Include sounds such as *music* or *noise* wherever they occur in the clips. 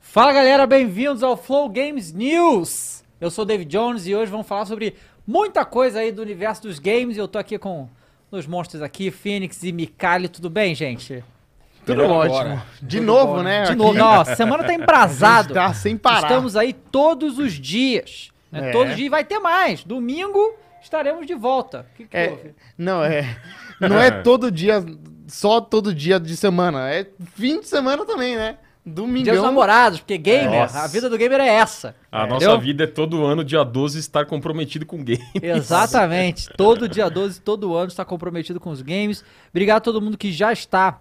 Fala galera, bem-vindos ao Flow Games News. Eu sou o David Jones e hoje vamos falar sobre muita coisa aí do universo dos games. Eu tô aqui com os monstros aqui, Phoenix e Mikali. Tudo bem, gente? Tudo ótimo. De novo, né? De novo, Aqui nossa, semana tá *laughs* embrasado. Tá sem parar. Estamos aí todos os dias. né? É. Todos os dias vai ter mais. Domingo estaremos de volta. O que, que É, houve? Não, é. Não é todo dia, só todo dia de semana. É fim de semana também, né? Dia dos Domingão. namorados, porque gamer, Nossa. a vida do gamer é essa. A nossa entendeu? vida é todo ano, dia 12, estar comprometido com game. Exatamente. todo dia 12, todo ano está comprometido com os games. Obrigado a todo mundo que já está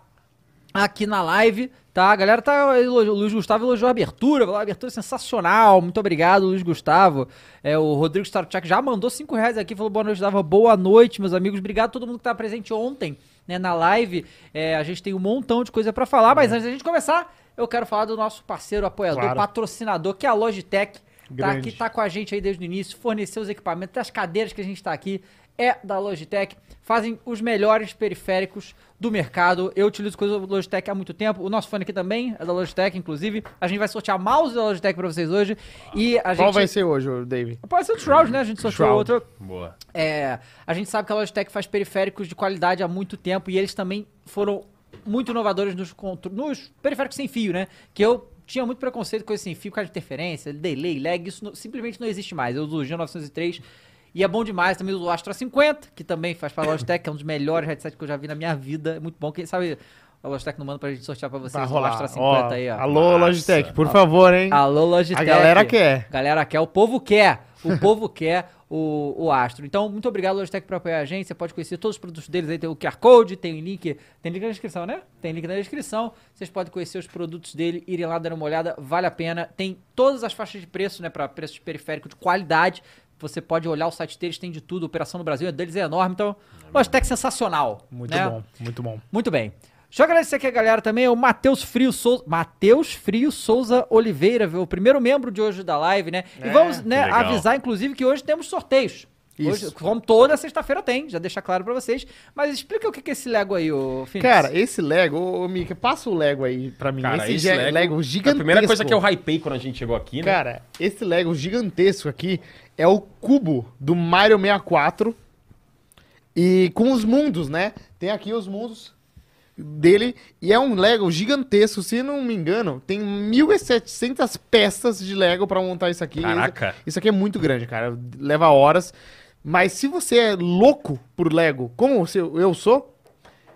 aqui na live, tá? A galera tá elogi- o Luiz Gustavo elogiou a abertura, falou, "A abertura é sensacional. Muito obrigado, Luiz Gustavo. É, o Rodrigo Starchak já mandou 5 reais aqui, falou boa noite, dava boa noite, meus amigos. Obrigado a todo mundo que tá presente ontem, né, na live. É, a gente tem um montão de coisa para falar, mas antes da gente começar, eu quero falar do nosso parceiro, apoiador, É. Claro. patrocinador, que é a Logitech. Tá Grande. aqui, tá com a gente aí desde o início, forneceu os equipamentos, até as cadeiras que a gente tá aqui é da Logitech, fazem os melhores periféricos do mercado. Eu utilizo coisa da Logitech há muito tempo. O nosso fone aqui também é da Logitech, inclusive. A gente vai sortear mouse da Logitech pra vocês hoje e a Qual gente vai ser hoje, ô, David? Pode ser o Shroud, né? A gente sorteou Shroud. outro. *laughs* Boa. É, a gente sabe que a Logitech faz periféricos de qualidade há muito tempo e eles também foram muito inovadores nos, contro- nos periféricos sem fio, né? Que eu tinha muito preconceito com esse sem fio, por causa de interferência, delay, lag, isso não- simplesmente não existe mais. Eu uso o G903 e é bom demais. Também uso o Astra 50, que também faz para a Logitech, que é um dos melhores headsets que eu já vi na minha vida. É muito bom. Quem sabe a Logitech não manda pra gente sortear pra vocês Vai o rolar. Astra 50 Ó, aí, ó. Alô, Logitech, por favor, hein? Alô, Logitech. A galera quer. Galera quer, o povo quer. O *laughs* povo quer o, o Astro. Então, muito obrigado, Logitech, por apoiar a gente. Você pode conhecer todos os produtos deles aí. Tem o QR Code, tem o link. Tem link na descrição, né? Tem link na descrição. Vocês podem conhecer os produtos dele, irem lá dar uma olhada, vale a pena. Tem todas as faixas de preço, né? Para preço de periférico de qualidade. Você pode olhar o site deles, tem de tudo. A operação no Brasil é deles é enorme. Então, Logitech sensacional. Muito né? bom, muito bom. Muito bem. Deixa eu agradecer aqui a galera também, o Matheus Frio Souza. Matheus Frio Souza Oliveira, viu? o primeiro membro de hoje da live, né? E É. vamos né, Que legal. avisar, inclusive, que hoje temos sorteios. Hoje, Isso. como toda sexta-feira tem, já deixar claro pra vocês. Mas explica o que que é esse Lego aí, ô Phoenix. Cara, esse Lego, ô, ô, Mika, passa o Lego aí pra mim. Cara, esse, esse ge- Lego- Lego é A gigantesco. primeira coisa que eu hypei quando a gente chegou aqui, né? Cara, esse Lego gigantesco aqui é o cubo do Mario 64. E com os mundos, né? Tem aqui os mundos dele. E é um Lego gigantesco, se não me engano, tem 1.700 peças de Lego pra montar isso aqui. Caraca. Isso aqui é muito grande, cara. Leva horas. Mas se você é louco por Lego, como o seu- eu sou,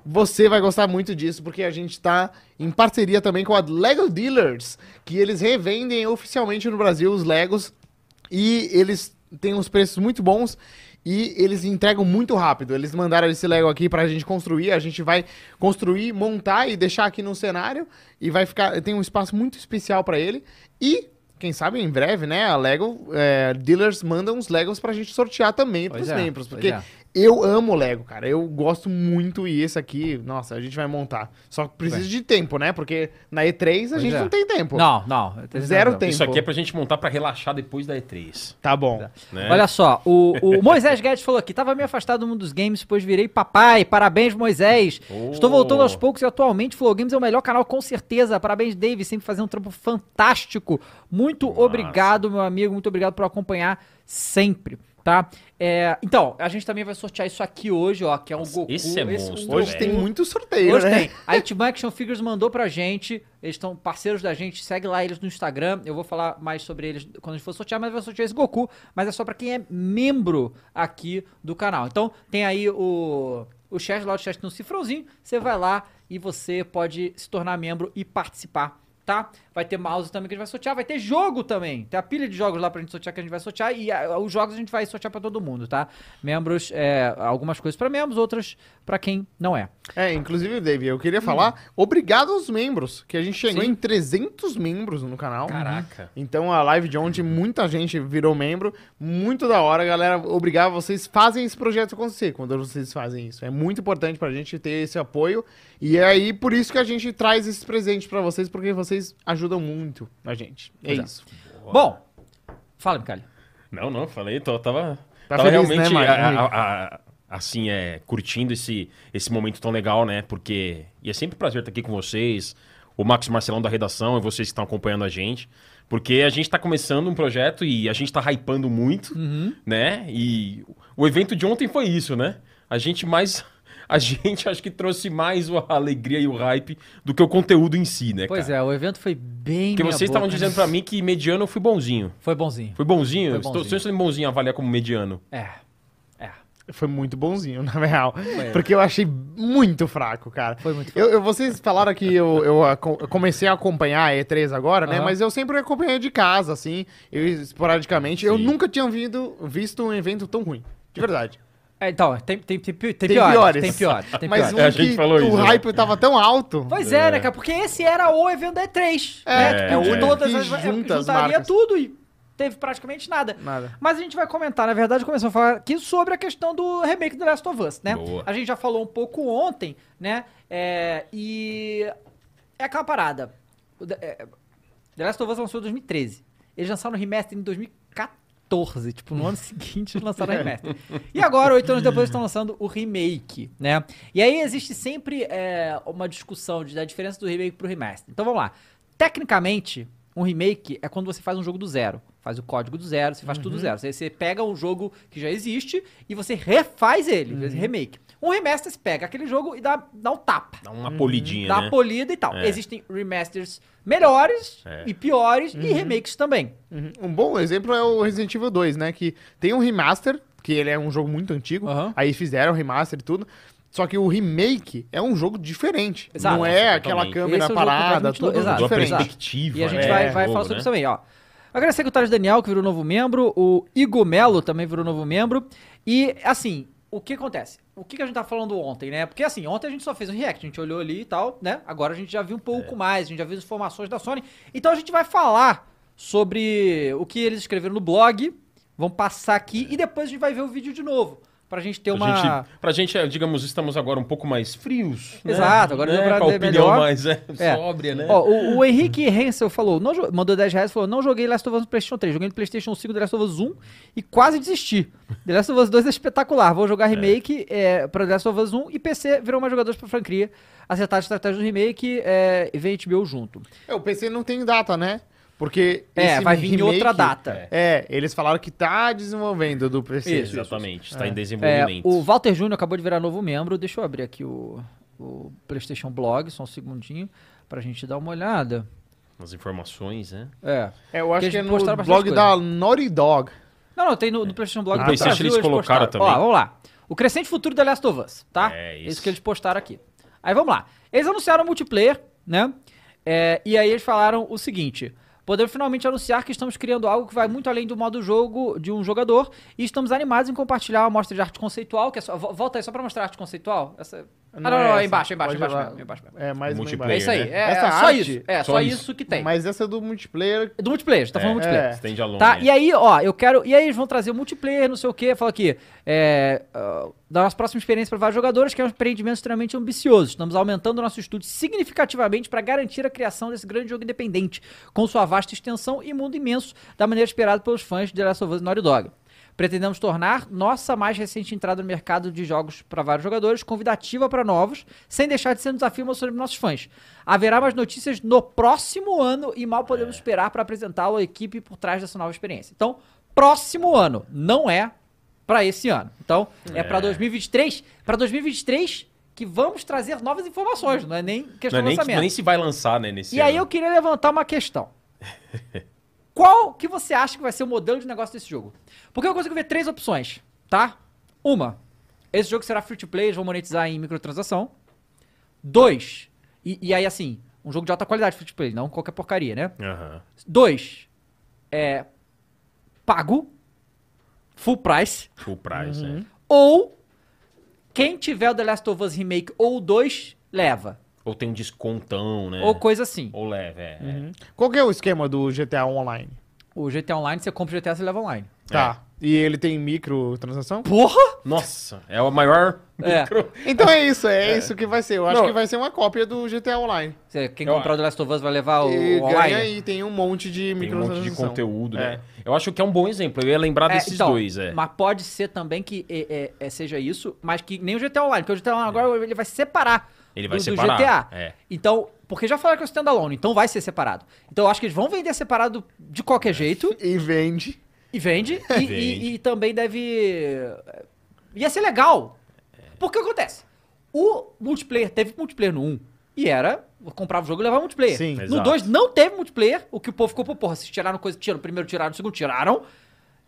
você vai gostar muito disso, porque a gente tá em parceria também com a Lego Dealers, que eles revendem oficialmente no Brasil os Legos e eles têm uns preços muito bons e eles entregam muito rápido. Eles mandaram esse Lego aqui pra gente construir, a gente vai construir, montar e deixar aqui no cenário e vai ficar, tem um espaço muito especial pra ele e quem sabe em breve, né? A Lego é, Dealers manda uns Legos pra gente sortear também Pois pros é, membros. pois Porque é. eu amo Lego, cara. Eu gosto muito e esse aqui, nossa, a gente vai montar. Só que precisa de tempo, né? Porque na E3 a Pois gente é. não tem tempo. Não, não. Zero não. tempo. Isso aqui é pra gente montar pra relaxar depois da E3. Tá bom. é. Né? Olha só, o, o Moisés Guedes falou aqui: tava meio afastado do mundo dos games, depois virei papai. Parabéns, Moisés. Oh. Estou voltando aos poucos e atualmente Flow Games é o melhor canal, com certeza. Parabéns, Dave, sempre fazendo um trampo fantástico. Muito Massa. obrigado, meu amigo. Muito obrigado por acompanhar sempre. Tá? É, então, a gente também vai sortear isso aqui hoje, ó, que é um Goku. esse é monstro, Hoje Tudo tem bem. muito sorteio, Hoje né? tem. A Itman Action Figures mandou pra gente. Eles estão parceiros da gente. Segue lá eles no Instagram. Eu vou falar mais sobre eles quando a gente for sortear, mas eu vou sortear esse Goku. Mas é só pra quem é membro aqui do canal. Então tem aí o, o chat lá, o chat no cifrãozinho. Você vai lá e você pode se tornar membro e participar. Tá? Vai ter mouse também que a gente vai sortear, vai ter jogo também. Tem a pilha de jogos lá pra gente sortear que a gente vai sortear e ah, os jogos a gente vai sortear pra todo mundo, tá? Membros, é, algumas coisas pra membros, outras pra quem não é. É, inclusive, Dave, eu queria falar obrigado aos membros, que a gente chegou Hum. Sim. em 300 membros no canal. Caraca. Então a live de ontem, muita gente virou membro. Muito da hora, galera. Obrigado. Vocês fazem esse projeto acontecer quando vocês fazem isso. É muito importante pra gente ter esse apoio. E é aí, por isso que a gente traz esses presentes pra vocês, porque vocês ajudam muito a gente. É Pois é. isso. Bom, fala, Micali. Não, não, falei, tô, tava, Tá tava feliz, realmente né, Mário? a- a- a- assim, é, curtindo esse, esse momento tão legal, né? Porque. E é sempre um prazer estar aqui com vocês, o Max Marcelão da redação e vocês que estão acompanhando a gente. Porque a gente tá começando um projeto e a gente tá hypando muito, né? E o evento de ontem foi isso, né? A gente mais. *laughs* A gente acho que trouxe mais a alegria e o hype do que o conteúdo em si, né? Pois cara? é, o evento foi bem. Porque meia vocês boca, estavam né? dizendo pra mim que mediano eu fui bonzinho. Foi bonzinho. Foi bonzinho? Foi Estou- bonzinho. Estou sendo bonzinho a avaliar como mediano. É. É. Foi muito bonzinho, *laughs* na real. É. Porque eu achei muito fraco, cara. Foi muito Eu, eu- vocês falaram que eu, eu aco- eu comecei a acompanhar a E3 agora, né? Aham. Mas eu sempre acompanhei de casa, assim, eu, esporadicamente. Eu Sim. nunca tinha vindo- visto um evento tão ruim. De verdade. É, então, tem, tem, tem, pi- tem Tem piores, piores. Tem piores. Tem *laughs* Mas piores. um É, a gente que falou o isso, né? hype tava tão alto. Pois é, né, cara? Porque esse era o evento da E3. É, né? é o de único todas que as junta as juntaria marcas. tudo e teve praticamente nada. Nada. Mas a gente vai comentar, na verdade, começou a falar aqui sobre a questão do remake do Last of Us, né? Boa. A gente já falou um pouco ontem, né? É, e é aquela parada. O The é, The Last of Us lançou em 2013. Eles lançaram o remaster em 2014. Tipo, no ano *laughs* seguinte eles lançaram o remaster. E agora, oito anos depois, eles estão lançando o remake, né? E aí existe sempre é, uma discussão de- da diferença do remake pro remaster. Então vamos lá. Tecnicamente, um remake é quando você faz um jogo do zero. Faz o código do zero, você faz tudo Uhum. do zero. Você, você pega um jogo que já existe e você refaz ele, Uhum. remake. Um remaster, você pega aquele jogo e dá, dá um tapa Dá uma polidinha, da né? polida e tal. É. Existem remasters melhores É. e piores e remakes também. Uhum. Um bom exemplo é o Resident Evil 2, né? Que tem um remaster, que ele é um jogo muito antigo. Aham. Aí fizeram o remaster e tudo. Só que o remake é um jogo diferente. Exato. Não é Nossa, aquela totalmente. câmera Esse é um jogo parada, completamente tudo novo. Exato. Dá uma diferente. Exato. perspectiva, E a gente né? vai, do vai jogo, falar sobre né? isso também, ó. Agradecer que o Thales Daniel, que virou novo membro, o Igor Melo também virou novo membro. E, assim, o que acontece? O que que a gente tá falando ontem, né? Porque, assim, ontem a gente só fez um react, a gente olhou ali e tal, né? Agora a gente já viu um pouco É. mais, a gente já viu as informações da Sony. Então a gente vai falar sobre o que eles escreveram no blog, vamos passar aqui e depois a gente vai ver o vídeo de novo, pra gente ter uma... É. Pra gente, pra gente, é, digamos, estamos agora um pouco mais frios. né? Exato, agora né? deu pra Com a ver opinião melhor. mais é, É. sóbria, né? Ó, o, o Henrique Hensel falou, não jo- mandou 10 reais e falou: não joguei Last of Us no PlayStation 3, joguei no PlayStation 5 The Last of Us 1 e quase desisti. The Last of Us 2 é espetacular, vou jogar remake é. pra The Last of Us 1 e PC virou mais jogadores pra franquia. Acertar a estratégia do remake é, e vem HBO junto. É, o PC não tem data, né? Porque. É, esse vai vir em remake- outra data. É, eles falaram que tá desenvolvendo do PC. Isso, Exatamente, está em É, desenvolvimento. o Walter Júnior acabou de virar novo membro, deixa eu abrir aqui o, o PlayStation Blog, só um segundinho, pra gente dar uma olhada. As informações, né? É. É, eu acho Porque que é eles no postaram blog bastante coisa. da Naughty Dog. Não, não, tem no, no PlayStation Blog. É. No do PlayStation Brasil, eles colocaram postaram. Ó, também. vamos lá. O crescente futuro da Last of Us, tá? É, isso. que eles postaram aqui. Aí vamos lá. Eles anunciaram o multiplayer, né? É, e aí eles falaram o seguinte. Podemos finalmente anunciar que estamos criando algo que vai muito além do modo jogo de um jogador e estamos animados em compartilhar uma amostra de arte conceitual, que é só, vo- volta aí só pra mostrar a arte conceitual. Essa- Ah, não, não, é não, essa. é embaixo, é embaixo, Pode embaixo lá. mesmo, embaixo mesmo. É, mais uma Multiplayer, É embaixo. isso aí, né? é, é Essa só arte- isso, é só, só isso. isso. que tem. Mas essa é do multiplayer. Do multiplayer, tá falando multiplayer. É. Stand alone. Tá, né? e aí, ó, eu quero. E aí, eles vão trazer o multiplayer, não sei o quê. Fala aqui, é, ah, da nossa próxima experiência para vários jogadores, que é um empreendimento extremamente ambicioso. Estamos aumentando o nosso estúdio significativamente para garantir a criação desse grande jogo independente, com sua vasta extensão e mundo imenso, da maneira esperada pelos fãs de The Last of Us e Naughty Dog. Pretendemos tornar nossa mais recente entrada no mercado de jogos para vários jogadores convidativa para novos, sem deixar de ser um desafio sobre nossos fãs. Haverá mais notícias no próximo ano e mal podemos É. esperar para apresentá-lo à equipe por trás dessa nova experiência. Então, próximo ano, não é para esse ano. Então, é, pra para 2023, para 2023 que vamos trazer novas informações, não é nem não questão é nem, de lançamento. nem se vai lançar, né? Nesse E aí ano. eu queria levantar uma questão. *laughs* Qual que você acha que vai ser o modelo de negócio desse jogo? Porque eu consigo ver três opções, tá? Uma, esse jogo será free to play, eles vão monetizar em microtransação. Dois, e, e aí assim, um jogo de alta qualidade free to play, não qualquer porcaria, né? Aham. Dois, é pago, full price, Uhum. Full price, né? ou Quem tiver o The Last of Us Remake ou o 2, leva. Ou tem um descontão, né? Ou coisa assim. Ou leve, é. é. Qual que é o esquema do GTA Online? O GTA Online, você compra o GTA, você leva online. Tá. E ele tem microtransação? Porra! Nossa, é o maior É. *laughs* micro. *laughs* Então é isso, é, isso que vai ser. Eu acho Não. que vai ser uma cópia do GTA Online. Você- Quem Eu comprar o The Last of Us vai levar o, E o online. ganha e tem um monte de Tem um monte de microtransação. conteúdo, É. né? Eu acho que é um bom exemplo. Eu ia lembrar desses então, dois, é. Mas pode ser também que é, é, é, seja isso, mas que nem o GTA Online, porque o GTA Online agora ele vai separar Ele vai do, separar, do GTA. é. Então, porque já falaram que é o standalone, então vai ser separado. Então eu acho que eles vão vender separado de É, qualquer jeito E vende. e *laughs* vende, e, e- Vende. e também deve. eh, Ia ser legal. É. Porque acontece? O multiplayer teve multiplayer no 1 e era. Comprava o jogo e levava multiplayer. Sim. No Exato. 2 não teve multiplayer, o que o povo ficou, pô, porra, vocês tiraram coisa, tiraram, primeiro tiraram, segundo tiraram.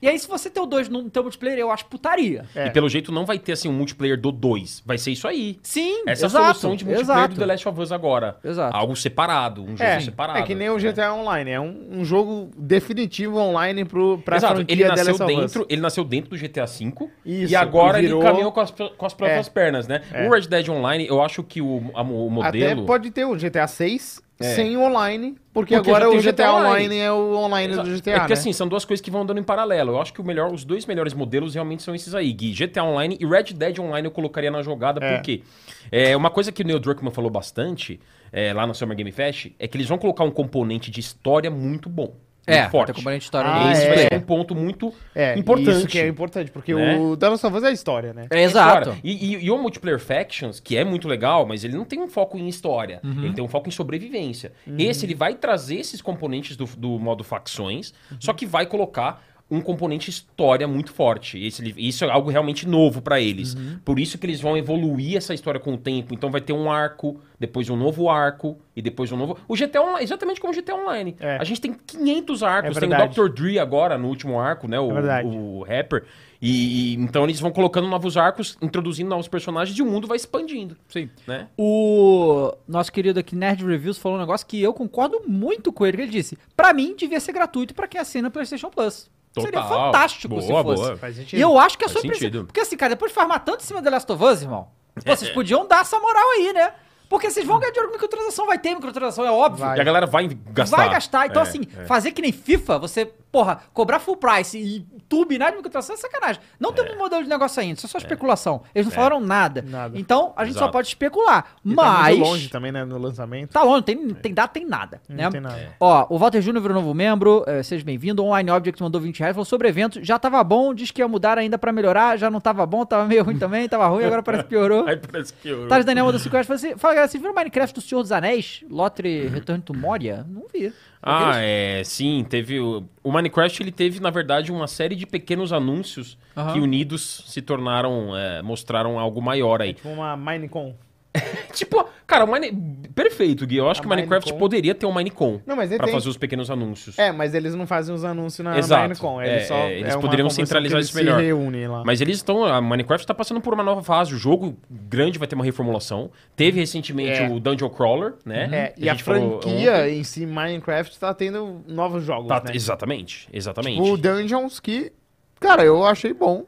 E aí, se você tem o 2 no teu multiplayer, eu acho putaria. É. E pelo jeito não vai ter assim um multiplayer do 2. Vai ser isso aí. Sim, Essa é exato, solução de multiplayer exato. do The Last of Us agora. Exato. Algo separado, um jogo É, separado. é que nem o GTA Online, é um, um jogo definitivo online pro, pra Exato, franquia ele The nasceu, Last of Us. dentro, ele nasceu dentro do GTA V Isso, e agora virou- ele caminhou com as, com as próprias pernas, né? É. O Red Dead Online, eu acho que o, a- o modelo... Até pode ter o GTA 6 É. sem o online, Porque porque, agora já o tem GTA, o GTA online. Online é o online Exato. do GTA, é porque né? assim, são duas coisas que vão andando em paralelo. Eu acho que o melhor, os dois melhores modelos realmente são esses aí, Gui. GTA Online e Red Dead Online eu colocaria na jogada, É. porque é, uma coisa que o Neil Druckmann falou bastante é, lá no Summer Game Fest é que eles vão colocar um componente de história muito bom. É, muito forte. tem componente de história Ah, no Esse é. vai multiplayer. ser um ponto muito é, e importante. Isso que é importante, porque Né? o The Last of Us é a história, né? É, exato. História. E, e- e o Multiplayer Factions, que é muito legal, mas ele não tem um foco em história. Uhum. Ele tem um foco em sobrevivência. Esse, ele vai trazer esses componentes do, do modo facções, Uhum. só que vai colocar um componente história muito forte. Esse, ele- isso é algo realmente novo pra eles. Uhum. Por isso que eles vão evoluir essa história com o tempo. Então vai ter um arco, depois um novo arco, e depois um novo... O GTA Online, exatamente como o GTA Online. É. A gente tem 500 arcos. É tem um o verdade. Dr. Dre agora, no último arco, né? O, É verdade. o rapper. E, e- então eles vão colocando novos arcos, introduzindo novos personagens e o mundo vai expandindo, Sim. né? O nosso querido aqui, Nerd Reviews, falou um negócio que eu concordo muito com ele. que Ele disse: pra mim, devia ser gratuito pra quem assina PlayStation Plus. Seria Total. fantástico se Boa, fosse. boa. Faz sentido. E eu acho que é Faz sua impressão. sentido. É. Porque assim, cara, depois de farmar tanto em cima do The Last of Us, irmão, pô, vocês podiam dar essa moral aí, né? Porque vocês vão ganhar dinheiro com microtransação, vai ter microtransação, é óbvio. Vai. E a galera vai gastar. Vai gastar. Então, É, assim, é. fazer que nem FIFA, você, porra, cobrar full price e turbinar de microtransação é sacanagem. Não tem um modelo de negócio ainda, isso é só especulação. Eles não falaram nada. Nada. Então, a gente só Exato. pode especular. E tá mas. muito longe também, né, no lançamento. Tá longe, É. tem, tem data, tem nada. Não né? tem nada. Ó, o Walter Júnior virou novo membro, eh, seja bem-vindo. Online Object mandou 20 reais, falou sobre evento. Já tava bom, diz que ia mudar ainda pra melhorar. Já não tava bom, tava meio ruim *laughs* também, tava ruim, agora parece que piorou. Aí parece que eu... Tá Thales Daniel mandou 5 reais, falou assim, fala galera, vocês viram Minecraft do Senhor dos Anéis? Lotre Return to Moria? Não vi. Ah, é, sim, teve o, o Minecraft ele teve na verdade uma série de pequenos anúncios Aham. que unidos se tornaram, é, mostraram algo maior aí. Tipo uma Minecon. *laughs* tipo, cara, o Mine... perfeito, Gui. Eu acho A que o Minecraft Minecon. poderia ter um Minecon Não, mas ele pra tem. fazer os pequenos anúncios. É, mas eles não fazem os anúncios na Exato. Minecon. É, Eles, só, é, eles uma poderiam convenção que centralizar eles isso melhor. Se reúnem lá. Mas eles estão. A Minecraft está passando por uma nova fase. O jogo grande vai ter uma reformulação. Teve recentemente É. o Dungeon Crawler, né? É, Que e a, gente falou franquia ontem. em si, Minecraft, tá tendo novos jogos, Tá- né? Exatamente, exatamente. Tipo, O Dungeons que, cara, eu achei bom.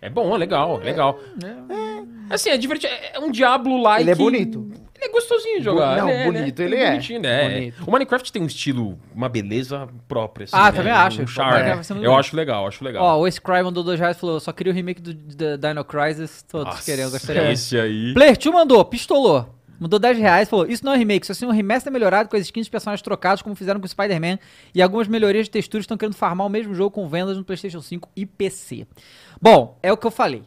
É bom, é legal, é legal. É, assim, é divertido. É é um Diablo like. Ele é bonito. Ele é gostosinho de jogar. Não, ele é, né? bonito ele é. bonitinho, né? Bonito. O Minecraft tem um estilo, uma beleza própria. assim, Ah, né? também acho. Um O charme. Minecraft é muito Eu bom. acho legal, acho legal. Ó, o Ace Cry mandou 2 reais, falou, só queria o remake do, da Dino Crisis, todos Nossa, é queriam, gostariam. Esse aí. Player 2 mandou, pistolou. Mandou 10 reais, falou: Isso não é remake, isso é sim um remaster melhorado com as skins dos personagens trocados, como fizeram com o Spider-Man. E algumas melhorias de texturas estão querendo farmar o mesmo jogo com vendas no PlayStation 5 e PC. Bom, é o que eu falei.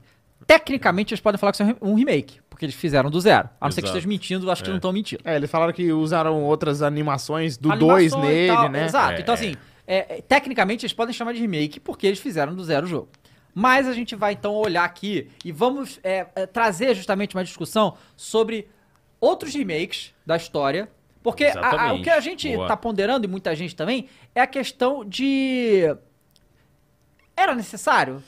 Tecnicamente, eles podem falar que isso é um re- um remake, porque eles fizeram do zero. A não ser que Exato. esteja mentindo, eu acho que não estão mentindo. É, eles falaram que usaram outras animações do Animações 2 e nele, tal, né? Exato. É. Então, assim, é, é, tecnicamente eles podem chamar de remake porque eles fizeram do zero o jogo. Mas a gente vai então olhar aqui e vamos é, é, trazer justamente uma discussão sobre outros remakes da história. Porque a- a- o Exatamente. que a gente Boa. tá ponderando, e muita gente também, é a questão de. Era necessário?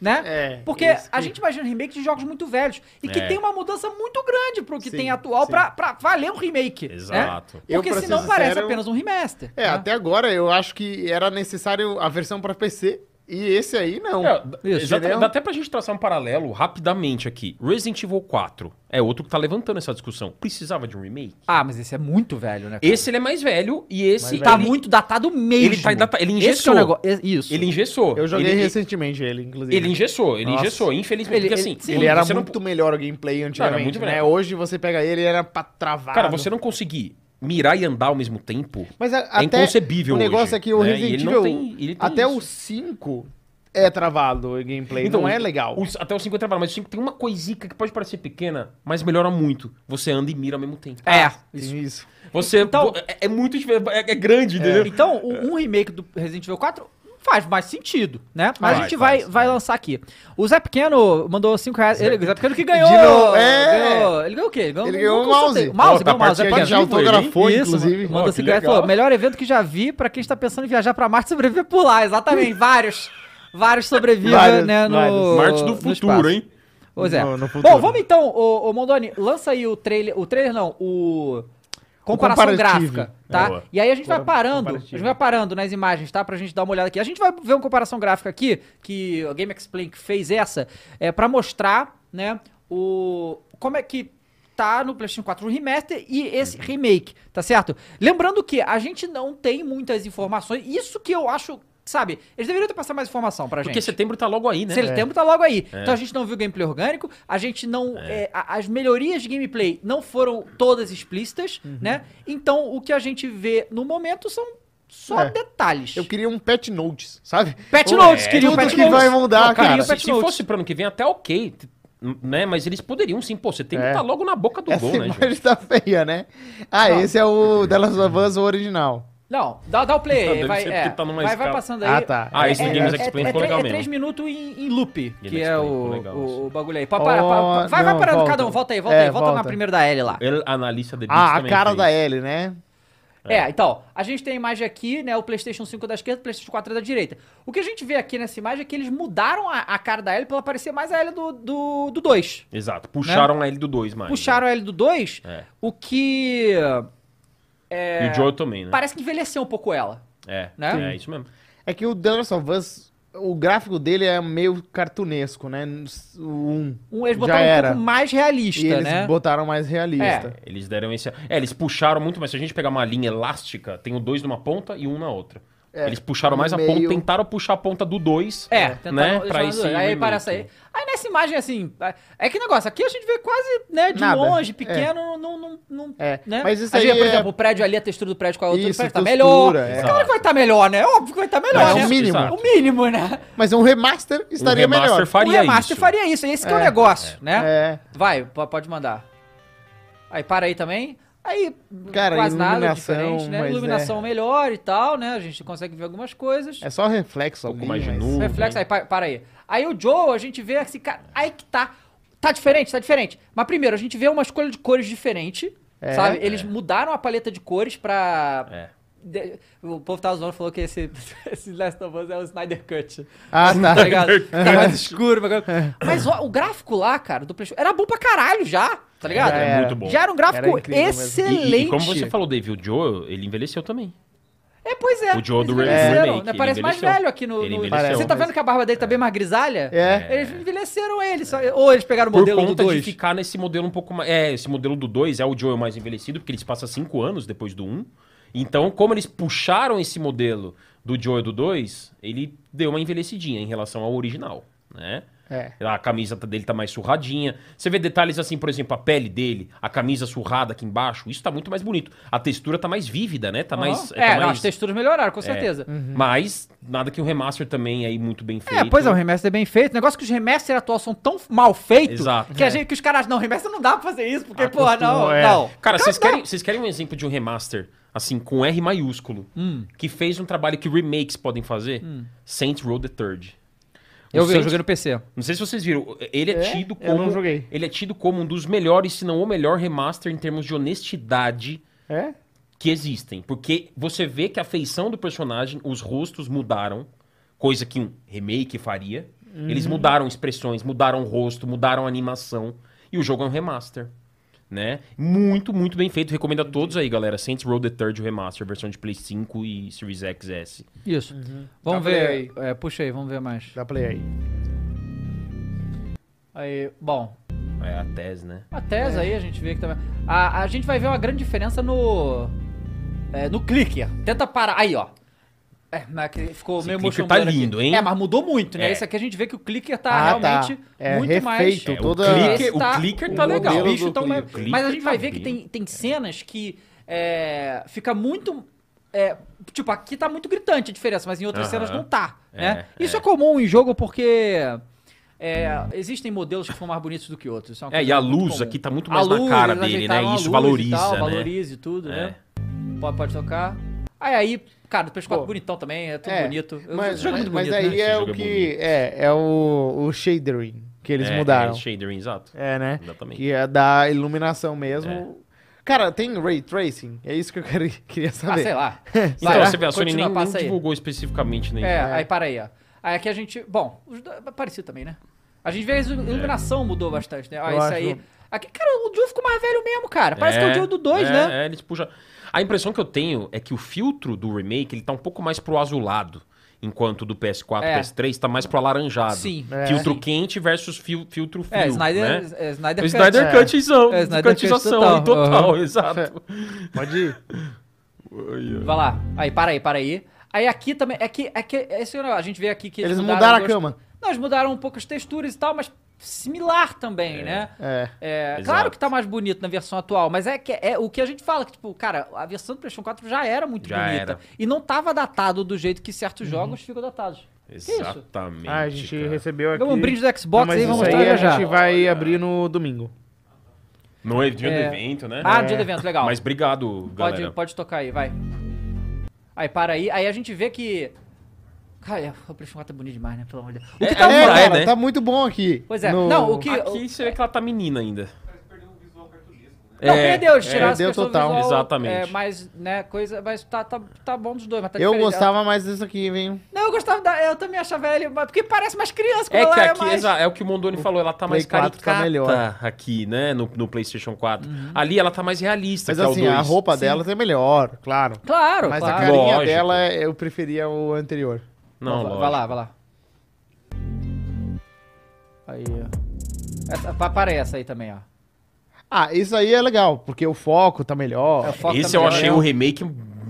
Né? É, Porque isso a que- gente imagina remake de jogos muito velhos e que É. tem uma mudança muito grande pro que Sim, tem atual sim. pra, pra valer um remake. né? Exato. Eu, Porque pra senão ser parece sincero, apenas um remaster. É, né? até agora eu acho que era necessário a versão pra PC E esse aí não. É, Isso, exatamente. entendeu? Dá até pra gente traçar um paralelo rapidamente aqui. Resident Evil 4 é outro que tá levantando essa discussão. Precisava de um remake? Ah, mas esse é muito velho, né? cara? Esse ele é mais velho e esse. tá ele- muito datado mesmo. Ele tá data- ele Esse que é o engessou. negócio. é- Isso. Ele engessou. Eu joguei ele, recentemente ele, inclusive. Ele engessou, ele Nossa. engessou, infelizmente. Ele- porque ele- assim, sim. Ele era você não- muito melhor o gameplay antigamente, muito né? melhor. Hoje você pega ele, ele era pra travar. Cara, você não conseguir mirar e andar ao mesmo tempo. Mas a- É até inconcebível o negócio hoje, é que o né? E Resident ele não Evil, tem- ele tem até isso. o 5 é travado o gameplay, não é legal. os- até o 5 é trabalho, mas o 5 tem uma coisica que pode parecer pequena, mas melhora muito. Você anda e mira ao mesmo tempo. É. Isso. isso. Você Então- vo- é, é muito dif- é, é grande, entendeu? Então, o- um remake do Resident Evil 4 faz mais sentido, né? Mas a Faz, gente vai, faz, vai faz. lançar aqui. O Zé Pequeno mandou 5 reais. Ele, o Zé Pequeno que ganhou. De novo, é. ganhou- ele ganhou o quê? Então, Ele ganhou um sorteio. mouse. Mouse, Ó, ganhou tá um mouse. Zé participando Pequeno. já o autografou, Isso, inclusiele. Manda Ó, que 5 reais e legal. falou: melhor evento que já vi pra quem está pensando em viajar pra Marte e sobreviver por lá. Exatamente, vários. Vários sobrevivem, Vários, né? No, vários. Marte do no futuro, espaço. hein? Pois é. No- no futuro. Bom, vamos então, ô, ô Mondoni, lança aí o trailer. O trailer não, o. Comparação comparativo. gráfica, tá? Boa. E aí a gente vai Compara- parando, a comparativo. gente vai parando nas imagens, tá? Pra gente dar uma olhada aqui. A gente vai ver uma comparação gráfica aqui, que a Game Explain que fez essa, é pra mostrar, né, o como é que tá no PlayStation 4 o remaster e esse Uhum. remake, tá certo? Lembrando que a gente não tem muitas informações, isso que eu acho, sabe? Eles deveriam ter passado mais informação pra gente. Porque setembro tá logo aí, né? Se ele tempo tá logo aí. Então a gente não viu gameplay orgânico, a gente não. é, a- as melhorias de gameplay não foram todas explícitas, né? Então o que a gente vê no momento são só É. detalhes. Eu queria um patch notes, sabe? Patch Ou- notes, é, queria um tudo patch que notes. vai mudar, Não, queria cara. um patch se, se notes. fosse pro ano que vem, até ok. t- Né? Mas eles poderiam sim, pô, setembro É. tá logo na boca do *laughs* Essa gol, né, imagem gente? tá feia, né? Ah, esse é o The Last of Us o original. Não, dá, dá o play. Não, aí, deve vai, ser é, porque tá numa vai, vai escala. passando aí. Ah, tá. Ah, esse é, do é, Games é, Explain é, ficou legal é três mesmo. minutos em, em loop, que Explain é ficou o, legal, o, isso. o bagulho aí. Pa- para, pa- pa- Oh, vai, vai não, parando volta. cada um, volta aí, volta É, aí, volta, na volta. primeira da L lá. Ele analista de Ah, a cara da Ellie, né? É, então, a gente tem a imagem aqui, né? O PlayStation 5 da esquerda, o PlayStation 4 da direita. O que a gente vê aqui nessa imagem é que eles mudaram a, a cara da L pra ela parecer mais a L do, do, do 2. Exato. Né? Puxaram a L do 2, mais. Puxaram a L do 2, É. o que. né? E o Joel também, né? Parece que envelheceu um pouco ela. É, né? é isso mesmo. É que o The Last of Us, o gráfico dele é meio cartunesco, né? O um. Um, eles Já botaram um era. pouco mais realista, E eles né? botaram mais realista. É, eles deram esse. É, eles puxaram muito mais. Se a gente pegar uma linha elástica, tem o 2 numa ponta e um na outra. eles puxaram mais É, meio- a ponta, tentaram puxar a ponta do 2. É, né? tentaram. Pra esse aí remake. parece aí. Aí nessa imagem, assim. É que negócio, aqui a gente vê quase, né, de Nada. longe, pequeno, não. não, não É, né? mas isso a gente aí vê, Por é- exemplo, o prédio ali, a textura do prédio com a outra, Isso, o prédio tá textura, melhor. é. Claro que vai estar melhor, né? Óbvio que vai estar melhor, Mas né? é o mínimo. Exato. O mínimo, né? Mas um remaster estaria um remaster melhor. o faria remaster isso. faria isso, é esse que é o negócio, né? É. Vai, po- pode mandar. Aí para aí também. Aí Cara, quase nada iluminação, diferente, né? mas Iluminação melhor e tal, né? A gente consegue ver algumas coisas. É só reflexo Um pouco ali, mais de mas- nuvem. Reflexo, aí, pa- para aí. Aí o Joe, a gente vê esse cara. Aí que tá. Tá diferente, tá diferente. Mas primeiro, a gente vê uma escolha de cores diferente. É. sabe? Eles mudaram a paleta de cores pra. É. De- O povo tava zoando falou que esse, *laughs* esse Last of Us é o Snyder Cut. *laughs* Ah, tá. Tá ligado? Fica mais escuro. mas- *laughs* Mas ó, o gráfico lá, cara, do PlayStation, era bom pra caralho já, tá ligado? Já É, era. muito bom. Já era um Era gráfico incrível mesmo. E- e- excelente. E, como você falou, Dave, o Joe, ele envelheceu também. É, pois é. O Joe do eles remake, envelheceram, ele né? Parece mais envelheceu. velho aqui no. Ele no- envelheceu, Você tá mas- vendo que a barba dele tá bem mais grisalha? É. Eles envelheceram ele. só- Ou eles pegaram o Por modelo do conta de 2. ficar nesse modelo um pouco mais. É, esse modelo do 2 é o Joel mais envelhecido, porque eles passam 5 anos depois do 1. Um. Então, como eles puxaram esse modelo do Joel do 2, ele deu uma envelhecidinha em relação ao original, né? É. A camisa dele tá mais surradinha. Você vê detalhes assim, por exemplo, a pele dele, a camisa surrada aqui embaixo, isso tá muito mais bonito. A textura tá mais vívida, né? Tá mais. É, tá é. Hum. não, mais- as texturas melhoraram, com certeza. Mas nada que o remaster também aí muito bem feito. É, pois é, o remaster é bem feito. O negócio é que os remaster atual são tão mal feitos Exato. Ah, que, a gente, que os caras, não, remaster não dá pra fazer isso, porque, porra, não, Acostumou, é. não. Cara, vocês querem, vocês querem um exemplo de um remaster, assim, com R maiúsculo, que fez um trabalho que remakes podem fazer? Saints Row the Third. O Eu vi, eu Saints- joguei no PC. Não sei se vocês viram, ele é, É? tido Eu como... não joguei. Ele é tido como um dos melhores, se não o melhor remaster em termos de honestidade É? que existem. Porque você vê que a feição do personagem, os rostos mudaram, coisa que um remake faria. Uhum. Eles mudaram expressões, mudaram rosto, mudaram animação. E o jogo é um remaster. né? Muito, muito bem feito. Recomendo a todos aí, galera. Saints Row The Third Remaster, versão de Play 5 e Series XS. Isso. Uhum. Vamos Dá ver. play é, puxa aí, vamos ver mais. Dá play aí. Aí, bom, É a tese, né? a tese aí a gente vê que também. A, a gente vai ver uma grande diferença no. é, no clicker. Tenta parar. Aí, ó. É, mas que ficou Esse meio clicker motion blur tá aqui. lindo, hein? É, mas mudou muito, né? É. Esse aqui a gente vê que o clicker tá Ah, tá. realmente É, muito mais. refeito. É, Toda- o, clicker, Esse tá- o clicker o tá modelo legal. do Bicho, então, clicker. mas- Clicker Mas a gente tá vai ver que bem. tem, tem cenas que é, fica muito. é, tipo, aqui tá muito gritante a diferença, mas em outras Aham. cenas não tá. né? É, Isso é. é. comum em jogo porque. é, existem modelos que são mais bonitos do que outros. isso uma É, e coisa a muito luz comum. aqui tá muito A mais luz, na cara eles dele, né? ajeitaram E a isso luz valoriza, e tal, né? Valoriza e tudo, né? É. Pode, pode tocar. Aí, aí, cara, o PS4 Pô. bonitão também, é tudo É, bonito. Eu- Mas, esse jogo é muito mas bonito, aí né? Esse é jogo o é que. bonito. É, é o, o shadering que eles É, mudaram. É, shadering, exato. É, né? Exatamente. Que é da iluminação mesmo. É. Cara, tem ray tracing? É isso que eu quero- *laughs* queria Ah, saber. sei lá. Então, *laughs* Vai, você vê, a Sony continua, nem, nem passa aí. divulgou especificamente, né? É, aí para aí, ó. Aí aqui a gente. Bom, os dois, parecido também, né? A gente vê a ilu- iluminação mudou bastante, né? Ó, Eu isso acho. aí. Aqui, cara, o Jill ficou mais velho mesmo, cara. Parece que é o Jill do 2, é, né? É, eles puxam. A impressão que eu tenho é que o filtro do remake ele tá um pouco mais pro azulado, enquanto o do PS4 É. PS3 tá mais pro alaranjado. Sim. É. Filtro Sim. quente versus fil- filtro frio. É, Snyder, Né? é, Snyder O Cut. Snyder é. Cutzão. É, É, Snyder Cut Cutização total, total, aham. É. exato. Pode ir. Vai lá. Aí, para aí, para aí. Aí aqui também. É que, é que esse, é o negócio, a gente vê aqui que. Eles mudaram a dois- cama. Não, eles mudaram um pouco as texturas e tal, mas similar também, né? É. É, Exato. claro que tá mais bonito na versão atual, mas é, que, é o que a gente fala, que, tipo, cara, a versão do PlayStation 4 já era muito Já bonita. era. Uhum. E não tava datado do jeito que certos jogos ficam datados. isso? Exatamente. Ah, a gente cara. recebeu aqui. Ganhou um brinde do Xbox Não, mas aí, vamos isso mostrar aí a já. gente vai abrir no domingo. No dia É. do evento, né? Ah, dia do evento, legal. Mas obrigado, pode, galera. pode tocar aí, vai. Aí, para aí. Aí a gente vê que. Cara, o PlayStation 4 é bonito demais, né? Pelo amor de Deus. O que É, tá é, mudando- é, né? tá muito bom aqui. Pois é. No- Não, o que. o- Aqui você vê que ela tá menina ainda. Não, perdeu, eles é. tiraram essa Perdeu questão total. visual, Exatamente. É, mas, né, coisa. Mas tá, tá, tá bom dos dois, mas tá Eu diferente. gostava mais disso aqui, hein? Não, eu gostava da. Eu também achava ele. mas- Porque parece mais criança quando É ela que aqui, mais- exa- é o que o Mondoni falou, ela tá Play mais 4 caricata tá melhor. aqui, né, no, no PlayStation 4. Uhum. Ali ela tá mais realista, Mas que é o assim, a dois. roupa Sim. dela é melhor, claro. Claro, Mas a claro. carinha Lógico. dela, eu preferia o anterior. Não, é vai, lógico. vai lá, vai lá. Aí, ó. Essa, pa- para essa aí também, ó. Ah, isso aí é legal, porque o foco tá melhor. É, o foco Esse tá eu melhor, achei né? o remake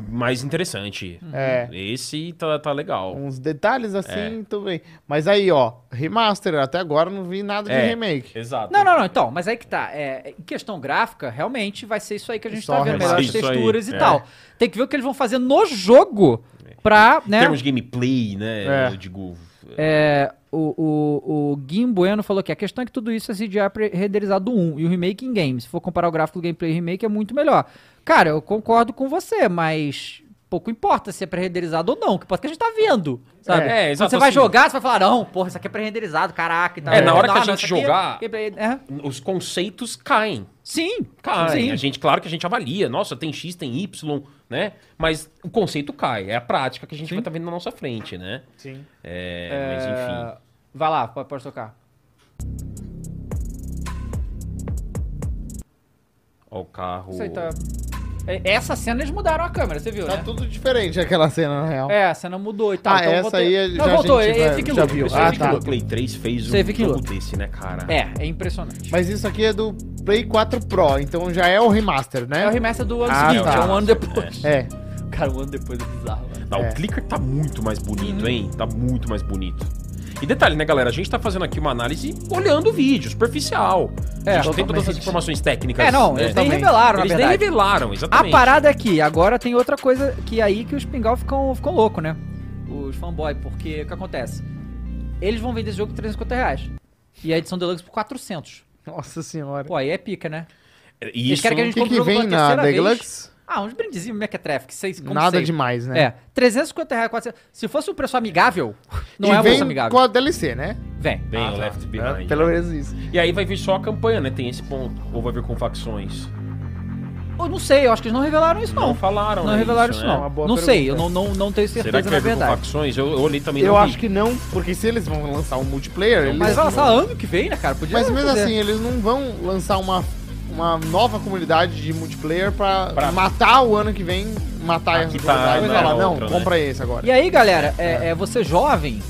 mais interessante. É. Esse tá, tá legal. Uns detalhes assim, tudo bem. Mas aí, ó, remaster, até agora eu não vi nada de É. remake. Exato. Não, não, não, então, mas aí que tá. É, em questão gráfica, realmente vai ser isso aí que a gente Só tá vendo, vai ser melhores isso aí, texturas e é. tal. Tem que ver o que eles vão fazer no jogo pra, Em né? termos de gameplay, né, É. eu digo... É, o, o, o Guim Bueno falou que a questão é que tudo isso é CGI pre- renderizado 1 e o remake em game. Se for comparar o gráfico do gameplay e remake, é muito melhor. Cara, eu concordo com você, mas pouco importa se é pré-renderizado ou não, o que importa é que a gente tá vendo. Sabe? É, é, Quando exato, você vai assim. jogar, você vai falar, não, porra, isso aqui é pré-renderizado, caraca. E tal. É, na hora Não, que a não, gente isso aqui é- jogar- é, Os conceitos caem. sim, Cai. sim. A gente, claro que a gente avalia. Nossa, tem X, tem Y, né? Mas o conceito cai. É a prática que a gente vai estar vendo na nossa frente, né? Sim. É, É, mas enfim. Vai lá, pode, pode tocar. Ó, o carro. Isso aí tá- É, Essa cena eles mudaram a câmera, você viu, Tá né? tudo diferente aquela cena, na real. É, a cena mudou e tal. Ah, então eu essa botei- aí Não, já a voltou, gente é- é vai- fica já louco, viu. isso aí Ah, Ah, fica tá. tá. louco. O Play 3 fez Você um vê que jogo louco. desse, né, cara? É, é impressionante. Mas isso aqui é do Play 4 Pro, então já é o remaster, né? É o remaster do ano Ah, seguinte, tá. é um ano depois. *laughs* É. Cara, um ano depois é Uhum. bizarro, mano. Não, É. O clicker tá muito mais bonito, hein? Tá muito mais bonito. E detalhe, né, galera? A gente tá fazendo aqui uma análise olhando o vídeo, superficial. É, a gente não tem todas totalmente. as informações técnicas. É, não, né? eles nem também. revelaram, Eles na nem verdade. revelaram, A exatamente. parada aqui, agora tem outra coisa que é aí que os pingal ficam, ficam loucos, né? Os fanboy, porque o que acontece? Eles vão vender esse jogo por 350 reais. E a edição Deluxe por 400. Nossa senhora. Pô, aí é pica, né? E Eles Isso, querem que a O gente que, compre que o jogo pela vem na terceira vez. Deluxe? Ah, uns brindezinhos mequetrefe, que vocês como Nada sempre. demais, né? É, 350 reais, 400. Se fosse um preço amigável, não e é um vem preço amigável. com a DLC, né? Vem. Bem, Ah, o tá. Left Behind. É, né? Pelo menos isso. E aí vai vir só a campanha, né? Tem esse ponto. Ou vai vir com facções. Eu não sei, eu acho que eles não revelaram isso, não. falaram, Não né, revelaram isso, é né? não. Uma boa não sei, eu pergunta. não, não, não tenho Será certeza que na vai vir com verdade. facções? Eu, eu olhei também Eu não vi. acho que não, porque se eles vão lançar um multiplayer, eles Mas vai não- lançar ano que vem, né, cara? Podia Mas mesmo fazer. assim, eles não vão lançar uma uma nova comunidade de multiplayer pra, Pra- matar o ano que vem, matar essa que tá, comunidade e né, falar, a não, outra, né?" compra esse agora. E aí, galera, é, é, você jovem,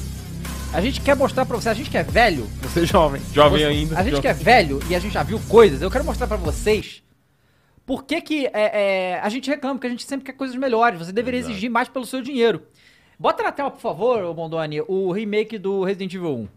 a gente quer mostrar pra você, a gente que é velho, Você jovem. Jovem ainda. a gente que é velho e a gente já viu coisas, eu quero mostrar pra vocês por que que é, é, a gente reclama, porque a gente sempre quer coisas melhores, você deveria Exato. exigir mais pelo seu dinheiro. Bota na tela, por favor, ô Bondoni, o remake do Resident Evil 1.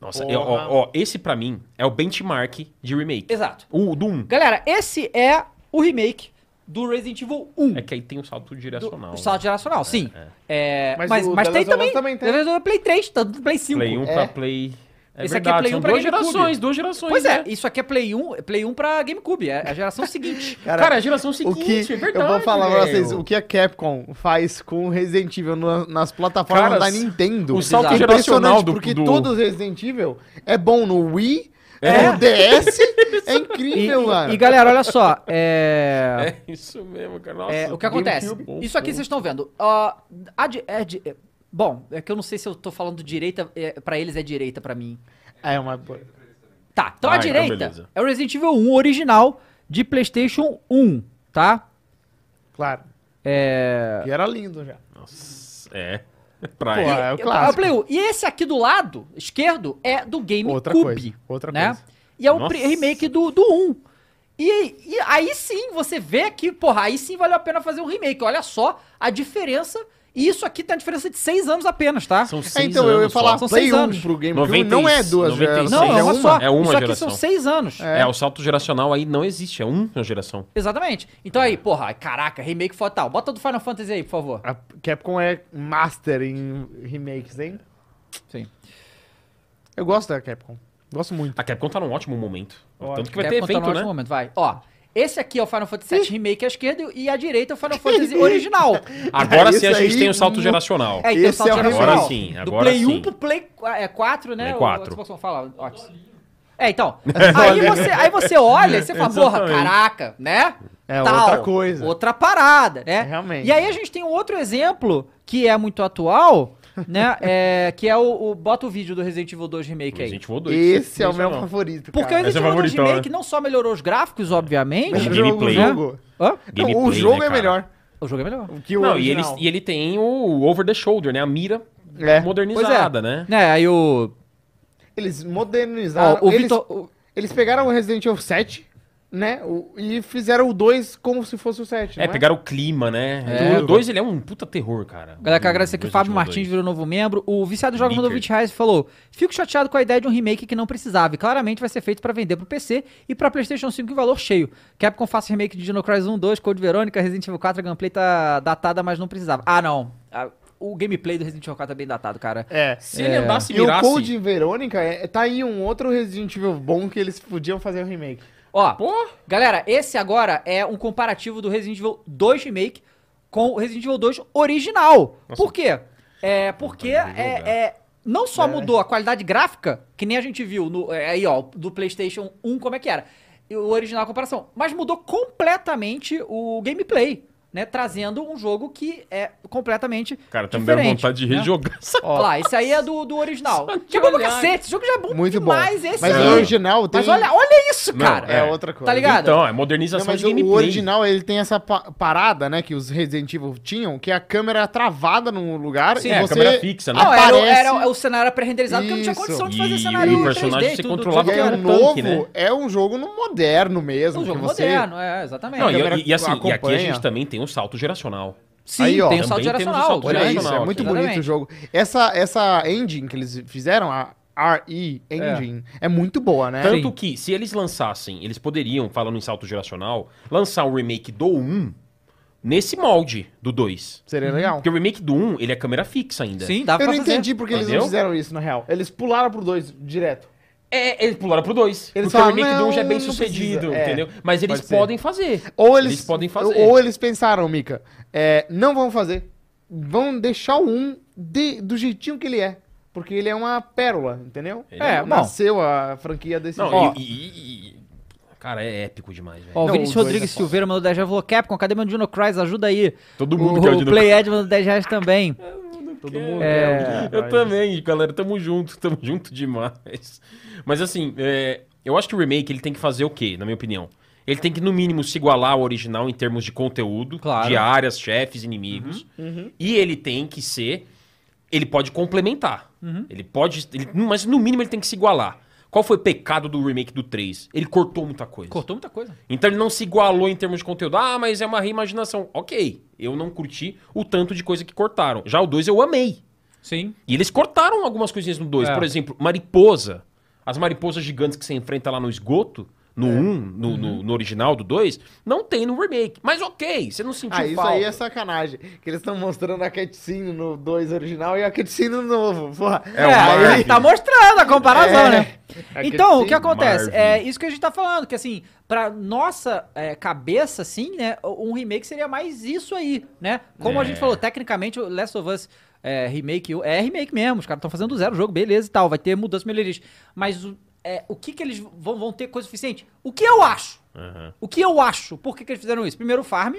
Nossa, eu- ó, ó, esse pra mim é o benchmark de remake. Exato. O do 1. Galera, esse é o remake do Resident Evil 1. É que aí tem o salto direcional. né? O salto geracional, sim. É, Mas mas mas, o The tem Last of Us também. também tem. The Last of Us Play 3, tanto Play 5. Play 1 É. pra Play. É Esse aqui é verdade, Play são um pra duas GameCube. gerações, duas gerações. Pois né? é, isso aqui é Play 1, Play 1 pra GameCube, é a geração *laughs* seguinte. Cara, a geração O seguinte, que é verdade. eu vou falar pra velho. vocês, o que a Capcom faz com Resident Evil na- nas plataformas Cara, da Nintendo. o salto Exato. geracional do- é porque do- todo Resident Evil é bom no Wii, É. *laughs* é. no DS, é E, incrível, mano. e, galera, olha só, *laughs* é, É isso mesmo, cara. Nossa, é, o que acontece? GameCube. Isso aqui vocês estão vendo. ó, a di- é di- é, bom, é que eu não sei se eu tô falando direita, é, para eles é direita, pra mim. É uma... Tá, então Ah, a então direita beleza. é o Resident Evil 1 original de PlayStation 1, tá? Claro. É, E era lindo já. Nossa, é. *laughs* Pô, Praia. é o É o clássico. Play 1. E esse aqui do lado esquerdo é do GameCube. Outra coisa. Outra né? coisa. E é o Nossa. pre- remake do, do 1. E, e aí sim você vê que, porra, aí sim valeu a pena fazer um remake. Olha só a diferença. E isso aqui tá a diferença de 6 anos apenas, tá? São É, seis então, eu ia anos só. falar São Play seis 1 anos. pro GameCube, 96, não é duas 96. gerações, não, é é uma, um só. É uma isso aqui geração. são 6 anos. É. o salto geracional aí não existe, é uma geração. Exatamente. Então aí, porra, caraca, remake foi tal. Bota do Final Fantasy aí, por favor. A Capcom é master em remakes, hein? Sim. Eu gosto da Capcom. Gosto muito. A Capcom tá num ótimo momento. Ótimo. Tanto que vai Quer ter contar no evento, ótimo né? momento, vai. Ó, esse aqui é o Final Fantasy VII Remake à esquerda e à direita é o Final Fantasy original. Agora *laughs* É, sim a isso gente aí, tem o salto mu- geracional. É, então Esse salto é o geracional. Agora sim, Do agora Play 1 sim. pro Play qu- é, 4, né? Play O- O, 4. Xbox One fala, ótimo. É, então. Aí você, aí você olha e você fala, porra, Exatamente. caraca, né? É outra coisa. Outra parada, né? Realmente. E aí a gente tem um outro exemplo que é muito atual, *laughs* né? É, que é o, o- Bota o vídeo do Resident Evil 2 Remake aí. A gente voou dois. Esse é o meu Não. favorito, Porque o cara. Resident Esse é o Evil 2 favoritão, Remake não só melhorou os gráficos, obviamente. Mas- O Gameplay. jogo- Hã? Não, Gameplay, o jogo né, é cara? melhor O jogo é melhor. que o Não, e ele, original. e ele tem o over the shoulder, né? A mira É. modernizada, né? Aí o. Eles Ó, modernizaram. o eles, Vitor. o- eles pegaram o Resident Evil 7, né? o- e fizeram o 2 como se fosse o 7. É, não pegaram o clima, né? É. O 2 ele é um puta terror, cara. Galera, quero agradecer que aqui o Fábio Martins virou novo membro. O viciado em jogo mandou Leaker. 20 reais e falou: Fico chateado com a ideia de um remake que não precisava. E claramente vai ser feito pra vender pro PC e pra PlayStation 5 em valor cheio. Capcom faça remake de Dino Crisis 1, 2, Code Verônica, Resident Evil 4, a gameplay tá datada, mas não precisava. Ah, não. Ah, O gameplay do Resident Evil 4 é bem datado, cara. É. Se ele andasse e E o mirasse... Code Verônica, é, tá aí um outro Resident Evil bom que eles podiam fazer o remake. Ó, Pô, galera, esse agora é um comparativo do Resident Evil 2 Remake com o Resident Evil 2 original. Nossa. Por quê? É porque Vontade de é, jogar. é- não só É. mudou a qualidade gráfica, que nem a gente viu no, é, aí, ó, do PlayStation 1, como é que era, e o original a comparação, mas mudou completamente o gameplay, né? Trazendo um jogo que é completamente. cara, tá me dando diferente, vontade de né? rejogar essa Ó lá, esse aí é do, do original. Só de Que é bom pra olhar. cacete, esse jogo já é bom Muito demais. bom. Esse Mas é- Não. o original tem... mas olha, olha isso, Não, cara. É É. outra coisa. Tá ligado? Então, é Não, modernização mas de o- gameplay. o original ele tem essa pa- parada, né, que os Resident Evil tinham, que a câmera é travada num lugar Sim, e é, a você Ah, câmera fixa, né? Não, era, o- aparece- era o- o cenário pré-renderizado porque não tinha Isso. condição de E fazer o cenário em 3D. personagem se tudo- tudo controlava E aí, que com o era. era um novo tanque, né? é um jogo no moderno É mesmo, um jogo que você moderno, é, exatamente. Não, e, câmera e- e assim, e aqui a acompanha. gente também tem um salto geracional. Sim, Aí, ó, tem o salto também temos o geracional. salto grande. Olha isso, Original, é muito Exatamente. bonito o jogo. Essa, essa engine que eles fizeram, a RE Engine, é, muito boa, né? Tanto que, se eles lançassem, eles poderiam, falando em salto geracional, lançar um remake do 1 nesse molde do 2. Seria legal. Porque o remake do 1, ele é câmera fixa ainda. Sim, dá pra Eu não fazer. entendi porque eles Entendeu? não fizeram isso, na real. Eles pularam pro 2 direto. É, eles pularam pro 2. Porque Eles falam, o remake do 1 já é "Não, bem não sucedido, precisa." É, entendeu? Mas eles pode ser. podem fazer. Ou eles, podem fazer. Ou eles pensaram, Mika, é, não vão fazer. Vão deixar o 1 de- do jeitinho que ele é. Porque ele é uma pérola, entendeu? Ele é bom. Nasceu a franquia desse Não, jeito. e, e- e- Cara, é épico demais, velho. Ó, o Não, Vinícius os dois Rodrigues é foda. Silveira mandou 10 reais, falou, Capcom, cadê meu Dino Crisis? Ajuda aí. Todo mundo o, quer o o Dino Play Ed mandou 10 reais também. Todo mundo É, quer um Eu Jedi. *laughs* também, galera, tamo junto, tamo junto demais. Mas assim, é, Eu acho que o remake ele tem que fazer o quê, na minha opinião? Ele tem que, no mínimo, se igualar ao original em termos de conteúdo, Claro. de áreas, chefes, inimigos. Uhum, E ele tem que ser. Ele pode complementar. Uhum. Ele pode. ele- mas no mínimo ele tem que se igualar. Qual foi o pecado do remake do 3? Ele cortou muita coisa. Cortou muita coisa. Então ele não se igualou em termos de conteúdo. Ah, mas é uma reimaginação. Ok, eu não curti o tanto de coisa que cortaram. Já o 2 eu amei. Sim. E eles cortaram algumas coisinhas no 2. É. Por exemplo, mariposa. As mariposas gigantes que você enfrenta lá no esgoto, É. no 1, um, no, Uhum. no- no original do 2, não tem no remake. Mas ok, você não sentiu Ah, isso falta. aí é sacanagem. Que eles estão mostrando a cutscene no 2 original e a cutscene no novo. Porra. É, o Marvel. ele tá mostrando a comparação, É. né? *laughs* Aquele Então, o que sim, acontece? Marvel. É isso que a gente tá falando, que assim, pra nossa é, cabeça, assim, né? Um remake seria mais isso aí, né? Como a É. gente falou, tecnicamente, o Last of Us é, remake é remake mesmo. Os caras estão fazendo do zero o jogo, beleza e tal. Vai ter mudança melhorias. Mas o- é, o que que eles vão, vão ter coisa suficiente? O que eu acho? Aham. O que eu acho? Por que, que eles fizeram isso? Primeiro, o farm,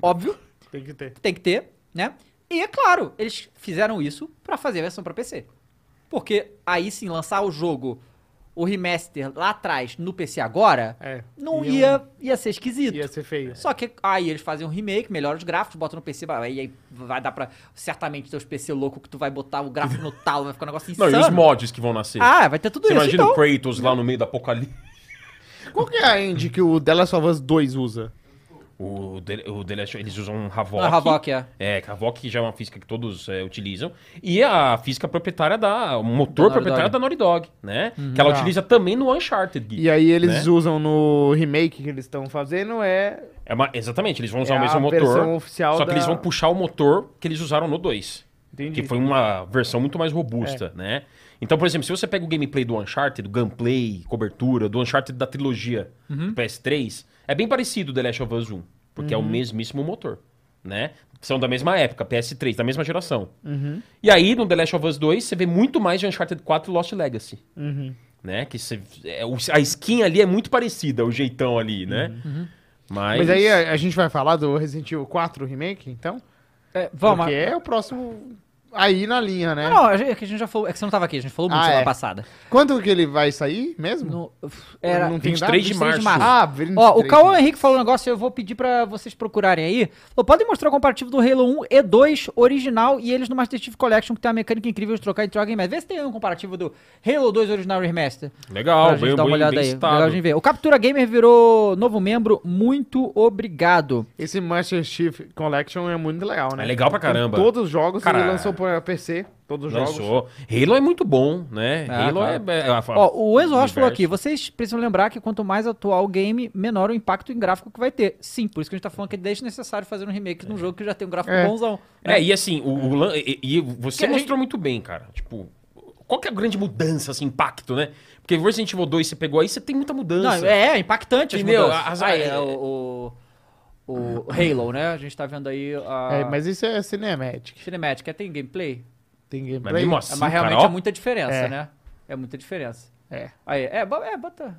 óbvio, Tem que ter. tem que ter, né? E é claro, eles fizeram isso pra fazer a versão pra PC. Porque aí sim, lançar o jogo, o remaster lá atrás, no PC agora, É. não Iam- ia, ia ser esquisito. Ia ser feio. Só que aí eles fazem um remake, melhoram os gráficos, botam no PC, aí, aí vai dar pra. Certamente ter os PC louco que tu vai botar o gráfico no talo, vai ficar um negócio Não, insano. e os mods que vão nascer. Ah, vai ter tudo você isso. imagina então. o Kratos lá no meio da apocalipse. Qual que é a end que o The Last of Us 2 usa? O, The- o The Last- eles usam um Ah, Havok, é. É, que a VOC que já é uma física que todos é, utilizam. E a física proprietária da. O motor Da Naughty Dog. Uhum. proprietário da Naughty Dog, né? que ela Tá. utiliza também no Uncharted. Gui, E aí eles né? usam no remake que eles estão fazendo é É uma- exatamente, eles vão usar É o mesmo a versão motor. oficial só que da- eles vão puxar o motor que eles usaram no 2. Entendi. É. Que foi uma versão muito mais robusta, né? Então, por exemplo, se você pega o gameplay do Uncharted, do gunplay, cobertura, do Uncharted da trilogia Uhum. do PS3, é bem parecido o The Last of Us 1, porque é o mesmíssimo motor, né? São da mesma época, PS3, da mesma geração. Uhum. E aí, no The Last of Us 2, você vê muito mais de Uncharted 4 e Lost Legacy. Né? Que você- é, o- a skin ali é muito parecida, o jeitão ali, né? É Mas... Uhum. Mas aí a, a gente vai falar do Resident Evil 4 remake, então? É, vamos. Porque é o próximo aí na linha, né? Não, não, é que a gente já falou. É que você não tava aqui, a gente falou muito Ah, semana é. passada. Quando que ele vai sair mesmo? No- era, Não tem 23 de data? março. Ah, 23. Ó, o Cauã Henrique falou um negócio, eu vou pedir pra vocês procurarem aí. Falou, podem mostrar o comparativo do Halo 1 e 2 original e eles no Master Chief Collection, que tem uma mecânica incrível de trocar e trocar remaster. Vê se tem um comparativo do Halo 2 original e remaster. Legal, pra gente Tá, bem, dar uma bem- olhada bem aí. citado. Legal a gente ver. O Captura Gamer virou novo membro, muito obrigado. Esse Master Chief Collection é muito legal, né? É legal pra caramba. Tem todos os jogos, Cara, ele lançou pra PC, todos os jogos. Lançou. Halo é muito bom, né? Ah, Halo claro. é... é- é- Ó, o Enzo Rocha falou universo. aqui, vocês precisam lembrar que quanto mais atual o game, menor o impacto em gráfico que vai ter. Sim, por isso que a gente tá falando que é desnecessário fazer um remake num jogo que já tem um gráfico É. bonzão. né? É, e assim, o, o lan- e, e você Que a gente- mostrou muito bem, cara. Tipo, qual que é a grande mudança, assim, impacto, né? Porque Resident Evil 2 você pegou aí, você tem muita mudança. Não, é, é impactante as Entendeu? mudanças. As- Ah, é, é- o, o, o Halo, né? A gente tá vendo aí a É, mas isso é Cinematic. Cinematic. É, Tem gameplay? Tem Mas gameplay. mesmo É, assim, mas realmente cara, ó, é muita diferença, É. né? É muita diferença. É. Aí, é, bo- é bota...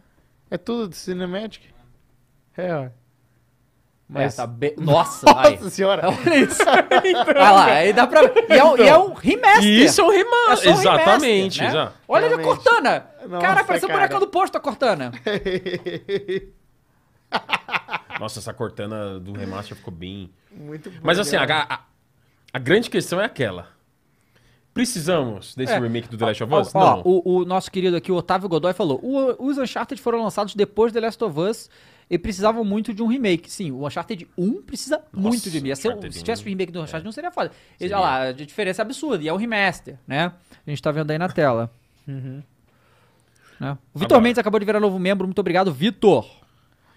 É tudo de Cinematic? É, ó. Mas... Mas... tá *laughs* be... Nossa, aí. Nossa senhora! *laughs* Então. Olha isso. *laughs* Olha lá, aí dá pra... E é um, e é um remaster. E isso é um É remaster. só um Exatamente. remaster, né? exa- Olha ali a Realmente. Cortana. Nossa, cara, pareceu o cara. bonecão do posto, a Cortana. Nossa, essa cortana do remaster ficou bem. muito bom. Mas assim, a, né? a- a grande questão é aquela. Precisamos desse É. remake do The Last of Ó, Us? ó, Não. o, o nosso querido aqui, o Otávio Godoy, falou: "O- uh, os Uncharted foram lançados depois de The Last of Us e precisavam muito de um remake. Sim, o Uncharted 1 precisa muito de remake. Se, eu- Uncharted se tivesse 1, o remake do Uncharted 1, seria foda. E, Seria. olha lá, a diferença é absurda. E é um remaster, né? A gente tá vendo aí na tela. Né? O Vitor Agora. Mendes acabou de virar novo membro. Muito obrigado, Vitor.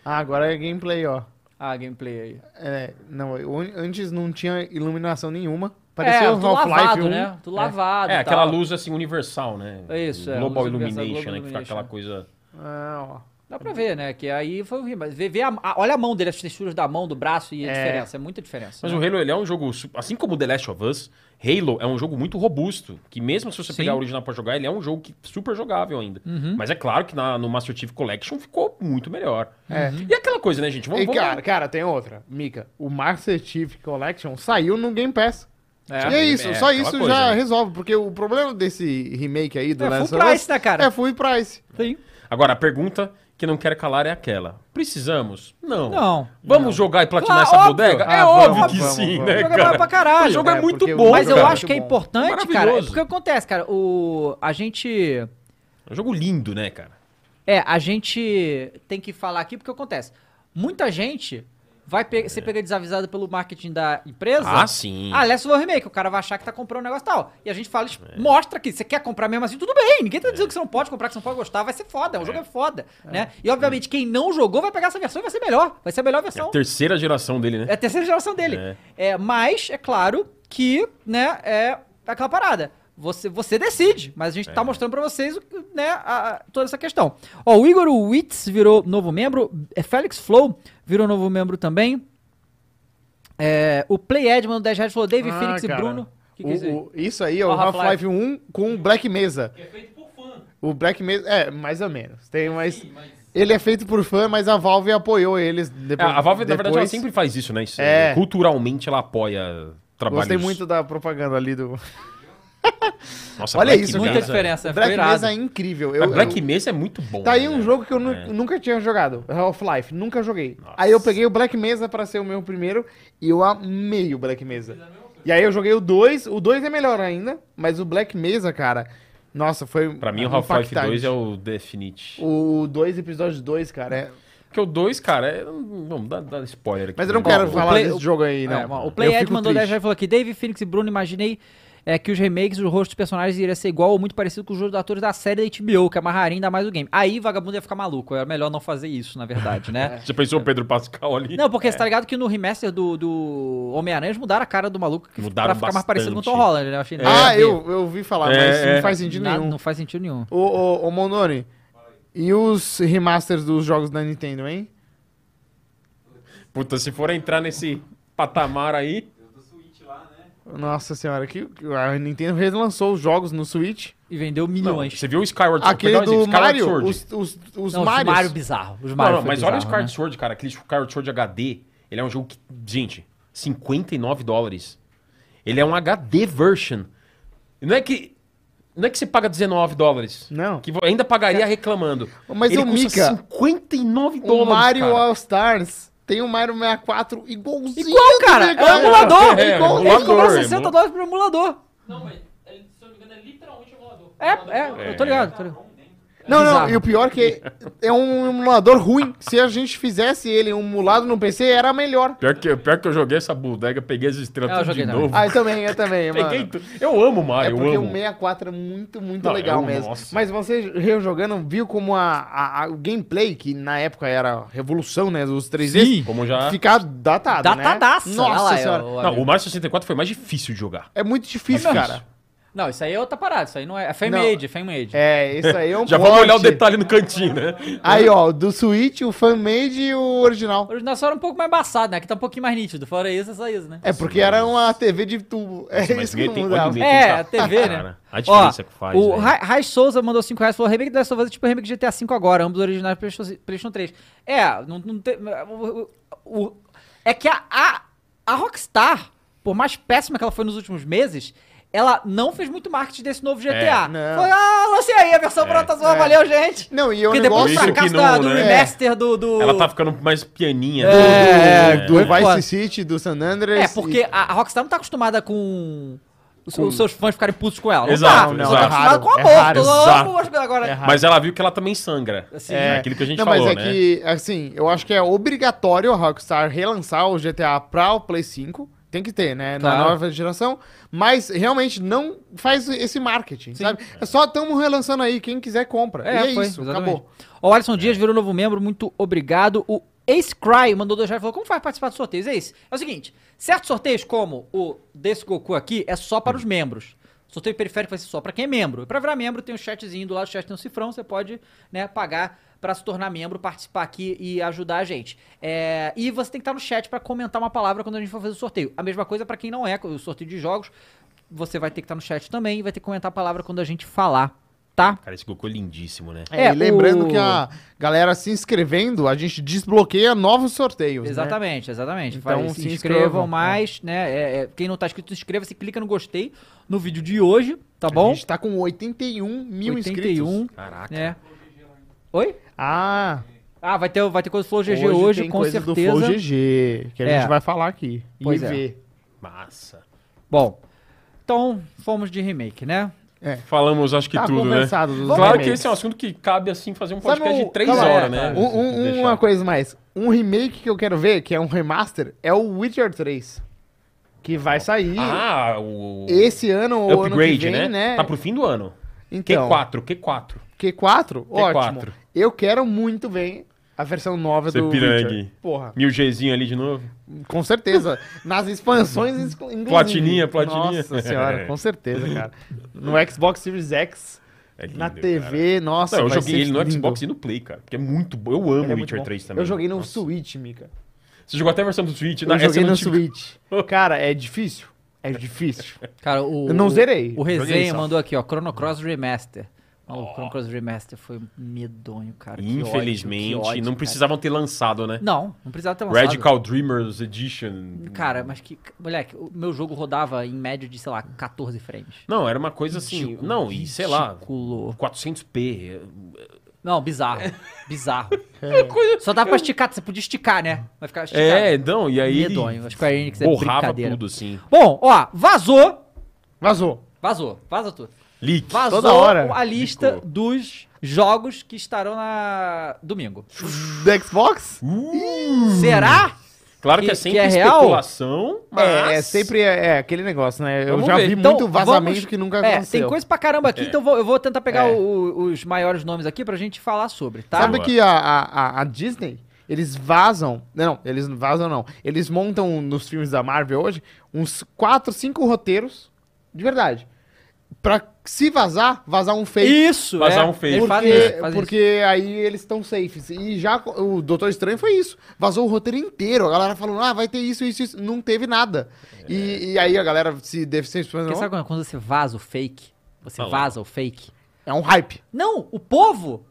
Ah, agora é gameplay, ó. Ah, gameplay aí. É, não, o- antes não tinha iluminação nenhuma. é, Parecia o tudo lavado, Half-Life 1. né? Tudo lavado. É, e aquela tal. luz assim universal, né? Isso, é, Global luz universal, Illumination, global né? Que fica aquela illumination. coisa. Ah, ó. Dá pra ver, né? Que aí foi um remaster. Vê, vê a- a- olha a mão dele, as texturas da mão, do braço e a É. diferença. É muita diferença. Mas né? o Halo ele é um jogo, su- assim como o The Last of Us, Halo é um jogo muito robusto. Que mesmo se você Sim. Uhum. pegar o original pra jogar, ele é um jogo que, super jogável ainda. Mas é claro que na- no Master Chief Collection ficou muito melhor. É. Uhum. E aquela coisa, né, gente? Vamos, E vamos- cara, cara, tem outra. Mica, o Master Chief Collection saiu no Game Pass. É. e é isso, é, só aquela isso coisa, já né? resolve, porque o problema desse remake aí do É full Last of Us price, né, cara? É full price. Sim. Agora, a pergunta que não quero calar é aquela. Precisamos? Não. Não. Vamos jogar e platinar Claro, essa óbvio. bodega? é Ah, óbvio vamos, que vamos, sim, vamos. né, Joga cara? pra caralho. O jogo é, É, muito porque o bom, Mas eu cara. acho que é Muito bom. importante, cara. É Maravilhoso. porque acontece, cara, o a gente É um jogo lindo, né, cara? é, a gente tem que falar aqui porque acontece. Muita gente vai pe ser pega desavisada pelo marketing da empresa. É. Ah, sim. Ah, Let's Go Remake, o cara vai achar que tá comprando um negócio e tal. E a gente fala, É. mostra que você quer comprar mesmo assim, tudo bem. Ninguém tá dizendo que você não pode comprar, que você não pode gostar, vai ser foda, o jogo é foda, né? E obviamente quem não jogou vai pegar essa versão e vai ser melhor, vai ser a melhor É a versão. terceira geração dele, né? É a terceira geração dele. É. É, mas, é claro que, né, é aquela parada. Você, você decide, mas a gente tá mostrando pra vocês o que, né, a- a- toda essa questão. Ó, o Igor Witz virou novo membro, é, Félix Flow virou novo membro também. É, o Play Ed mandou 10 reais falou David Ah, Felix e cara. Bruno. O que, que é O- isso aí? o- isso aí é o Ó, Half-Life. Half-Life 1 com o Black Mesa. É feito por fã. O Black Mesa, é, mais ou menos. Tem mais... Ele é feito por fã, mas a Valve apoiou eles É, depois. a Valve, na verdade, ela depois. sempre faz isso, né? Isso- É. Culturalmente, ela apoia trabalhos... Gostei muito da propaganda ali do... Nossa, Olha Black isso, Muita Mesa. diferença, ficou Black irado. Mesa é incrível. Mas Eu, Black eu- Mesa é muito bom. Tá aí né? um jogo que eu nu- É. nunca tinha jogado, Half-Life, nunca joguei. Nossa. Aí eu peguei o Black Mesa pra ser o meu primeiro e eu amei o Black Mesa. E aí eu joguei o 2, o 2 é melhor ainda, mas o Black Mesa, cara, nossa, foi Pra mim, o Half-Life impactante. 2 é o Definite. O 2, episódio 2, cara, é... Porque o 2, cara, é... não dá, dá spoiler aqui. né? Mas eu não Bom, quero o falar Play- desse o- jogo aí, não. É, bom, o Eu Playhead fico mandou 10 triste. reais e falou aqui: Dave, Phoenix e Bruno, imaginei é, que os remakes, os rostos dos personagens iria ser igual ou muito parecido com os rostos dos atores da série da HBO, que amarraria ainda mais o game. Aí vagabundo ia ficar maluco, era melhor não fazer isso, na verdade, *laughs* né? Já pensou o Pedro Pascal ali? Não, porque você tá ligado que no remaster do, do Homem-Aranha eles mudaram a cara do maluco que- Mudaram pra ficar mais bastante. parecido com o Tom Holland, né? Eu achei nada a Ah, ver. eu, eu ouvi falar, mas É, é. não faz sentido Nada- nenhum. Não faz sentido nenhum. Ô, ô, ô, Mononi, e os remasters dos jogos da Nintendo, hein? Puta, se for entrar nesse patamar aí... Nossa senhora, que que a Nintendo relançou os jogos no Switch. E vendeu Não, milhões. você viu o Skyward Sword? Aquele Perdão, do Skyward Mario, Sword. os, os, os Não, Marios. Mario bizarro. Os Não, Mario não, foi mas olha o bizarro, Skyward né? Sword, cara. Aquele Skyward Sword HD, ele é um jogo que... Gente, 59 dólares. Ele é um HD version. Não é que... Não é que você paga 19 dólares. Não. Que vo- ainda pagaria reclamando. Mas ele o custa Mika, 59 O dólares, Mario cara. All Stars tem o Mario 64 igualzinho. Igual, cara! do É um Mega Man. emulador! É, ele é co- ele emulador, cobrou irmão. 60 dólares pro emulador. Não, mas ele, se eu não me engano, é literalmente um emulador. É, Um emulador é, eu tô ligado. Tô ligado. Não, não, Bizarro. e o pior é que é um emulador ruim. Se a gente fizesse ele emulado no PC, era melhor. Pior que, pior que eu joguei essa bodega, peguei as estrelas É, eu tudo de joguei também. novo. Ah, eu também, eu também, mano. Peguei tu- Eu amo o É Mario, Ah, eu porque o amo. 64 é muito, muito Não, legal eu- mesmo. nossa. Mas você rejogando, viu como a, a- a- o gameplay, que na época era a revolução, né? Os 3D, Sim. Como já... ficar datado, Datadaça. né? Olha Nossa lá, senhora. eu- Não, o Mario 64 foi mais difícil de jogar. É muito difícil, É mesmo? cara. Não, isso aí é outra parada, isso aí não é. É Não. fan-made, é fan-made. É, isso aí é *laughs* um Já vamos olhar o corte. detalhe no cantinho, né? Aí, ó, do Switch, o fan-made e o O original. original só era um pouco mais embaçado, né? Aqui tá um pouquinho mais nítido. Fora isso, é só isso, né? É, porque era uma TV de tubo. É Mas isso que ninguém tem- mudava. olha, ninguém É, tem a TV, cara. né? A diferença que faz, né? O velho. Ra- Rai Souza mandou 5 reais e falou: remake da Last of Us é tipo remake de GTA V agora, ambos originais pro PlayStation- PlayStation 3. É, não, não tem. o- o- o- é que a, a, a Rockstar, por mais péssima que ela foi nos últimos meses. Ela não fez muito marketing desse novo É, GTA. não. Foi, ah, lancei aí a versão pronta, só valeu, gente. Não, e o Porque depois negócio... do Isso um que fracasso não, da- do né? remaster do, do. Ela tá ficando mais pianinha. né? É, do É. Vice City, do San Andreas... É, porque e- a a Rockstar não tá acostumada com os os seus fãs ficarem putos com ela. Exato, não tá. exato. Ela tá acostumada com o É amor. raro, todo exato. amor, mas agora. É Mas ela viu que ela também sangra. Assim, É aquilo que a gente não, falou, mas é né? que, assim, eu acho que é obrigatório a Rockstar relançar o GTA pra o Play 5. Tem que ter, né? Na Claro. nova geração. Mas realmente não faz esse marketing, sabe? É só estamos relançando aí. Quem quiser compra. É, e é foi, isso, exatamente. acabou. É. Ó, O Alisson Dias virou novo membro, muito obrigado. O Ace Cry mandou dois reais e falou: como faz participar dos sorteios? É isso. É o seguinte: certos sorteios, como o desse Goku aqui, é só para os Hum. membros. Sorteio periférico vai ser só para quem é membro. E para virar membro, tem um chatzinho do lado do chat, tem um cifrão, você pode né, pagar para se tornar membro, participar aqui e ajudar a gente. É, e você tem que estar no chat para comentar uma palavra quando a gente for fazer o sorteio. A mesma coisa para quem não é, o sorteio de jogos, você vai ter que estar no chat também e vai ter que comentar a palavra quando a gente falar, tá? Cara, esse Goku é lindíssimo, né? É, É, e lembrando o- que a galera se inscrevendo, a gente desbloqueia novos sorteios. né? Exatamente. Exatamente, exatamente. Então, Vai, se, se inscrevam, inscrevam, mais, né? é, é, quem não tá inscrito, se inscreva, se clica no gostei no vídeo de hoje, tá A bom? gente tá com 81 mil um inscritos. 81, Caraca. né? Oi? Ah, Ah, vai ter, vai ter coisa do Flow GG hoje, tem com coisas certeza. do Flow GG, que a É. gente vai falar aqui. Pois e é. ver. Massa. Bom, então fomos de remake, né? Falamos, acho que Tá tudo, né? conversado dos Claro que remakes. esse é um assunto que cabe, assim, fazer um Sabe podcast um- de três calma, horas, é, né? Um- um- Deixar. uma coisa mais. Um remake que eu quero ver, que é um remaster, é o Witcher 3. Que vai sair Ah, o... esse ano ou ano que upgrade, vem, né? né? Tá pro fim do ano. Então, Q4, Q4. Q4? Ótimo. Q4. Eu quero muito ver a versão nova Você do pirangue. Witcher. Porra, Mil Gzinho ali de novo. com certeza. *laughs* Nas expansões, exclu- inclusive. Platininha, platininha. Nossa senhora, com certeza, cara. No Xbox Series X, É lindo, na cara. TV, nossa, Não, eu vai joguei ser ele no lindo. Xbox e no Play, cara. Porque é muito bom. Eu amo Ele é muito Witcher bom. 3 também. Eu joguei no Nossa. Switch, Mika. Você jogou até a versão do Switch? Eu Não, essa joguei não no tive. Switch. Cara, é difícil. É difícil. Cara, o. Eu não o- zerei. O Joguei Resenha só. mandou aqui, ó, Chrono Cross Remaster. Ó, O Chrono Cross Remaster foi medonho, cara. que ódio, Infelizmente, que ódio, não cara. precisavam ter lançado, né? Não, não precisava ter lançado. Radical Dreamers Edition. Cara, Uhum. mas que. Moleque, o meu jogo rodava em média de, sei lá, 14 frames. Não, era uma coisa assim. Não, e sei lá, Ridículo. 400p. Não, *laughs* bizarro. Bizarro. É. Só dava pra esticar, você podia esticar, né? Vai ficar esticado. É, não, e aí. Medonho, a Square Enix é borrava brincadeira. tudo, assim. Bom, ó, vazou. Vazou. Vazou, vaza tudo. Leak. Vazou Toda hora. a lista Ficou. dos jogos que estarão na domingo. Do Xbox? Hum. Será? Uh! Claro que, Que- é que sempre é real? especulação, mas. É, é sempre é, é aquele negócio, né? Eu Vamos já ver. vi Então, muito vazamento vamos- que nunca É, aconteceu. tem coisa pra caramba aqui, então vou- eu vou tentar pegar É. o- os maiores nomes aqui pra gente falar sobre, tá? Sabe Boa. que a, a, a- a Disney, eles vazam... Não, eles não vazam, não. Eles montam nos filmes da Marvel hoje uns 4, 5 roteiros, de verdade. Pra se vazar, vazar um fake. Isso, Vazar é. um fake. Eles Porque, fazem isso, fazem porque aí eles estão safes. E já co- o Doutor Estranho foi isso. Vazou o roteiro inteiro. A galera falou, ah, vai ter isso, isso, isso. Não teve nada. E, e aí a galera se É. Porque deficiência. sabe quando- quando você vaza o fake? Você Fala. vaza o fake? É um hype. Não, o povo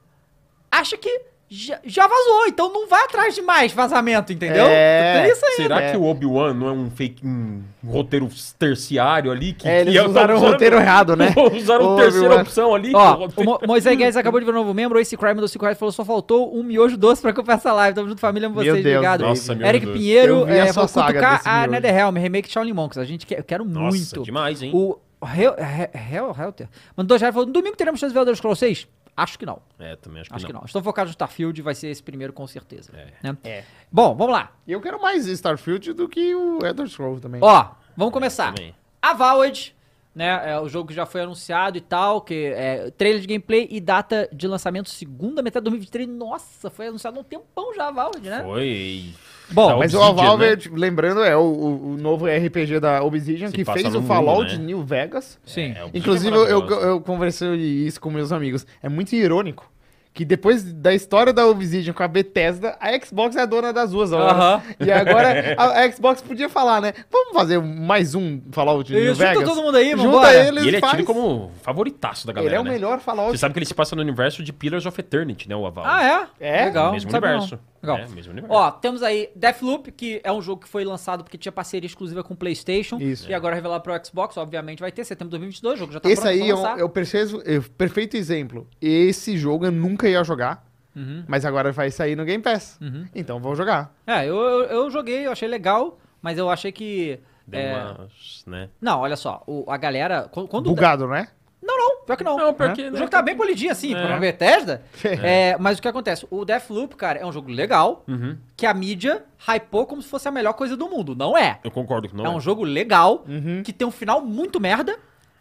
acha que já, já vazou, então não vai atrás de mais vazamento, entendeu? É. Tem isso aí. né? Será É. que o Obi-Wan não é um fake um roteiro terciário ali? Que, É, eles que eu tô usaram o usando- roteiro errado, né? *laughs* usaram O a terceira Obi-Wan. opção ali. que é Ó, o o roteiro- Mo Moisés Guedes acabou de vir um novo membro, esse crime do 5 reais falou, só faltou um miojo doce pra comprar essa live. Tamo junto, família, amo Meu vocês, Deus, obrigado. Nossa, miojo Eric doce. Pinheiro, Eu vi é, essa vou saga cutucar desse a miojo. NetherRealm, remake de Shaolin Monks. A gente quer, eu quero Nossa, muito. demais, hein? O Hel- He- Hel- Helter mandou já falou, domingo teremos chance de ver Elder Scrolls 6? Acho que não. É, também acho que Acho que não. não. Estou focado no Starfield, vai ser esse primeiro com certeza. É. né? É. Bom, vamos lá. E eu quero mais Starfield do que o Elder Scrolls também. Ó, vamos começar. também. Avowed, né? É o jogo que já foi anunciado e tal, que é trailer de gameplay e data de lançamento segunda metade de 2023. Nossa, foi anunciado há um tempão já Avowed, né? Foi. Bom, Da Mas o Obsidian, né? Valve, tipo, lembrando, é o, o- o novo RPG da Obsidian Se que passa fez no o mundo, Fallout né? New Vegas. Sim. É, o Obsidian Inclusive, é eu, eu, maravilhoso. eu conversei isso com meus amigos. É muito irônico que depois da história da Obsidian com a Bethesda, a Xbox é a dona das duas horas. Aham. E agora a, a Xbox podia falar, né? Vamos fazer mais um Fallout New Isso, junta Vegas? todo mundo aí, Junta vambora. eles, E ele é faz. tido como favoritaço da galera. Ele é o né? melhor Você Fallout. sabe que ele se passa no universo de Pillars of Eternity, né? O Aval. Ah, é? É? Legal. não Mesmo sabia não. universo. Legal. É, mesmo universo. Ó, temos aí Deathloop, que é um jogo que foi lançado porque tinha parceria exclusiva com o PlayStation. Isso. E agora revelado pro Xbox, obviamente vai ter setembro de 2022, o jogo já tá Esse pronto aí pra é um- lançar. é o perfeito, é o perfeito exemplo. Esse jogo eu nunca ia jogar, Uhum. mas agora vai sair no Game Pass. Então vou jogar. É, eu, eu, eu joguei, eu achei legal, mas eu achei que... Deu é, umas, né? Não, olha só, o- a galera... qu- Quando Bugado, né? Não, não, pior que não. Não, pior pior que O jogo tá bem polidinho assim, pra uma Bethesda. *laughs* É, mas o que acontece? O Deathloop, cara, é um jogo legal Uhum. que a mídia hypou como se fosse a melhor coisa do mundo. Não é. Eu concordo que não. É um jogo legal que tem um final muito merda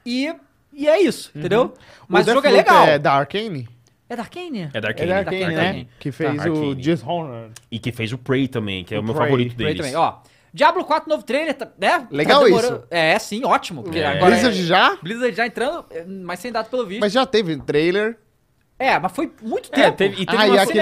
e, e é isso, entendeu? Mas o, jogo é Deathloop legal. É É, da Arkane? da Arkane? É da É Arkane. da Arkane, Arkane, da né? Arkane. Que fez Tá. o Arkane. Dishonored. E que fez o Prey também, que é O o meu Prey. favorito Prey deles. também, ó. Diablo 4, novo trailer, tá- né? Legal tá demorando- isso. É, sim, ótimo. Porque É. agora Blizzard já? é- Blizzard já entrando, é, mas sem dado pelo visto. Mas já teve trailer. É, mas foi muito tempo. É, teve, e teve Ah, e uma... aquele-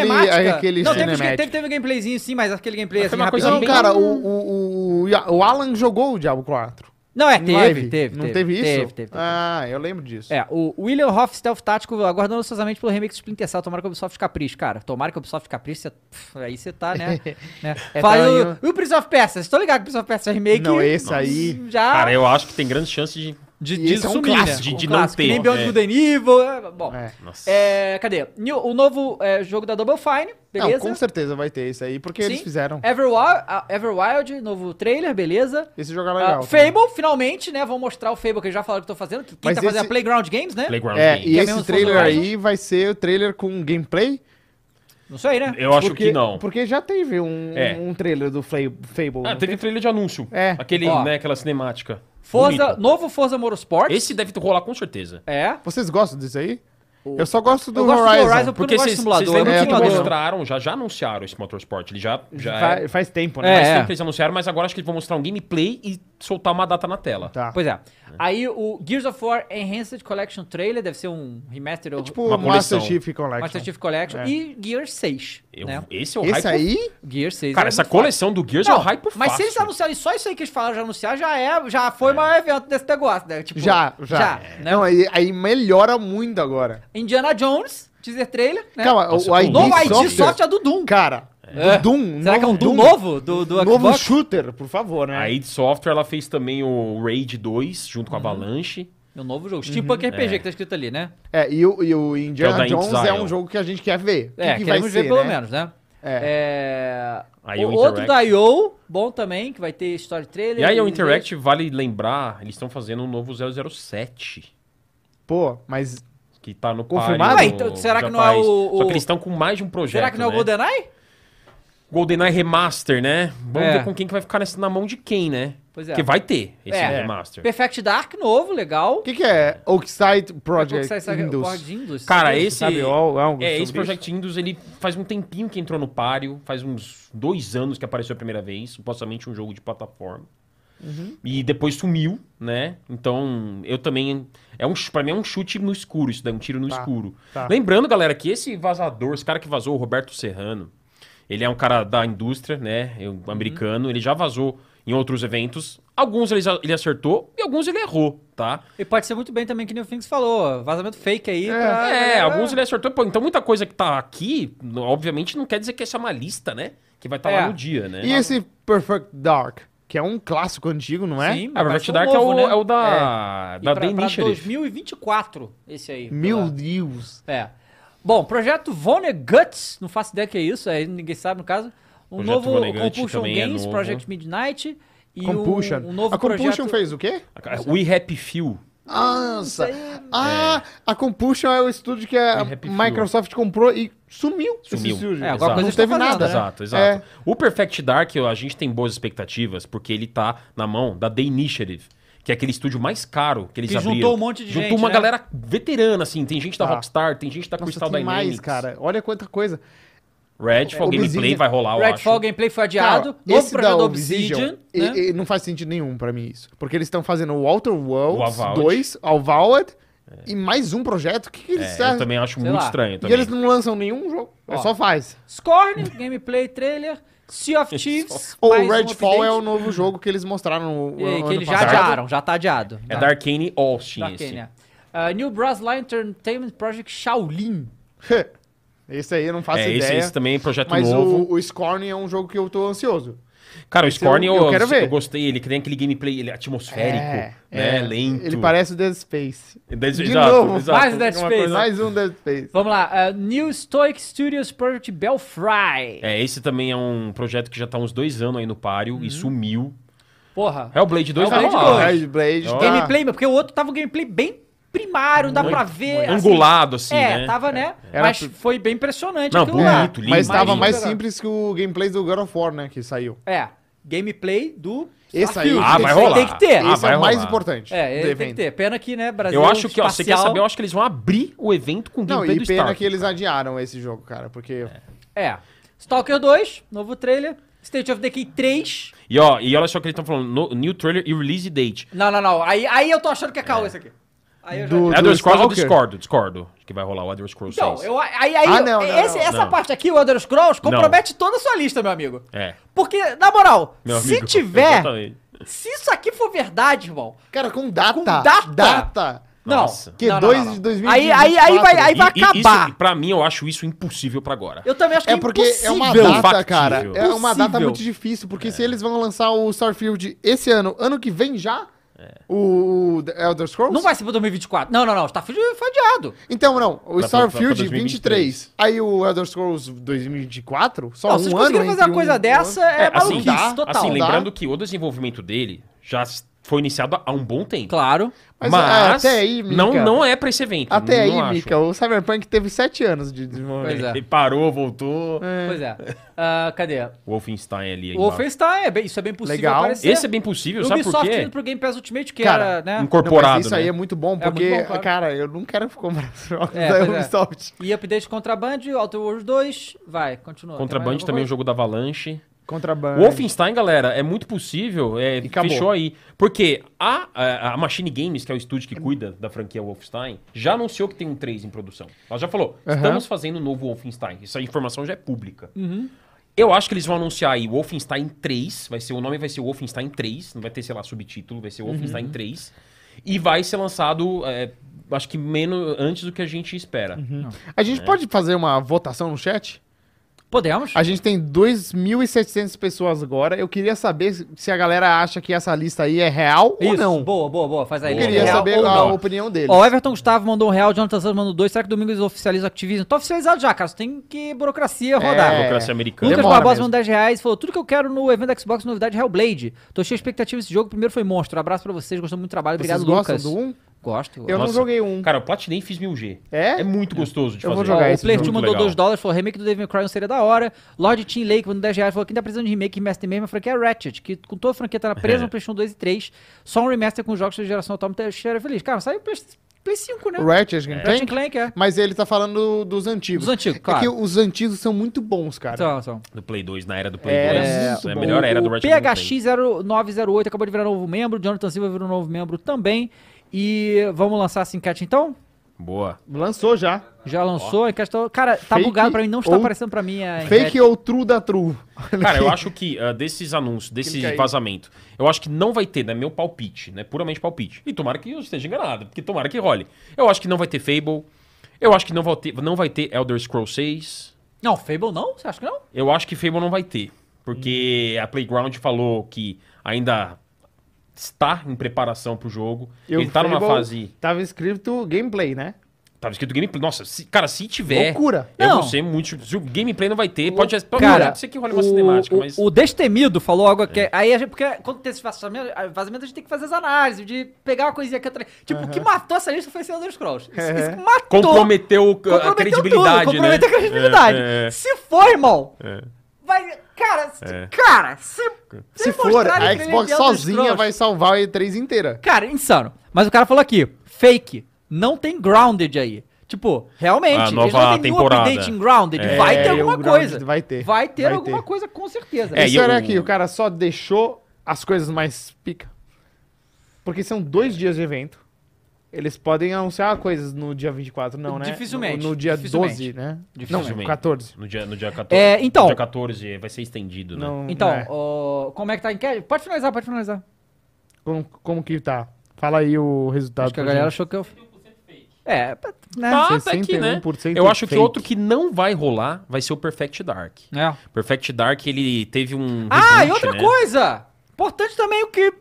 aquele não, teve, cinemática. teve, teve um gameplayzinho sim, mas aquele gameplay Mas assim foi uma coisa rapidinho. Não, bem- cara, o, o, o, o Alan jogou o Diablo 4. Não, é, em teve, live. teve. Não teve isso? Teve, teve. teve. Ah, eu lembro disso. É, o William Hoff Stealth Tático aguardando ansiosamente pelo remake do Splinter Cell. Tomara que o Ubisoft capriche, cara. Tomara que o Ubisoft capriche, cê- pff, aí você tá, *laughs* né? né? É Fala, e tamanho- o, e o Prince of Persia? Vocês estão ligados que o Prince of Persia é remake... Não, esse aí- Já... Cara, eu acho que tem grandes chances de De, E de esse é um sumir, né? clássico, de- de Um não clássico, que ter, Nem Beyond é. Good and Evil. é, bom. É. Nossa. É, cadê? New- o novo é, jogo da Double Fine, beleza? Não, com certeza vai ter isso aí, porque eles Sim. fizeram. Everwild, ah, Everwild, novo trailer, beleza? Esse jogo é Ah, legal. Fable, finalmente, né? Vão mostrar o Fable que eles já falaram que eu tô fazendo. que Quem Mas tá fazendo esse- é a Playground Games, né? Playground É, Game. e é esse menos trailer Forza aí vai ser o trailer com gameplay? Não sei, né? Eu acho porque, que não. Porque já teve um, É. um trailer do Fla- Fable. né? Ah, não teve trailer de anúncio. É. Aquele, Ó. né, aquela cinemática. Forza, Bonito. novo Forza Motorsport. Esse deve rolar com certeza. É. Vocês gostam disso aí? Eu só gosto do eu gosto Horizon. do Horizon porque, Porque eu não gosto de vocês vocês simulador. lembram é muito que muito bom. simulador. mostraram, já, já anunciaram esse Motorsport. Ele já, já Fa- é... Faz tempo, É, né? Faz é. tempo que eles anunciaram, mas agora acho que eles vão mostrar um gameplay e soltar uma data na tela. Tá. Pois é. Aí o Gears of War Enhanced Collection Trailer, deve ser um remaster ou Tipo Uma Master coleção. Chief Collection. né? É. Master Chief Collection e Gears 6, Eu- né? Esse é o Esse hype. aí? Gears 6. Cara, é essa muito foda. coleção do Gears é o Não, hype mas se eles anunciarem só isso aí que eles falaram, já anunciar, já é, já foi o maior evento desse negócio, né? Tipo, Já, já. É. né? Não, aí, aí melhora muito agora. Indiana Jones, teaser trailer, né? Calma, Nossa, o com ID Novo ID Software... Soft é do Doom. Cara, É. do Doom. Será que é um Doom, novo do, do novo Xbox? shooter, por favor, né? A id Software ela fez também o Raid 2 junto Uhum. com a Avalanche. Meu É um novo jogo, estilo Punk Uhum. RPG que tá escrito ali, né? É, e o, Que e o é o Indiana da Jones é Exile. um jogo que a gente quer ver. O que É, que vai queremos ver ser, pelo né? menos, né? É. É. IO o outro Interact. da IO, bom também, que vai ter story trailer. E aí é o teaser. Interact, vale lembrar, eles estão fazendo um novo 007. Pô, mas Que tá no Confirmado? páreo, Ah, então, será já que não é faz. o- Só o- que eles estão com mais de um projeto, Será que não é o né? GoldenEye? GoldenEye Remaster, né? Vamos É. ver com quem que vai ficar nessa, na mão de quem, né? Pois é. Porque vai ter esse É. Remaster. Perfect Dark novo, legal. o que, que é Oakside Project Sai- sai- Indus? Borg Indus. Cara, esse... Sabe al- algo é, sobre esse Project Indus, ele faz um tempinho que entrou no páreo, faz uns dois anos que apareceu a primeira vez, supostamente um jogo de plataforma. E depois sumiu, né? Então, eu também. É um, ch- pra mim é um chute no escuro, isso daí, um tiro no Tá, escuro. tá. Lembrando, galera, que esse vazador, esse cara que vazou, o Roberto Serrano, ele é um cara da indústria, né? é Um americano, ele já vazou em outros eventos. Alguns ele, a- ele acertou e alguns ele errou, tá? E pode ser muito bem também que nem o Phoenix falou. Vazamento fake aí. É, É, alguns ele acertou. Pô, então muita coisa que tá aqui, no- obviamente, não quer dizer que essa é uma lista, né? Que vai estar É. lá no dia, né? E esse Perfect Dark, que é um clássico antigo, não é? Sim, mas a vai Perfect ser um Dark é, novo, o, né? é o da, da E pra, Day pra Initiative. 2024, esse aí. Meu Pela- Deus. É. Bom, projeto Vonnegut, não faço ideia que é isso, aí ninguém sabe no caso. Um Projeto novo Vonnegut Compulsion também é Games, novo. Project Midnight e um- Compulsion. um, novo a Compulsion projeto... fez o quê? We Happy Few. Nossa. Ah, a Compulsion é o estúdio que a E Happy Few. Microsoft comprou e sumiu. esse Sumiu. estúdio. É, agora não eles teve estão fazendo, nada. né? Exato, exato. É. O Perfect Dark, a gente tem boas expectativas, porque ele tá na mão da The Initiative, que é aquele estúdio mais caro que eles Que juntou abriram. um monte de Juntou gente, uma né? galera veterana, assim. Tem gente da Tá. Rockstar, tem gente da Nossa, Crystal tem Dynamics. mais, cara. Olha quanta coisa. Redfall É, Gameplay Obsidian. vai rolar, eu Redfall acho. Gameplay foi adiado, novo projeto da Obsidian, né? e- e não faz sentido nenhum pra mim isso. Porque eles estão fazendo o Outer O Worlds Avowed. 2, Alvalad, e mais um projeto. O que, que eles É, eu fazem? também acho Sei muito lá. estranho. E Também. eles não lançam nenhum jogo. É Ó. só faz. Scorn, Gameplay, Trailer, Sea *laughs* of Thieves, Ou mais o um Redfall é o update, novo jogo que eles mostraram no e- ano que eles já passado. adiaram, já tá adiado. É da Arcane Austin Da esse. Kenya. Ah, New Brasline Entertainment Project Shaolin. Esse aí eu não faço É, esse, ideia. esse também é projeto mas novo. o, o Scorn é um jogo que eu tô ansioso. Cara, o Scorn eu- eu, eu quero ver. é. gostei. Ele tem aquele gameplay ele é atmosférico, né? lento. Ele parece o Dead Space. Des- de exato, novo. exato. Mais Dead Uma Space. coisa- Mais um Dead Space. Vamos lá, ah, New Stoic Studios Project Belfry. É, esse também é um projeto que já tá uns dois anos aí no páreo Uhum. e sumiu. Porra. Hellblade 2 vai Hellblade rolar. dois. Red Blade Tá Ó. tá- Gameplay, porque o outro tava um gameplay bem primário, dá pra ver. assim. Angulado, assim, é, né? tava, né? Era Mas tu- foi bem impressionante Não, aquilo bonito, lá. lindo. Mas tava Imagina. mais Era- simples que o gameplay do God of War, né? Que saiu. É, gameplay do. Esse aí- Starfield. Ah, vai Esse aí rolar. Tem que ter. Ah, esse vai é o mais rolar. importante É, do ele tem que evento. ter. Pena que, né, Brasil. Eu acho que, ó, você quer espacial. saber? Eu acho que eles vão abrir o evento com o Não, gameplay e do pena Starfield. que eles adiaram esse jogo, cara, porque... É. Stalker 2, novo trailer. State of Decay 3. E, ó, e olha só que eles estão falando, no- new trailer e release date. Não, não, não. Aí, aí eu tô achando que é caô isso aqui. Aí eu já- Do- O Elder Scrolls eu Stalker? discordo, discordo. Que vai rolar o Elder Scrolls Então, 6. eu, aí, aí, Ah, não, não, esse- não. essa Não. parte aqui, o Elder Scrolls, compromete toda a sua lista, meu amigo. É. Porque, na moral, Meu se amigo, tiver. exatamente. Se isso aqui for verdade, irmão. Cara, com data! Com data? Data! Nossa. Não. Que não, não, dois não, não. de Aí, 2024. aí, aí vai, aí vai E- e acabar. Isso, pra mim, eu acho isso impossível pra agora. Eu também acho que É porque é uma impossível. data, Factível. É. cara. É uma data Possível. muito difícil, porque se eles vão lançar o Starfield esse ano, ano que vem já, É. O, o The Elder Scrolls? Não vai ser pra 2024. Não, tá não, não. Starfield foi adiado. Então, não. O Tá pra- Starfield, tá pra 2023. 2023. Aí o Elder Scrolls 2024? Só Não, um se vocês ano conseguirem fazer entre uma coisa um- dessa, é, É, assim, maluquice dá, total. assim, dá. lembrando que o desenvolvimento dele já s- foi iniciado há um bom tempo. Claro. Mas, Mas, é, até aí, Mika. não, não é pra esse evento. Até não, aí, não acho. Mika, o Cyberpunk teve 7 anos de desenvolvimento. Pois é. Ele parou, voltou. Pois *laughs* é. Ah, cadê? O Wolfenstein ali. aí O embaixo. Wolfenstein, é bem, isso é bem possível Legal. aparecer. Esse é bem possível, sabe por Ubisoft quê? indo pro Game Pass Ultimate, que Cara, era, né? Não, Incorporado, mas isso aí né? é muito bom, É porque, muito bom, claro. cara, eu não quero comprar *laughs* os jogos É, da pois é. Ubisoft. E update Contraband, Outer Worlds 2, vai, continua. Contraband também é um jogo da Avalanche. O Contrabando. Wolfenstein, galera, é muito possível. É, acabou. fechou aí. Porque a, a, a Machine Games, que é o estúdio que cuida da franquia Wolfenstein, já anunciou que tem um 3 em produção. Ela já falou, Aham. estamos fazendo um novo Wolfenstein. Essa informação já é pública. Uhum. Eu acho que eles vão anunciar aí Wolfenstein 3. Vai ser, o nome vai ser Wolfenstein 3. Não vai ter, sei lá, subtítulo. Vai ser Uhum. Wolfenstein 3. E vai ser lançado, é, acho que menos antes do que a gente espera. Uhum. A É. gente pode fazer uma votação no chat? Podemos? A gente tem 2.700 pessoas agora. Eu queria saber se- se a galera acha que essa lista aí é real ou Isso, não. boa, boa, boa. Faz aí. Eu Boa, queria real saber ou a não. opinião deles. Ó, o Everton Gustavo mandou um real, Jonathan Santos mandou dois. Será que domingo eles oficializam o Activision? Tá oficializado já, cara. Só tem que burocracia rodar. É. Burocracia Lucas americana. Demora Barbosa mesmo. mandou 10 reais falou: Tudo que eu quero no evento da Xbox, novidade Hellblade. Tô cheio de expectativa desse jogo. Primeiro foi monstro. Abraço pra vocês, gostou muito do trabalho. Vocês Obrigado, gostam Lucas. do 1? Gosto. gosto. Eu não Nossa. joguei o 1. Cara, eu platinei e fiz 1000G. É? É muito gostoso de Eu vou fazer. Ó, jogar o esse Player jogo. 2 mandou 2 dólares, falou remake do Devil May Cry não seria da hora. Lord Team Lake mandou 10 reais, falou que ainda precisando de remake e remaster mesmo. A franquia é Ratchet, que com toda a franquia tá É. presa no PlayStation 2 e 3. Só um remaster com jogos da geração atual me deixaria feliz. Cara, saiu o Play, Play 5, né? O Ratchet não Ratchet tem? Clank, é. Mas ele tá falando dos antigos. Dos antigos, É que claro. os antigos são muito bons, cara. Então, então. Do Play 2, na era do Play Era 2. muito É a bom. melhor era do o Ratchet Clank. PHX0908 acabou de virar novo membro, Jonathan Silva virou novo membro também. E vamos lançar essa enquete então? *laughs* Boa. Lançou já. Já lançou a enquete. tá- Cara, tá Fake bugado pra mim, não está ou- aparecendo pra mim a enquete. Fake ou true da true? Cara, *laughs* eu acho que ah, desses anúncios, desse Clica aí. vazamento, eu acho que não vai ter, né? Meu palpite, né? Puramente palpite. E tomara que eu esteja enganado, porque tomara que role. Eu acho que não vai ter Fable. Eu acho que não vai ter, não vai ter Elder Scrolls 6. Não, Fable não? Você acha que não? Eu acho que Fable não vai ter. Porque a Playground falou que ainda está em preparação pro jogo. E o Ele tá numa Fable fase. Tava escrito gameplay, né? Tava escrito gameplay. Nossa, se- cara, se tiver. Loucura. Eu Não. vou ser muito. se o Gameplay não vai ter. Pode, pode Cara, pode ser que role uma cinemática, o, mas. É. o Destemido falou algo que. Aí a gente, porque quando tem esse vazamento, vazamento, a gente tem que fazer as análises, de pegar uma coisinha que outra. Tipo, o que matou essa lista foi esse Elder Scrolls. Isso, Uhum. isso que matou. Comprometeu, a comprometeu credibilidade, tudo, né? comprometeu a credibilidade. É, é. Se for, irmão. É. Vai. Cara, se- É. cara, se. Se for, mostrarem a aquele Xbox Elder sozinha Scrolls- vai salvar a E3 inteira. Cara, insano. Mas o cara falou aqui: fake. Não tem grounded aí. Tipo, realmente, A nova não tem temporada. update em grounded. É, vai ter é, alguma o grounded coisa. vai ter. Vai ter Vai alguma ter. coisa, com certeza. É, Isso e eu- era aqui, o cara só deixou as coisas mais pica. Porque são dois dias de evento. Eles podem anunciar coisas no dia 24, não, né? Dificilmente, No, no dia dificilmente. 12, né? Não, Dificilmente. 14. No dia, no dia 14. É, então. No dia 14 vai ser estendido, né? Não, Então, é. ó, como é que tá a enquete? Pode finalizar, pode finalizar. como, como que tá? Fala aí o resultado. Acho que a pra galera gente. achou que eu. 31% fake. É, pra- né? Tá, tá aqui, né? 61% Eu acho que fake. outro que não vai rolar vai ser o Perfect Dark. É. Perfect Dark, ele teve um. Ah, reboot, e outra né? coisa! Importante também o que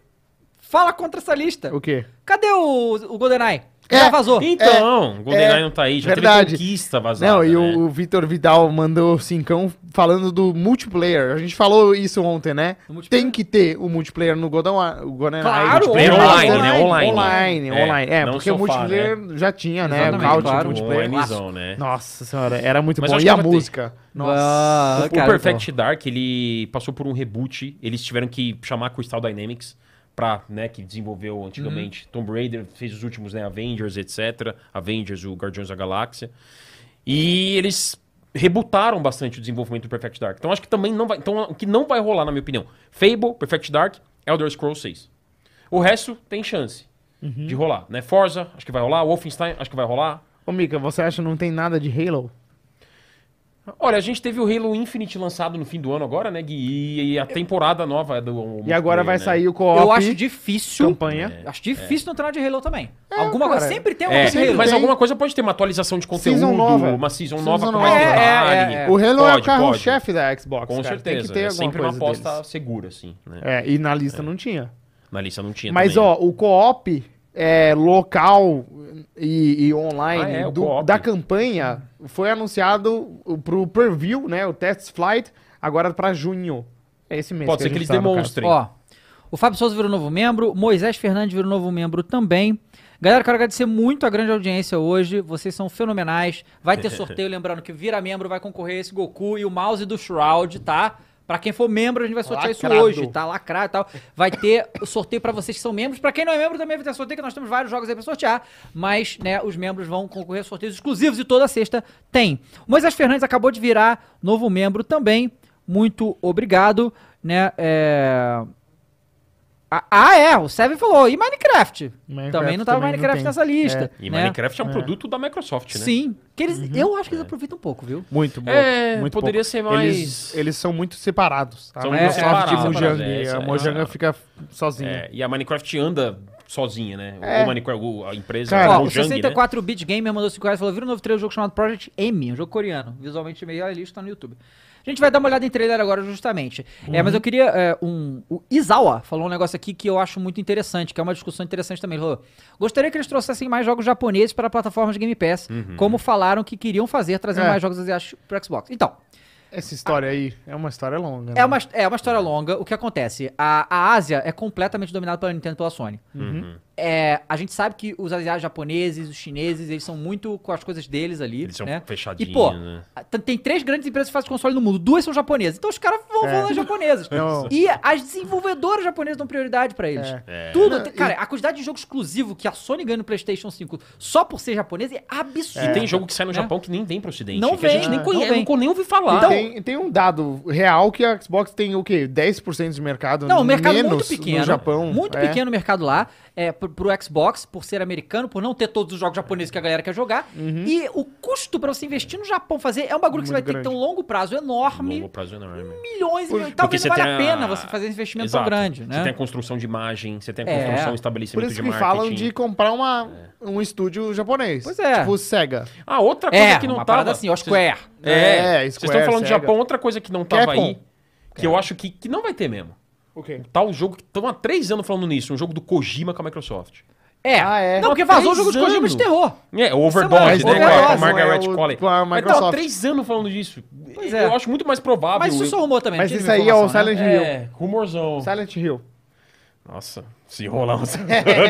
fala contra essa lista. O quê? Cadê o, o GoldenEye? É. Já vazou. Então, o GoldenEye é, não tá aí, já verdade. teve conquista vazada. Não, e né? é. o, o Vitor Vidal mandou cincão falando do multiplayer. A gente falou isso ontem, né? Do multiplayer? Tem que ter o multiplayer no Godão, o Golden Claro, Multiplayer online, online, né? Online. Online, É, online. É, não porque o sofá, multiplayer já tinha, né? Exatamente, o Couch claro. multiplayer. Um onlinezão, né? Nossa senhora, era muito Mas bom. acho E que a vai ter. música? Nossa. Ah, o cara, Perfect Dark, ele passou por um reboot. Eles tiveram que chamar a Crystal Dynamics pra, né, que desenvolveu antigamente Uhum. Tomb Raider, fez os últimos, né, Avengers, etc. Avengers, o Guardiões da Galáxia. E eles rebutaram bastante o desenvolvimento do Perfect Dark. Então acho que também não vai, então o que não vai rolar na minha opinião, Fable, Perfect Dark, Elder Scrolls 6. O resto tem chance Uhum. de rolar, né? Forza, acho que vai rolar, Wolfenstein, acho que vai rolar. Ô, Mika, você acha que não tem nada de Halo? Olha, a gente teve o Halo Infinite lançado no fim do ano agora, né, Gui? E, e a temporada nova é do. E agora multiplayer, vai né? sair o co-op. Eu acho É. difícil. Campanha. É, Acho difícil não entrar de Halo também. alguma cara. coisa. Sempre tem alguma É, coisa de sempre Halo. mas tem. alguma coisa pode ter, uma atualização de conteúdo, Season nova. uma season, Season nova com nova. mais É, detalhe. é, é. O Halo é o Pode, carro-chefe da Xbox. Com cara. certeza. Tem que ter é alguma sempre uma coisa aposta deles. segura, assim. né? É, e na lista não tinha. Na lista não tinha Mas, também. ó, o co-op é, local e, e online Ah, é, o do- co-op. da campanha foi anunciado pro preview, né? O test flight, agora pra junho. É esse mês. Pode ser a que gente eles tá, no caso. demonstrem. Ó, o Fábio Souza virou novo membro, Moisés Fernandes virou novo membro também. Galera, quero agradecer muito a grande audiência hoje. Vocês são fenomenais. Vai ter sorteio, lembrando que vira membro vai concorrer esse Goku e o mouse do Shroud, tá? Pra quem for membro, a gente vai sortear isso Lacrado. hoje, tá? Lacrado e tal. Vai ter o sorteio pra vocês que são membros. Pra quem não é membro também vai ter sorteio, que nós temos vários jogos aí pra sortear. Mas, né, os membros vão concorrer a sorteios exclusivos e toda sexta tem. O Moisés Fernandes acabou de virar novo membro também. Muito obrigado, né? É... Ah, Ah, é, o Seven falou. E Minecraft? Minecraft também não tava também não Minecraft tem. nessa lista. E né? Minecraft é um produto da Microsoft, né? Sim. Que Uhum. eles, Eu acho que eles aproveitam um pouco, viu? Muito bom. É, muito poderia pouco. ser mais- Eles, eles são muito separados. tá? São a muito Microsoft separados, e Mojang. é, é, a é, Mojang é. fica sozinha. É, e a Minecraft anda sozinha, né? O Minecraft, o- a empresa, É. Cara, a Ó, o Mojang, né? 64-bit gamer mandou 5 reais e falou: vira um novo trailer do jogo chamado Project M, um jogo coreano. Visualmente meio realista, tá no YouTube. A gente vai dar uma olhada em trailer agora, justamente. É, Uhum. mas eu queria. é, um, o Izawa falou um negócio aqui que eu acho muito interessante, que é uma discussão interessante também. Ele falou: gostaria que eles trouxessem mais jogos japoneses para plataformas de Game Pass, como falaram que queriam fazer, trazendo Uhum. É. mais jogos asiáticos para Xbox. Então, Essa história aí é uma história longa. É né? uma, é uma história longa. O que acontece? A, a Ásia é completamente dominada pela Nintendo e pela Sony. Uhum. É, a gente sabe que os asiáticos japoneses, os chineses, eles são muito com as coisas deles ali. Eles são né? fechadinhos, E, pô, né? t- tem três grandes empresas que fazem console no mundo. Duas são japonesas. Então os caras vão É. falar nas japonesas. *laughs* Não. E as desenvolvedoras japonesas dão prioridade pra eles. É. Tudo. tem- Cara, a quantidade de jogo exclusivo que a Sony ganha no PlayStation 5 só por ser japonesa é absurda. E tem jogo que sai no É. Japão que nem vem pro ocidente. Não que a gente vem, nem não conhece, vem. nunca nem ouvi falar. E Então, tem, tem um dado real que a Xbox tem o quê? 10% de mercado Não, o mercado menos muito pequeno. né? no Japão. Muito é. pequeno o mercado lá. É, pro, pro Xbox, por ser americano, por não ter todos os jogos japoneses que a galera quer jogar. E o custo pra você investir no Japão fazer é um bagulho que você vai Uhum. Muito ter que ter grande. um longo prazo enorme. Longo prazo enorme. Milhões e milhões. Porque Talvez você não tem valha a a- pena você fazer esse investimento tão Exato. grande, Você né? tem a construção de imagem, você tem a É. construção, Por estabelecimento isso tipo de que marketing. É. falam de comprar uma, um estúdio japonês. Pois é. Tipo o Sega. Ah, outra coisa É, que não uma tava... parada assim, ó, Square. É, É, vocês Square, estão falando de Sega. Japão, outra coisa que não tava aí, Capcom. que eu acho que, que não vai ter mesmo. O quê? Tal jogo que estão há três anos falando nisso, um jogo do Kojima com a Microsoft. É. Ah, é. Não, porque vazou o Três jogo de Kojima anos. de terror. É, o Mas Overdose, né? não com a- Com é a o- Margaret é o- Qualley. com a Mas tava há Microsoft. três anos falando disso. Pois é. Eu acho muito mais provável. Mas isso eu- só rumor também. Mas não tive isso aí é o informação, né? Silent Hill. É, rumorzão. Silent Hill. Nossa, se rolar um...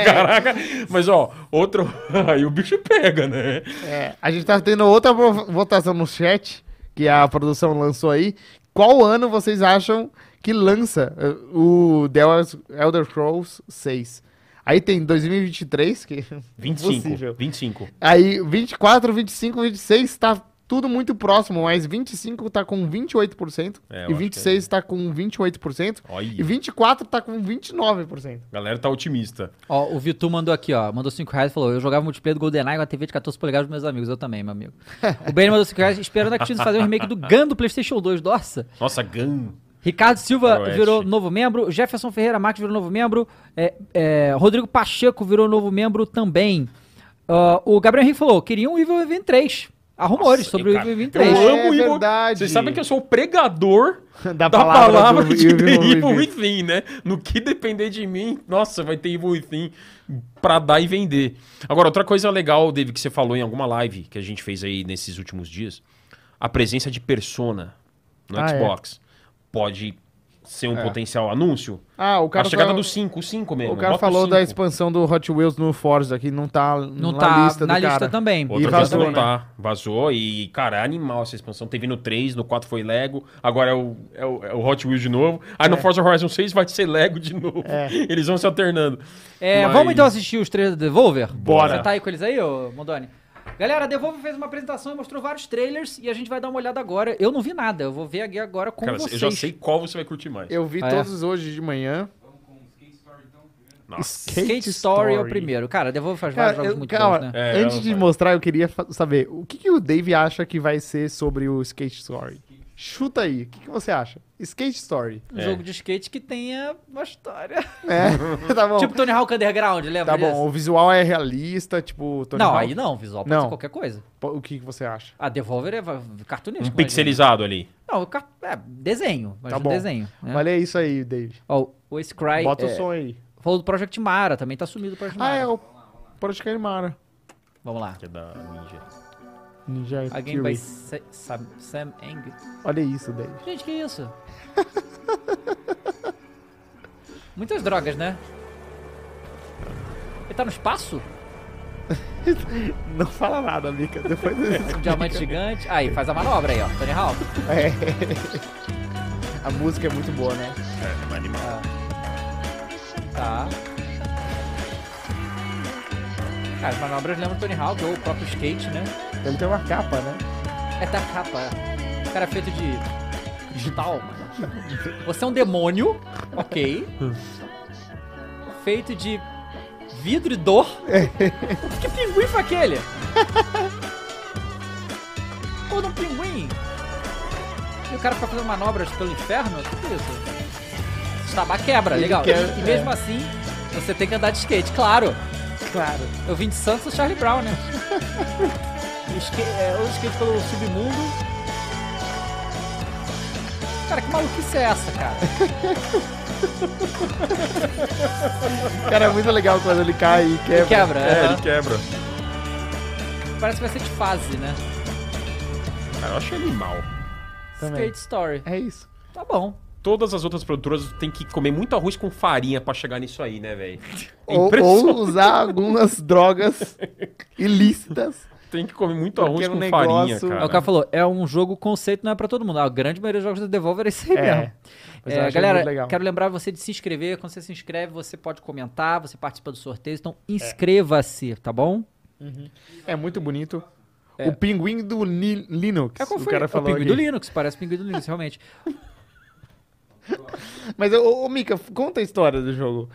Caraca. Mas, ó, outro... *laughs* Aí o bicho pega, né? É, a gente tá tendo outra vo- votação no chat que a produção lançou aí. Qual ano vocês acham que lança eh, o The Elder Scrolls 6? Aí tem 2023, que é 25. Impossível. 25. Aí 24, 25, 26 tá tudo muito próximo, mas 25 tá com 28% É, eu e acho 26 tá com 28% e Olha, 24 tá com 29%. a galera tá otimista. Ó, o Vitu mandou aqui, ó. Mandou 5 reais e falou: Eu jogava multiplayer do GoldenEye na TV de 14 polegadas dos meus amigos. Eu também, meu amigo. O Ben mandou 5 reais esperando a Activision fazer um remake do Gun do PlayStation 2. Nossa. Nossa, Gun. Ricardo Silva Faroeste. virou novo membro, Jefferson Ferreira Marques virou novo membro, é, é, Rodrigo Pacheco virou novo membro também. Ah, o Gabriel Henrique falou: queria um Evil Within 3. Há rumores Nossa, sobre o cara, Evil Within Eu 3. É amo o Evil- verdade. Vocês sabem que eu sou o pregador *laughs* Da da palavra, do de *laughs* Evil Evil Within. Within, né? No que depender de mim, nossa, vai ter Evil Within pra dar e vender. Agora, outra coisa legal, David, que você falou em alguma live que a gente fez aí nesses últimos dias, a presença de Persona no Ah, é. Xbox pode ser um potencial anúncio. Ah, o cara a chegada falou- do 5, o 5 mesmo. O cara bota falou da cinco. expansão do Hot Wheels no Forza, que não tá Não na tá lista na do cara. lista também. Outra E vazou, vazou, né? não tá. Vazou e, cara, é animal essa expansão. Teve no 3, no 4 foi Lego, agora é o, é o, é o Hot Wheels de novo. Aí É. no Forza Horizon 6 vai ser Lego de *laughs* novo. Eles vão se alternando. É, Mas- Vamos então assistir os trailers do Devolver? Bora. Você tá aí com eles aí, ô Mondoni? Galera, a Devolver fez uma apresentação e mostrou vários trailers e a gente vai dar uma olhada agora. Eu não vi nada, eu vou ver aqui agora com Cara, vocês. eu já sei qual você vai curtir mais. Eu vi Ah, é? todos hoje de manhã. Nossa. Skate, Story é o primeiro. Cara, a Devolver faz Cara, vários jogos eu- muito calma, bons, né? É, antes eu- de mostrar, eu queria fa- saber o que, que o Dave acha que vai ser sobre o Skate Story. Chuta aí, o que, que você acha? Skate Story. Um É. jogo de skate que tenha uma história. É, *laughs* tá bom. Tipo Tony Hawk Underground, lembra tá disso? bom, o visual é realista, tipo. Tony não, Hawk. aí não, visual pode Não. ser qualquer coisa. Pô, O que, que você acha? A Devolver é va- cartunista. Um como é que- pixelizado ali. Não, ca- é, desenho, mas Tá um bom. desenho. Né? Olha isso é aí, Dave. Ó, o Scry Bota é, o som aí. Falou do Project Mara, também tá sumido o Project Ah, Mara. é o Project Animara. Vamos lá. Que é da Ninja. Ninja *laughs* Alguém vai. Theory. Sa- Sam, Sam Eng. Olha isso, Dave. Gente, que isso? Muitas drogas, né? Ele tá no espaço? Não fala nada, Mika. *laughs* Depois desse... Um diamante gigante. Aí, faz a manobra aí, ó. Tony Hawk. é. A música é muito boa, né? É, um animal. Tá. Cara, as manobras lembram Tony Hawk ou o próprio skate, né? Ele tem uma capa, né? É da capa. O cara é feito de cristal, mano. Você é um demônio, ok. Feito de vidro e dor. É. *laughs* que pinguim foi *laughs* aquele? Todo um pinguim. E o cara fica fazendo manobras pelo inferno? O que é isso? Estaba quebra, Ele legal. quebra, e mesmo é. assim, você tem que andar de skate, claro. Claro. Eu vim de Santos do Charlie Brown, *laughs* né? O skate, é, o skate pelo submundo. Cara, que maluquice é essa, cara? Cara, é muito legal quando ele cai e quebra. Ele quebra, É, é. ele quebra. Parece que vai ser de fase, né? Cara, eu acho ele mal. Também. Skate Story. É isso. Tá bom. Todas as outras produtoras têm que comer muito arroz com farinha pra chegar nisso aí, né, velho? É Ou, impressionante. ou usar algumas *laughs* drogas ilícitas. Tem que comer muito Porque arroz o com negócio- farinha, Aí cara. o cara falou, é um jogo conceito, não é pra todo mundo. Ah, A grande maioria dos jogos da Devolver é isso aí É. mesmo. Mas É, eu achei muito galera, legal. quero lembrar você de se inscrever. Quando você se inscreve, você pode comentar, você participa do sorteio. Então, inscreva-se, tá bom? É muito bonito. O pinguim do Ni- Linux. É qual o foi? cara É falou o pinguim do aqui. Linux, parece pinguim do Linux, realmente. Mas, ô, ô Mika, conta a história do jogo.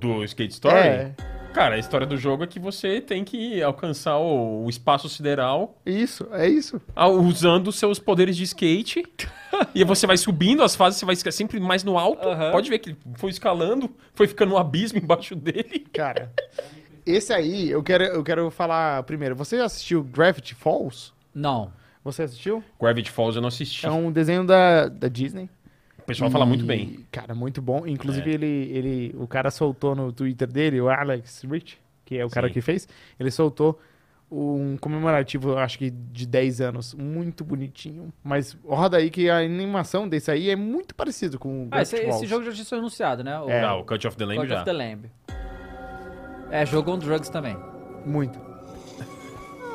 Do Skate Story? É. Cara, a história do jogo é que você tem que alcançar o, o espaço sideral Isso, é isso. ao- usando os seus poderes de skate. *laughs* e você vai subindo as fases, você vai esca- sempre mais no alto. Aham. Pode ver que ele foi escalando, foi ficando um abismo *laughs* embaixo dele. Cara, *laughs* esse aí, eu quero, eu quero falar primeiro. Você já assistiu Gravity Falls? Não. Você assistiu? Gravity Falls eu não assisti. É um desenho da, da Disney. O pessoal fala muito E, bem. É. Cara, muito bom. Inclusive, ele, ele, o cara soltou no Twitter dele, o Alex Rich, que é o cara Sim. que fez, ele soltou um comemorativo, eu acho que de 10 anos. Muito bonitinho. Mas roda aí que a animação desse aí é muito parecido com o Ah, esse, Gravity esse Falls. jogo já tinha sido anunciado, né? O- É. Ah, o Cut of the Lamb Lord já. of the Lamb. É, jogo on drugs também. Muito.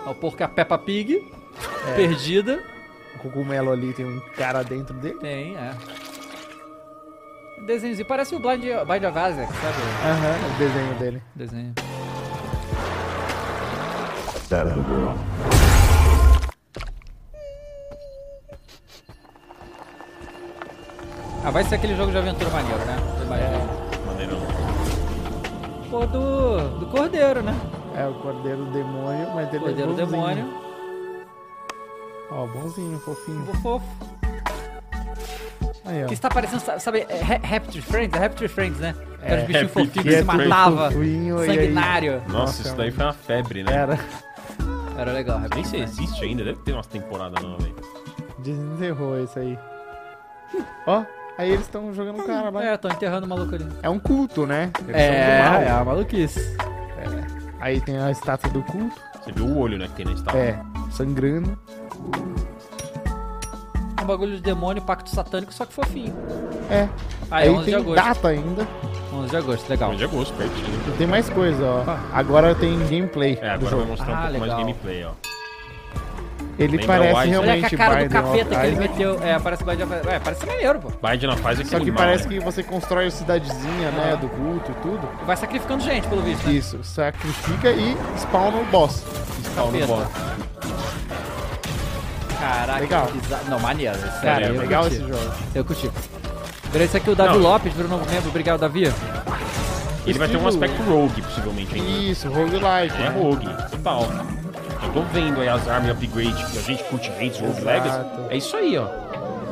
É o porco é a Peppa Pig, É. perdida. O cogumelo ali tem um cara dentro dele. Tem, é. Desenhozinho. Parece o Blind, Blind of Isaac, sabe? Aham, o desenho dele. O Desenho. Ah, vai ser aquele jogo de aventura maneiro, né? Eu É. imaginei. Maneirão. Pô, do, do Cordeiro, né? É o cordeiro demônio, mas ele Cordeiro é bonzinho. Demônio. Ó, bonzinho, fofinho. O fofo. Aí, ó. Que está parecendo, sa- sabe, é, Ra- Rapture Friends? É Rapture Friends, né? Que era os É, bichinhos Rapture fofinhos que Friends. se matava. Fofinho, e aí- Sanguinário. Nossa, Nossa, isso é daí um- foi uma febre, né? Era. Era legal, Rapture Nem se Friends. existe ainda, deve ter umas temporadas não, né? velho. Desenterrou isso aí. Ó, aí eles estão jogando o cara lá. É, tão enterrando o maluco ali. É um culto, né? Eles são do É, é mal. a maluquice. Aí tem a estátua do culto. Você viu o olho, né, que tem na estátua. É, sangrando. É um bagulho de demônio, pacto satânico, só que fofinho. É. Aí, aí 11 de tem agosto. data ainda. 11 de agosto, legal. Foi de agosto, pertinho. E tem mais coisa, ó. Agora tem gameplay É, do agora vai jogo. mostrar um Ah, pouco mais legal. gameplay, ó. Ele Lembra o parece Isaac? Olha realmente que a cara do Binding of capeta que ele Isaac, meteu. É, parece Bad É, parece maneiro, pô. Biden na faz é Só que animal, parece né? que você constrói a cidadezinha, né, Ah. do culto e tudo. Vai sacrificando gente, pelo visto. Né? Isso, sacrifica e spawna o boss. Pau né? no bolo. Caraca, Legal. que bizarro. Não, maneiro. Sério, Cara, é eu legal curti. esse jogo. Eu curti. Esse aqui o Davi Não. Lopes virou novo membro. Obrigado, Davi. Ele vai ter um aspecto rogue, possivelmente, hein? Isso, roguelike. É né? rogue, total. Eu tô vendo aí as armas e upgrade que a gente curte hates, rogue Exato. legacy. É isso aí, ó.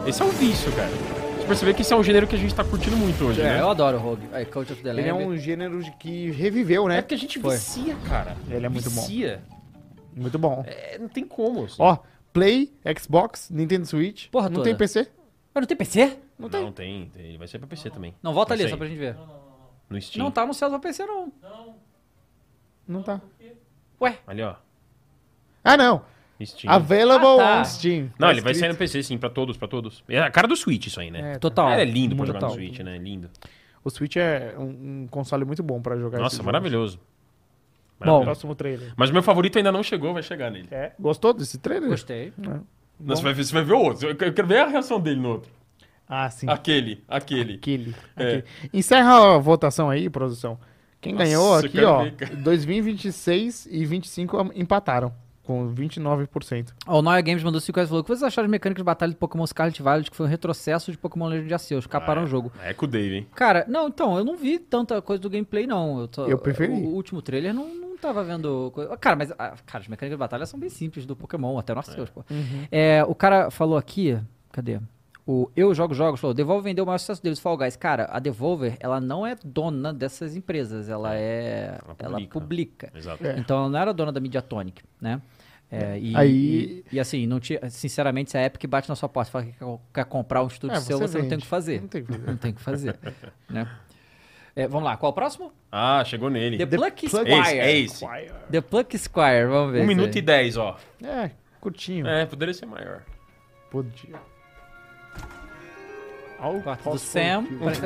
Esse é o vício, cara. Você percebeu que esse é um gênero que a gente tá curtindo muito hoje, É, né? eu adoro o Rogue. Aí, Coach of the Lamb. Ele é um gênero de que reviveu, É né? porque a gente Foi. vicia, cara. Ele é muito bom. Vicia. Muito bom. É, não tem como. assim. Ó, Play, Xbox, Nintendo Switch. Porra não toda. tem PC? Mas não tem PC? não, tem. tem. Ele vai sair pra PC também. Não, volta Não ali, sei. só pra gente ver. No Steam. Não tá anunciado pra PC, não. Não, Não tá. Ué, Ali, ó. Ah, não. Steam. Available Ah, tá. on Steam. Não, Tá ele vai sair escrito. no PC, sim, pra todos, pra todos. É a cara do Switch isso aí, né? É, total. Cara, é lindo pra Muito jogar no total. Switch, né? É Lindo. O Switch é um, um console muito bom pra jogar esses Nossa, jogos. maravilhoso. Bom. Próximo trailer. Mas o meu favorito ainda não chegou, vai chegar nele. É. Gostou desse trailer? Gostei. Não, você, vai ver, você vai ver o outro. Eu quero eu quero ver a reação dele no outro. Ah, sim. Aquele, aquele. Aquele. É. aquele. Encerra a votação aí, produção. Quem Nossa, ganhou eu aqui, quero ó, ver, cara. 2026 e 25 am- empataram, com 29%. Ó, o Noia Games mandou 5 reais e falou: O que vocês acharam de mecânica de batalha de Pokémon Scarlet Violet, que foi um retrocesso de Pokémon Legend de Arceus? Caparam o jogo. É com o Dave, hein? Cara, não, então, eu não vi tanta coisa do gameplay, não. Eu, tô- Eu preferi. O, o último trailer não, não tava vendo. co- Cara, mas. ah, Cara, as mecânicas de batalha são bem simples do Pokémon, até no Arceus, pô. É, o cara falou aqui. Cadê? O Eu Jogo Jogos falou: Devolver vendeu o maior sucesso deles, Fall Guys. Cara, a Devolver, ela não é dona dessas empresas. Ela é. Ela Ela publica. publica. Exato. É. Então ela não era dona da Mediatonic, né? É, e, Aí- e, e assim, não tinha, sinceramente, se a Epic bate na sua porta e fala que quer, quer comprar um estúdio É, seu, você você não tem o vende. que fazer. Não tem o que fazer. Não tem o que fazer. *laughs* né? É, vamos lá, qual o próximo? Ah, chegou nele. The, Pluck Squire. É esse, é esse. The Pluck Squire, vamos Um ver. 1 se- é. minuto e 10, ó. É, curtinho. É, poderia ser maior. Podia. Ao Quarto do Sam. Parece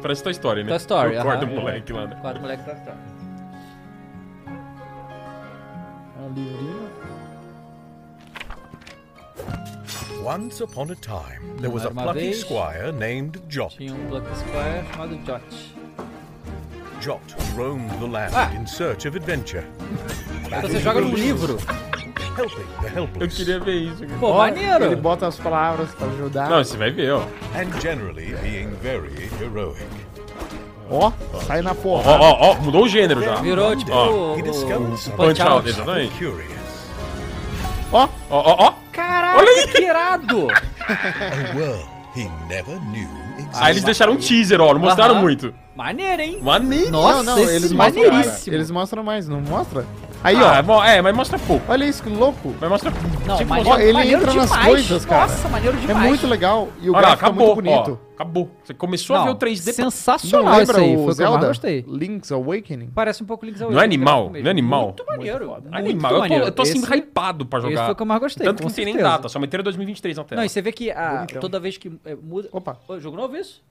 Parece tua história, né? Toy Story, O cor do aham. moleque lá. né? quatro moleques da história. É um livrinho. Once upon a time, there was a Arma plucky vez. squire named Jot. Tinha um Pluck Squire chamado Jot. Então Jot roamed the land Ah. in search of adventure, Então você joga num livro. helping the Eu helpless, queria ver isso. cara. Pô, Ele maneiro. bota as palavras pra Ah. ajudar. Não, você vai ver, ó. and generally being very heroic. Ó, sai na Ó, porra. ó, ó, mudou o gênero já. Virou tipo Ó, o, he discovers o a Punch Punch Out, Out. Something exatamente. curious, Ó, Ó, ó, ó. Caraca, Olha aí. que irado! a world he never knew Aí eles existed. deixaram um teaser, ó. Não mostraram Ah, Aham. muito. Maneiro, hein? Maneiro. Nossa, não, esse eles mostram, cara. maneiríssimo. Eles mostram mais, não mostra? Aí, Ah, ó, bom, é, mas mostra pouco. olha isso que louco. Mas mostra Não, tipo, mas ó, mostra- ele maneiro entra nas demais. coisas, cara. Nossa, maneiro É demais. muito legal e o Olha lá, gráfico é acabou, muito bonito. ó. Acabou. Você começou a ver o 3D. pra- Não sensacional isso lembra aí. Foi o o que eu mais Zelda? gostei. Link's Awakening? Parece um pouco Link's Não é animal? mesmo. Não é animal? Muito maneiro. Muito Animal. Eu tô, eu tô assim, Esse- hypado pra jogar. esse foi o que eu mais gostei, Tanto com que não tem nem certeza. data, só meteram 2023 na tela. Não, e você vê que a- Bonitão. toda vez que é, muda... Opa. Ô, jogo novo isso?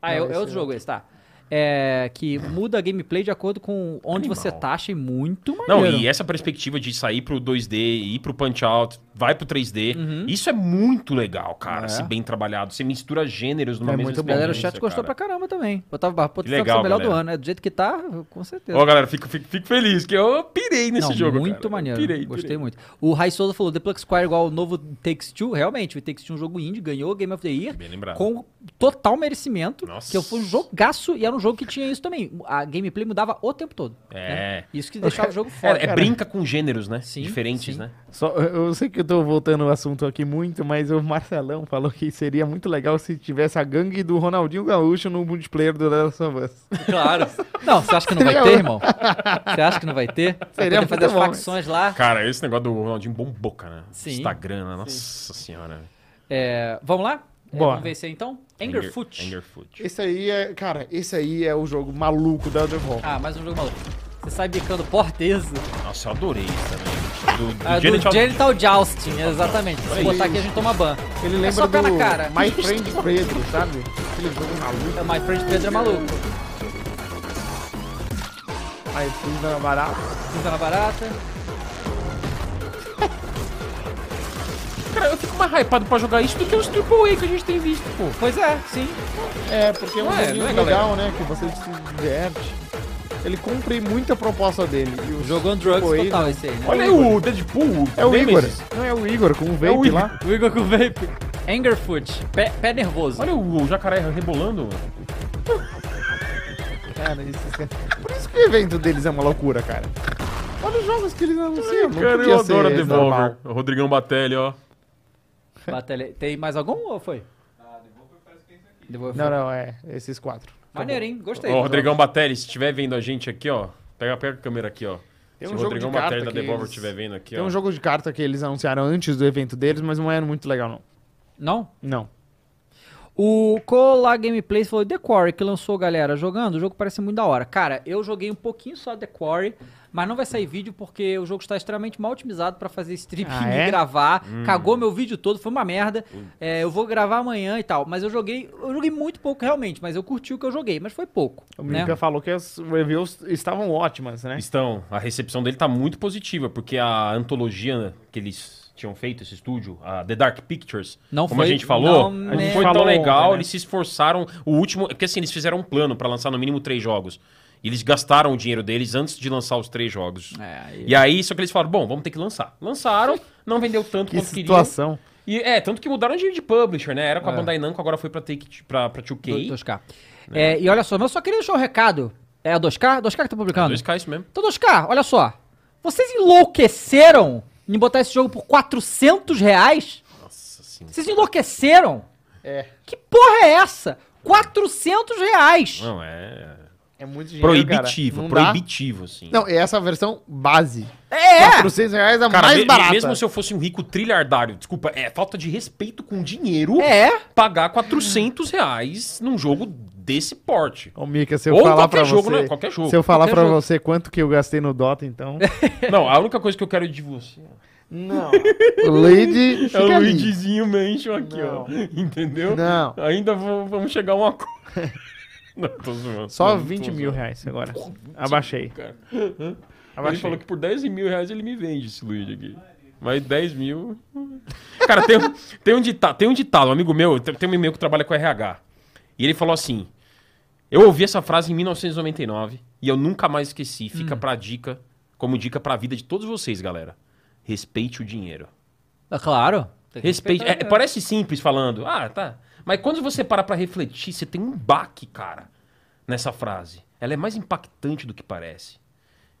Ah, é, Não, é esse outro é jogo esse, tá. É, que muda a gameplay de acordo com onde Animal. você tá, achei muito maneiro. Não, e é essa perspectiva de sair pro 2D, ir pro punch out, vai pro 3D, isso é muito legal, cara, Uhum. É. se bem trabalhado. Você mistura gêneros numa É mesma muito bom. Galera, o experiência, chat gostou né, cara. pra caramba também. Eu tava Que potencial legal, melhor do galera. ano, né? Do jeito que tá, com certeza. Ó, galera, fico, fico, fico feliz, que eu pirei nesse Não, jogo. muito cara. Eu maneiro. Pirei, Gostei pirei. muito. O Rai Souza falou: The Plug Square é igual o novo Takes Two. Realmente, o Takes Two é um jogo indie, ganhou o Game of the Year. Bem lembrado. Com total merecimento. Nossa. Que eu fui um jogaço e era um jogo que tinha isso também. A gameplay mudava o tempo todo. É. né? Isso que *laughs* deixava o jogo É, foda. é brinca com gêneros, né? Sim, Diferentes, sim. né? Só, eu sei que eu tô voltando o assunto aqui muito, mas o Marcelão falou que seria muito legal se tivesse a gangue do Ronaldinho Gaúcho no multiplayer do Last of Us. Claro. *laughs* Não, você acha que não vai ter, irmão? Você acha que não vai ter? Vai um- *laughs* Seria poder fazer as muito bom, facções lá. Cara, esse negócio do Ronaldinho bombou, cara. Sim. Instagram, né? nossa senhora. É, vamos lá? É, Bora. vamos ver se é, então. Angerfoot. Angerfoot. Esse aí é, cara, esse aí é o jogo maluco da Devolver. Ah, mais um jogo maluco. Você sai bicando porta, isso? Nossa, eu adorei isso *laughs* também. Do, do Ah, do Genital- Genital Jousting, exatamente. Se botar aqui, a gente toma ban. Ele É lembra só pé do na cara. My Friend Pedro, sabe? Aquele jogo maluco. É, My Friend Pedro é maluco. Aí Friend barato. Pisa na barata. *laughs* Cara, eu fico mais hypado pra jogar isso do que os AAA que a gente tem visto, pô. Pois é, sim. É, porque é um Não é, joguinho não é, legal, né? Que você se diverte. Ele cumpre muita proposta dele. E o Jogou on drugs Foi, total esse aí, né? Olha aí o Deadpool. É o Igor. Nemesis. Não é o Igor com o vape o Igor. lá? O Igor com vape. Angerfoot, pé, pé nervoso. Olha o jacaré rebolando. Cara, isso é... Por isso que o evento deles é uma loucura, cara. Olha os jogos que eles anunciam. Não Cara, podia eu adoro a ser normal. Devolver. O Rodrigão Batelli, ó. Batalha. Tem mais algum ou foi? Devolver. Não, não, é. Esses quatro. Maneiro, hein? Gostei. Ó, o Rodrigão Batelli, se estiver vendo a gente aqui, ó. Pega, pega a câmera aqui, ó. Tem se um o jogo Rodrigão de carta Batelli da que Devolver eles- estiver vendo aqui, Tem ó. um jogo de carta que eles anunciaram antes do evento deles, mas não era muito legal, não. Não? Não. O Cola Gameplays falou: The Quarry, que lançou, galera, jogando, o jogo parece muito da hora. Cara, eu joguei um pouquinho só The Quarry, mas não vai sair vídeo porque o jogo está extremamente mal otimizado para fazer streaming Ah, é? *laughs* e gravar. Cagou meu vídeo todo, foi uma merda. É, eu vou gravar amanhã e tal. Mas eu joguei, eu joguei muito pouco realmente, mas eu curti o que eu joguei, mas foi pouco. O né? Mika falou que as reviews estavam ótimas, né? Estão. A recepção dele tá muito positiva, porque a antologia que eles tinham feito, esse estúdio, a The Dark Pictures, Não como a foi- gente não falou, não me- foi falou tão ontem, legal, né? eles se esforçaram. O último. Porque assim, eles fizeram um plano pra lançar no mínimo três jogos. E eles gastaram o dinheiro deles antes de lançar os três jogos. É, aí- E aí, só que eles falaram, bom, vamos ter que lançar. Lançaram, não vendeu tanto Que quanto queriam. situação. E é, tanto que mudaram de, de publisher, né? Era com a É. Bandai Namco, agora foi pra, take, pra, pra 2K. 2K. É, e olha só, mas eu só queria deixar um recado. É a 2K? 2K que tá É, publicando? 2K, é isso mesmo. Então, 2K, olha só. Vocês enlouqueceram em botar esse jogo por 400 reais? Nossa senhora. Vocês enlouqueceram? É. Que porra é essa? 400 reais! Não, é. É muito dinheiro, Proibitivo, cara. Não dá. proibitivo, assim. Não, é essa a versão base. É! 400 reais a Cara, mais me- barata. mesmo se eu fosse um rico trilhardário, desculpa, é falta de respeito com dinheiro É! pagar 400 reais num jogo desse porte. Ô, Mika, se eu Ou falar qualquer pra jogo, você... né? Qualquer jogo. Se eu falar Qualquer pra jogo. você quanto que eu gastei no Dota, então... *laughs* Não, a única coisa que eu quero de você Não. Lady... é Fica o ali. Luigizinho Mansion aqui, ó. Não. Entendeu? Não. Ainda vou- vamos chegar a uma *laughs* coisa. Não, tô zoando. Só Não, tô 20 mil zoando, reais agora. Abaixei. Cara. Ele Abaixei. falou que por 10 mil reais ele me vende esse Luigi aqui. Mas 10 mil. Cara, tem, um- tem, um ditado, tem um ditado, um amigo meu, tem tem um e-mail que trabalha com RH. E ele falou assim: Eu ouvi essa frase em 1999 e eu nunca mais esqueci. Hum. Fica pra dica, como dica pra vida de todos vocês, galera. Respeite o dinheiro. É Claro. Tem que Respeite. respeitar, é, né? parece simples falando, ah, tá. Mas quando você para pra refletir, você tem um baque, cara, nessa frase. Ela é mais impactante do que parece.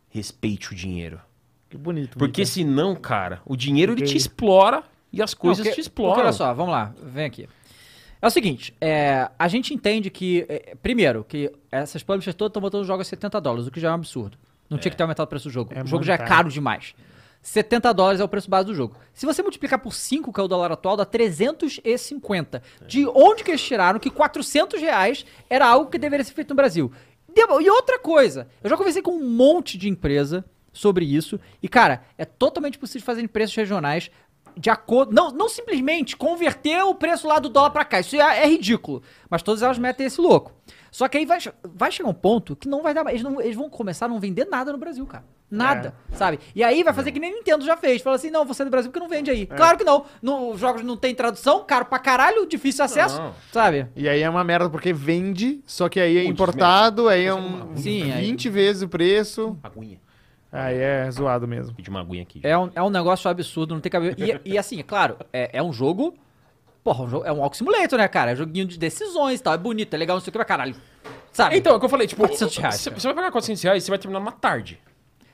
Respeite o dinheiro. Que bonito. Porque Mika. senão, cara, o dinheiro ele te Entendi. explora e as Não, coisas porque- te porque exploram. Olha só, vamos lá, vem aqui. É o seguinte, é, a gente entende que, é, primeiro, que essas publishers todas estão botando jogos a 70 dólares, o que já é um absurdo. Não tinha que ter aumentado o preço do jogo. É o jogo já é muito caro demais. 70 dólares é o preço base do jogo. Se você multiplicar por 5, que é o dólar atual, dá 350. De onde que eles tiraram que 400 reais era algo que deveria ser feito no Brasil? De- E outra coisa, eu já conversei com um monte de empresa sobre isso. E, cara, é totalmente possível fazer em preços regionais de acordo. Não, não simplesmente converter o preço lá do dólar pra cá. Isso é, é ridículo. Mas todas elas metem esse louco. Só que aí vai, che- vai chegar um ponto que não vai dar mais. Eles, não- eles vão começar a não vender nada no Brasil, cara. Nada, sabe? E aí vai É. fazer que nem Nintendo já fez. Fala assim: não, você é do Brasil porque não vende aí. Claro que não. No, os jogos não tem tradução, caro pra caralho, difícil acesso, Não. sabe? E aí é uma merda, porque vende, só que aí é Putz, importado, aí é um Sim, aí- 20 vezes o preço. Aguinha. Aí é zoado mesmo. Pedi uma aguinha aqui. É um, é um negócio absurdo, não tem cabelo. E, e assim, é claro, é, é um jogo. Porra, um jogo- é um walk simulator, né, cara? É joguinho de decisões e tal. É bonito, é legal, não sei o que, pra caralho. Sabe? Então, é o que eu falei, tipo, 400 você reais, você cara. vai pagar 400 reais e você vai terminar numa tarde.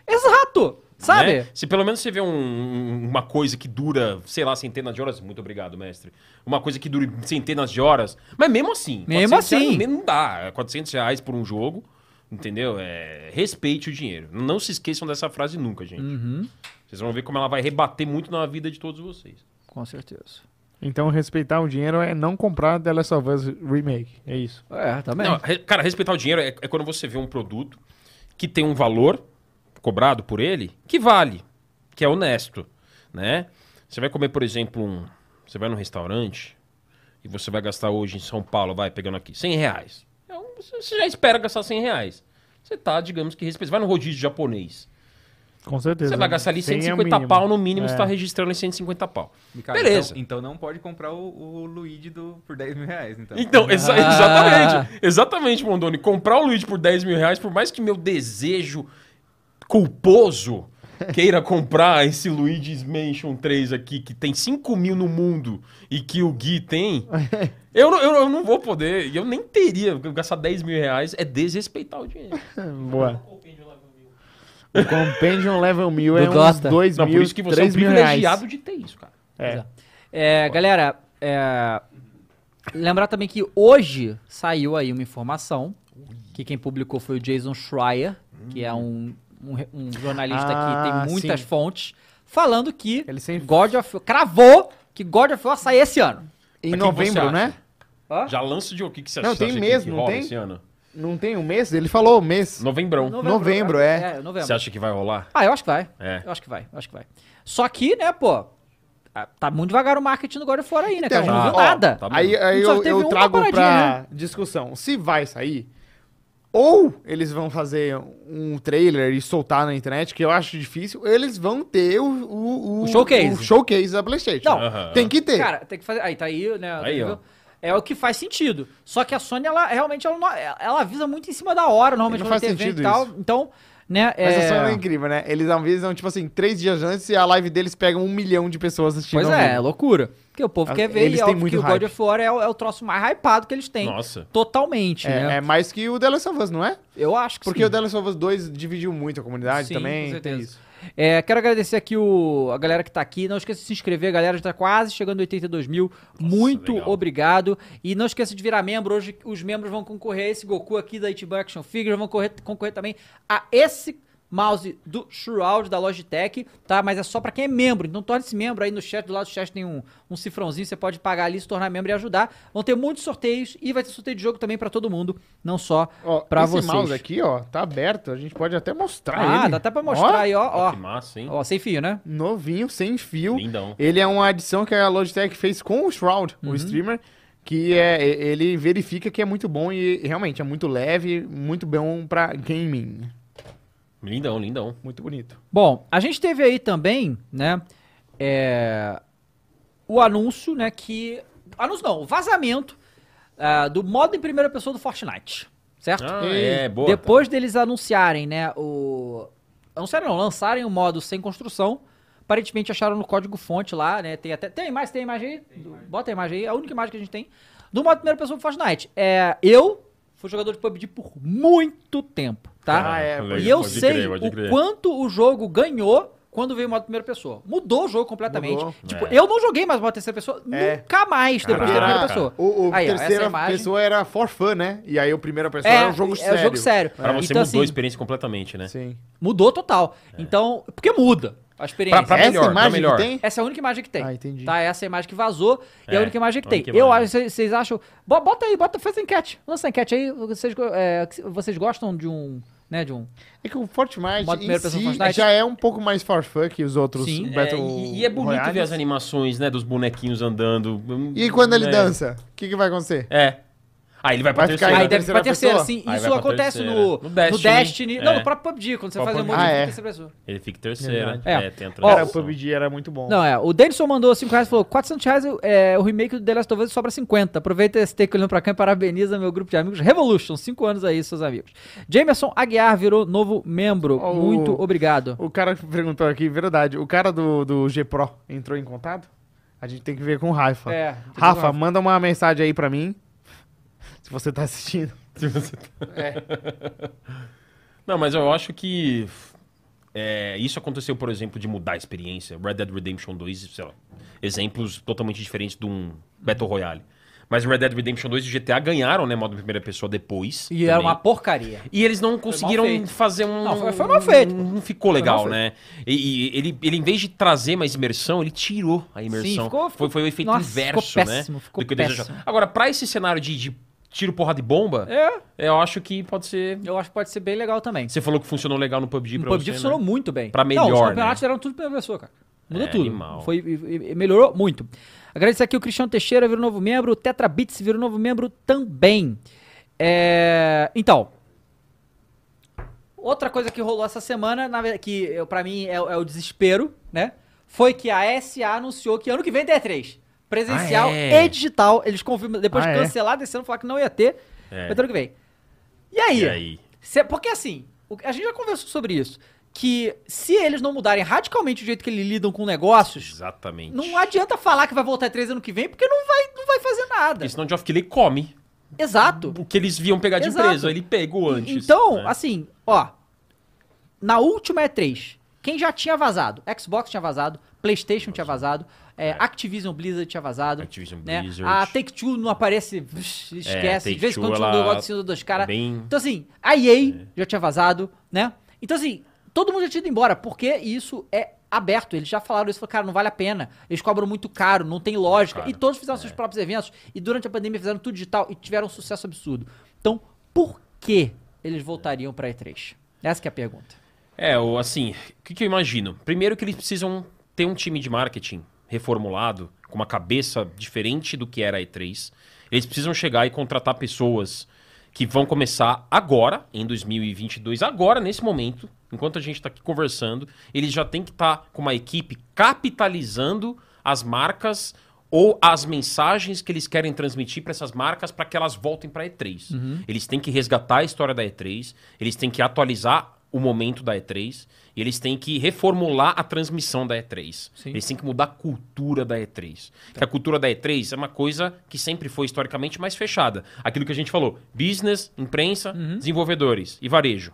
Exato! Sabe? né? Se pelo menos você vê um- uma coisa que dura, sei lá, centenas de horas, muito obrigado, mestre. Uma coisa que dure centenas de horas, mas mesmo assim. Mesmo 400 reais assim. nem- não dá. 400 reais por um jogo, entendeu? É, respeite o dinheiro. Não se esqueçam dessa frase nunca, gente. Uhum. Vocês vão ver como ela vai rebater muito na vida de todos vocês. Com certeza. Então respeitar o dinheiro é não comprar The Last of Us Remake. É isso. É, também. Não, re- cara, respeitar o dinheiro é, é quando você vê um produto que tem um valor cobrado por ele que vale, que é honesto, né? Você vai comer, por exemplo, um, você vai num restaurante e você vai gastar hoje em São Paulo, vai pegando aqui, 100 reais. Então, você você já espera gastar 100 reais. Você tá, digamos que, respeitando. Vai no rodízio japonês. Com certeza. Você vai gastar ali Sem é o 150 mínimo. pau no mínimo, É. você tá registrando em 150 pau. Ricardo, Beleza. Então, então não pode comprar o, o Luigi do, por 10 mil reais, então. Então, exa- Ah. exatamente. Exatamente, Mondoni. Comprar o Luigi por 10 mil reais, por mais que meu desejo culposo queira comprar esse Luigi's Mansion 3 aqui, que tem 5 mil no mundo e que o Gui *laughs* tem, eu, não- eu, não- eu não vou poder. E Eu nem teria. porque Gastar 10 mil reais é desrespeitar o dinheiro. É, Boa. O Compendium Level 1000 Do é uns Dota. 2 Não, mil, por isso que você é um 3 mil reais. privilegiado de ter isso, cara. É. É, galera, é, lembrar também que hoje saiu aí uma informação que quem publicou foi o Jason Schreier, que é um, um re- um jornalista que Ah, tem muitas sim. fontes, falando que Ele sempre- God of cravou que God of War sai esse ano. Em Mas quem você novembro, acha? né? Hã? Já lança de o que, que você Não, acha tem que- mesmo, que não rola tem? esse ano? Não tem um mês? Ele falou um mês. Novembrão. Novembro, é. É, novembro. Você acha que vai rolar? Ah, eu acho que vai. É. Eu acho que vai, eu acho que vai. Só que, né, pô, ah, tá muito devagar o marketing do God of War aí, né? Então, cara? A gente não viu ó, nada. tá bom. Aí, aí Só eu, teve eu uma trago paradinha, né? pra discussão. Se vai sair, ou eles vão fazer um trailer e soltar na internet, que eu acho difícil, eles vão ter o, o, O showcase. o showcase da PlayStation. Não. Aham. Tem que ter. Cara, tem que fazer. Aí tá aí, né? Aí, entendeu? ó. É o que faz sentido. Só que a Sony, ela realmente ela, não- ela avisa muito em cima da hora, normalmente Não quando faz tem evento sentido e tal. isso. Então, né? Mas é... a Sony é incrível, né? Eles avisam, tipo assim, três dias antes e a live deles pega um milhão de pessoas assistindo. Pois ao é, é vivo. loucura. Porque o povo Ah, quer ver eles e têm óbvio muito que o God hype. of War é, o- é o troço mais hypado que eles têm. Nossa. Totalmente, É, né? é mais que o The Last of Us, não é? Eu acho que Porque sim. o The Last of Us 2 dividiu muito a comunidade Sim, também. com tem certeza. isso. É, quero agradecer aqui o, a galera que tá aqui. Não esqueça de se inscrever, galera. Já tá quase chegando a 82 mil. Muito legal. obrigado. E não esqueça de virar membro. Hoje os membros vão concorrer a esse Goku aqui da Itiban Action Figure. Vão correr- concorrer também a esse mouse do Shroud da Logitech, tá? Mas é só pra quem é membro. Então torne-se membro aí no chat. Do lado do chat tem um, um cifrãozinho. Você pode pagar ali, se tornar membro e ajudar. Vão ter muitos sorteios. E vai ter sorteio de jogo também pra todo mundo. Não só Ó, pra esse vocês. mouse aqui, ó, tá aberto. A gente pode até mostrar ah, ele. dá até pra mostrar Ó, aí, ó. Ó, Ó, Que massa, hein? ó sem fio, né? Novinho, sem fio. Lindão. Ele é uma adição que a Logitech fez com o Shroud, Uhum. o streamer, que é, e- ele verifica que é muito bom e realmente é muito leve, muito bom pra gaming. Lindão, lindão. Muito bonito. Bom, a gente teve aí também, né, é, o anúncio, né, que... Anúncio não, o vazamento ah, do modo em primeira pessoa do Fortnite, certo? Ah, é, boa. Depois deles anunciarem, né, o... Anunciaram não, lançarem o modo sem construção, aparentemente acharam no código-fonte lá, né, tem até... Tem a imagem, tem a imagem aí? Do- Bota a imagem aí, é a única imagem que a gente tem do modo em primeira pessoa do Fortnite. É, eu fui jogador de PUBG por muito tempo, tá? Ah, é, legal, E eu pode sei crer, pode o crer. quanto o jogo ganhou quando veio o modo primeira pessoa. Mudou o jogo completamente. Mudou. Tipo, É. eu não joguei mais modo terceira pessoa É. nunca mais depois da primeira Caraca. pessoa. O, o Aí, ó, essa terceira imagem. pessoa era for fun, né? E aí o primeira pessoa É, era um jogo sério. É um jogo sério. Pra você então, mudou a assim, experiência completamente, né? Sim. mudou total. Então, porque muda a experiência. Pra Essa melhor, pra imagem melhor. que tem? Essa é a única imagem que tem. Ah, entendi. Tá? Essa é a imagem que vazou e é a É, única imagem que a tem. única Eu imagem. acho, vocês- vocês acham. Bo- Bota aí, bota, faz a enquete. Lança a enquete aí. Vocês, é, vocês gostam de um. Né, de um. É que o Fortnite Modo em primeira pessoa si Fortnite. já é um pouco mais for fun que os outros Sim. Battle É, e, e é bonito ver as Royales. animações, né? Dos bonequinhos andando. E quando ele É. dança, o que, que vai acontecer? É. Aí ele vai pra Vai ficar terceira. aí né? Aí deve pra terceira, pessoa? sim. assim, Aí Isso vai pra acontece terceira. no, no No Destiny. Destiny. Não, É. no próprio PUBG, quando você Próprio faz emoji, PUBG. Ah, fica é. terceira pessoa. Ele fica terceira. É. É, tem a Ó, Cara, transição. o PUBG era muito bom. Não, é. O Denison mandou 5 reais e falou: 400 reais é, o remake do The Last of Us sobra 50. Aproveita esse take olhando pra cá e parabeniza meu grupo de amigos. Revolution, 5 anos aí, seus amigos. Jamerson Aguiar virou novo membro. Ó, o- Muito obrigado. O cara que perguntou aqui, verdade, o cara do, do G Pro entrou em contato? A gente tem que ver com o Rafa. É, tem que ver com o Rafa, Rafa. manda uma mensagem aí pra mim. Se você tá assistindo. Não, mas eu acho que. é, isso aconteceu, por exemplo, de mudar a experiência. Red Dead Redemption 2, sei lá, exemplos totalmente diferentes de um Battle Royale. Mas Red Dead Redemption 2 e GTA ganharam, né, modo em primeira pessoa depois. E era também. uma porcaria. E eles não conseguiram mal feito. fazer um. Não, foi- foi mal feito. Não ficou Foi mal feito. legal, né? E, e ele, ele, em vez de trazer mais imersão, ele tirou a imersão. Sim, ficou- foi, foi o efeito Nossa, inverso, ficou péssimo, né? ficou do que eu desejava. péssimo. Agora, pra esse cenário de, de tiro, porrada e bomba, É, eu acho que pode ser. eu acho que pode ser bem legal também. Você falou que funcionou legal no PUBG O pra PUBG você, funcionou né? muito bem. Pra Não, os melhor, né? campeonatos eram tudo pela pessoa, cara. Mudou É, tudo. animal. Foi, e- e- melhorou muito. Agradecer aqui o Cristiano Teixeira, virou novo membro. O Tetra Bits virou novo membro também. É, Então. Outra coisa que rolou essa semana, na verdade, que eu- pra mim é, o- é o desespero, né? Foi que a SA anunciou que ano que vem tem E3. Presencial Ah, é? e digital. Eles confirmam, depois Ah, de é? cancelar desse ano, falar que não ia ter. É. Mas ano que vem. E aí? E aí? Se- porque assim, o- a gente já conversou sobre isso. Que se eles não mudarem radicalmente o jeito que eles lidam com negócios, Exatamente. não adianta falar que vai voltar três ano que vem, porque não vai, não vai fazer nada. Porque senão o Geoff Keighley come Exato. o que eles viam pegar de Exato. empresa. Ele pegou é antes. Então, né? assim, ó. Na última E3, quem já tinha vazado? Xbox tinha vazado, PlayStation tinha vazado, é, Activision Blizzard tinha vazado. Activision né? Blizzard. A Take-Two não aparece, *laughs* psh, esquece. de vez em Take-Two, quando tinha um É, ela negócio de cinza dos caras. bem- Então, assim, a EA já tinha vazado, né? Então, assim, todo mundo já tinha ido embora, porque isso é aberto. Eles já falaram isso, falaram, cara, não vale a pena. Eles cobram muito caro, não tem lógica. Cara, e todos fizeram seus próprios eventos. E durante a pandemia fizeram tudo digital e tiveram um sucesso absurdo. Então, por que eles voltariam pra E3? Essa que é a pergunta. É, o- assim, o que, que eu imagino? Primeiro que eles precisam ter um time de marketing reformulado, com uma cabeça diferente do que era a E3. Eles precisam chegar e contratar pessoas que vão começar agora, em 2022, agora, nesse momento, enquanto a gente está aqui conversando, eles já têm que estar com uma equipe capitalizando as marcas ou as mensagens que eles querem transmitir para essas marcas para que elas voltem para a E3. Eles têm que resgatar a história da E3, eles têm que atualizar o momento da E3 e eles têm que reformular a transmissão da E3. Sim. Eles têm que mudar a cultura da E3. Que a cultura da E3 é uma coisa que sempre foi historicamente mais fechada. Aquilo que a gente falou, business, imprensa, desenvolvedores e varejo.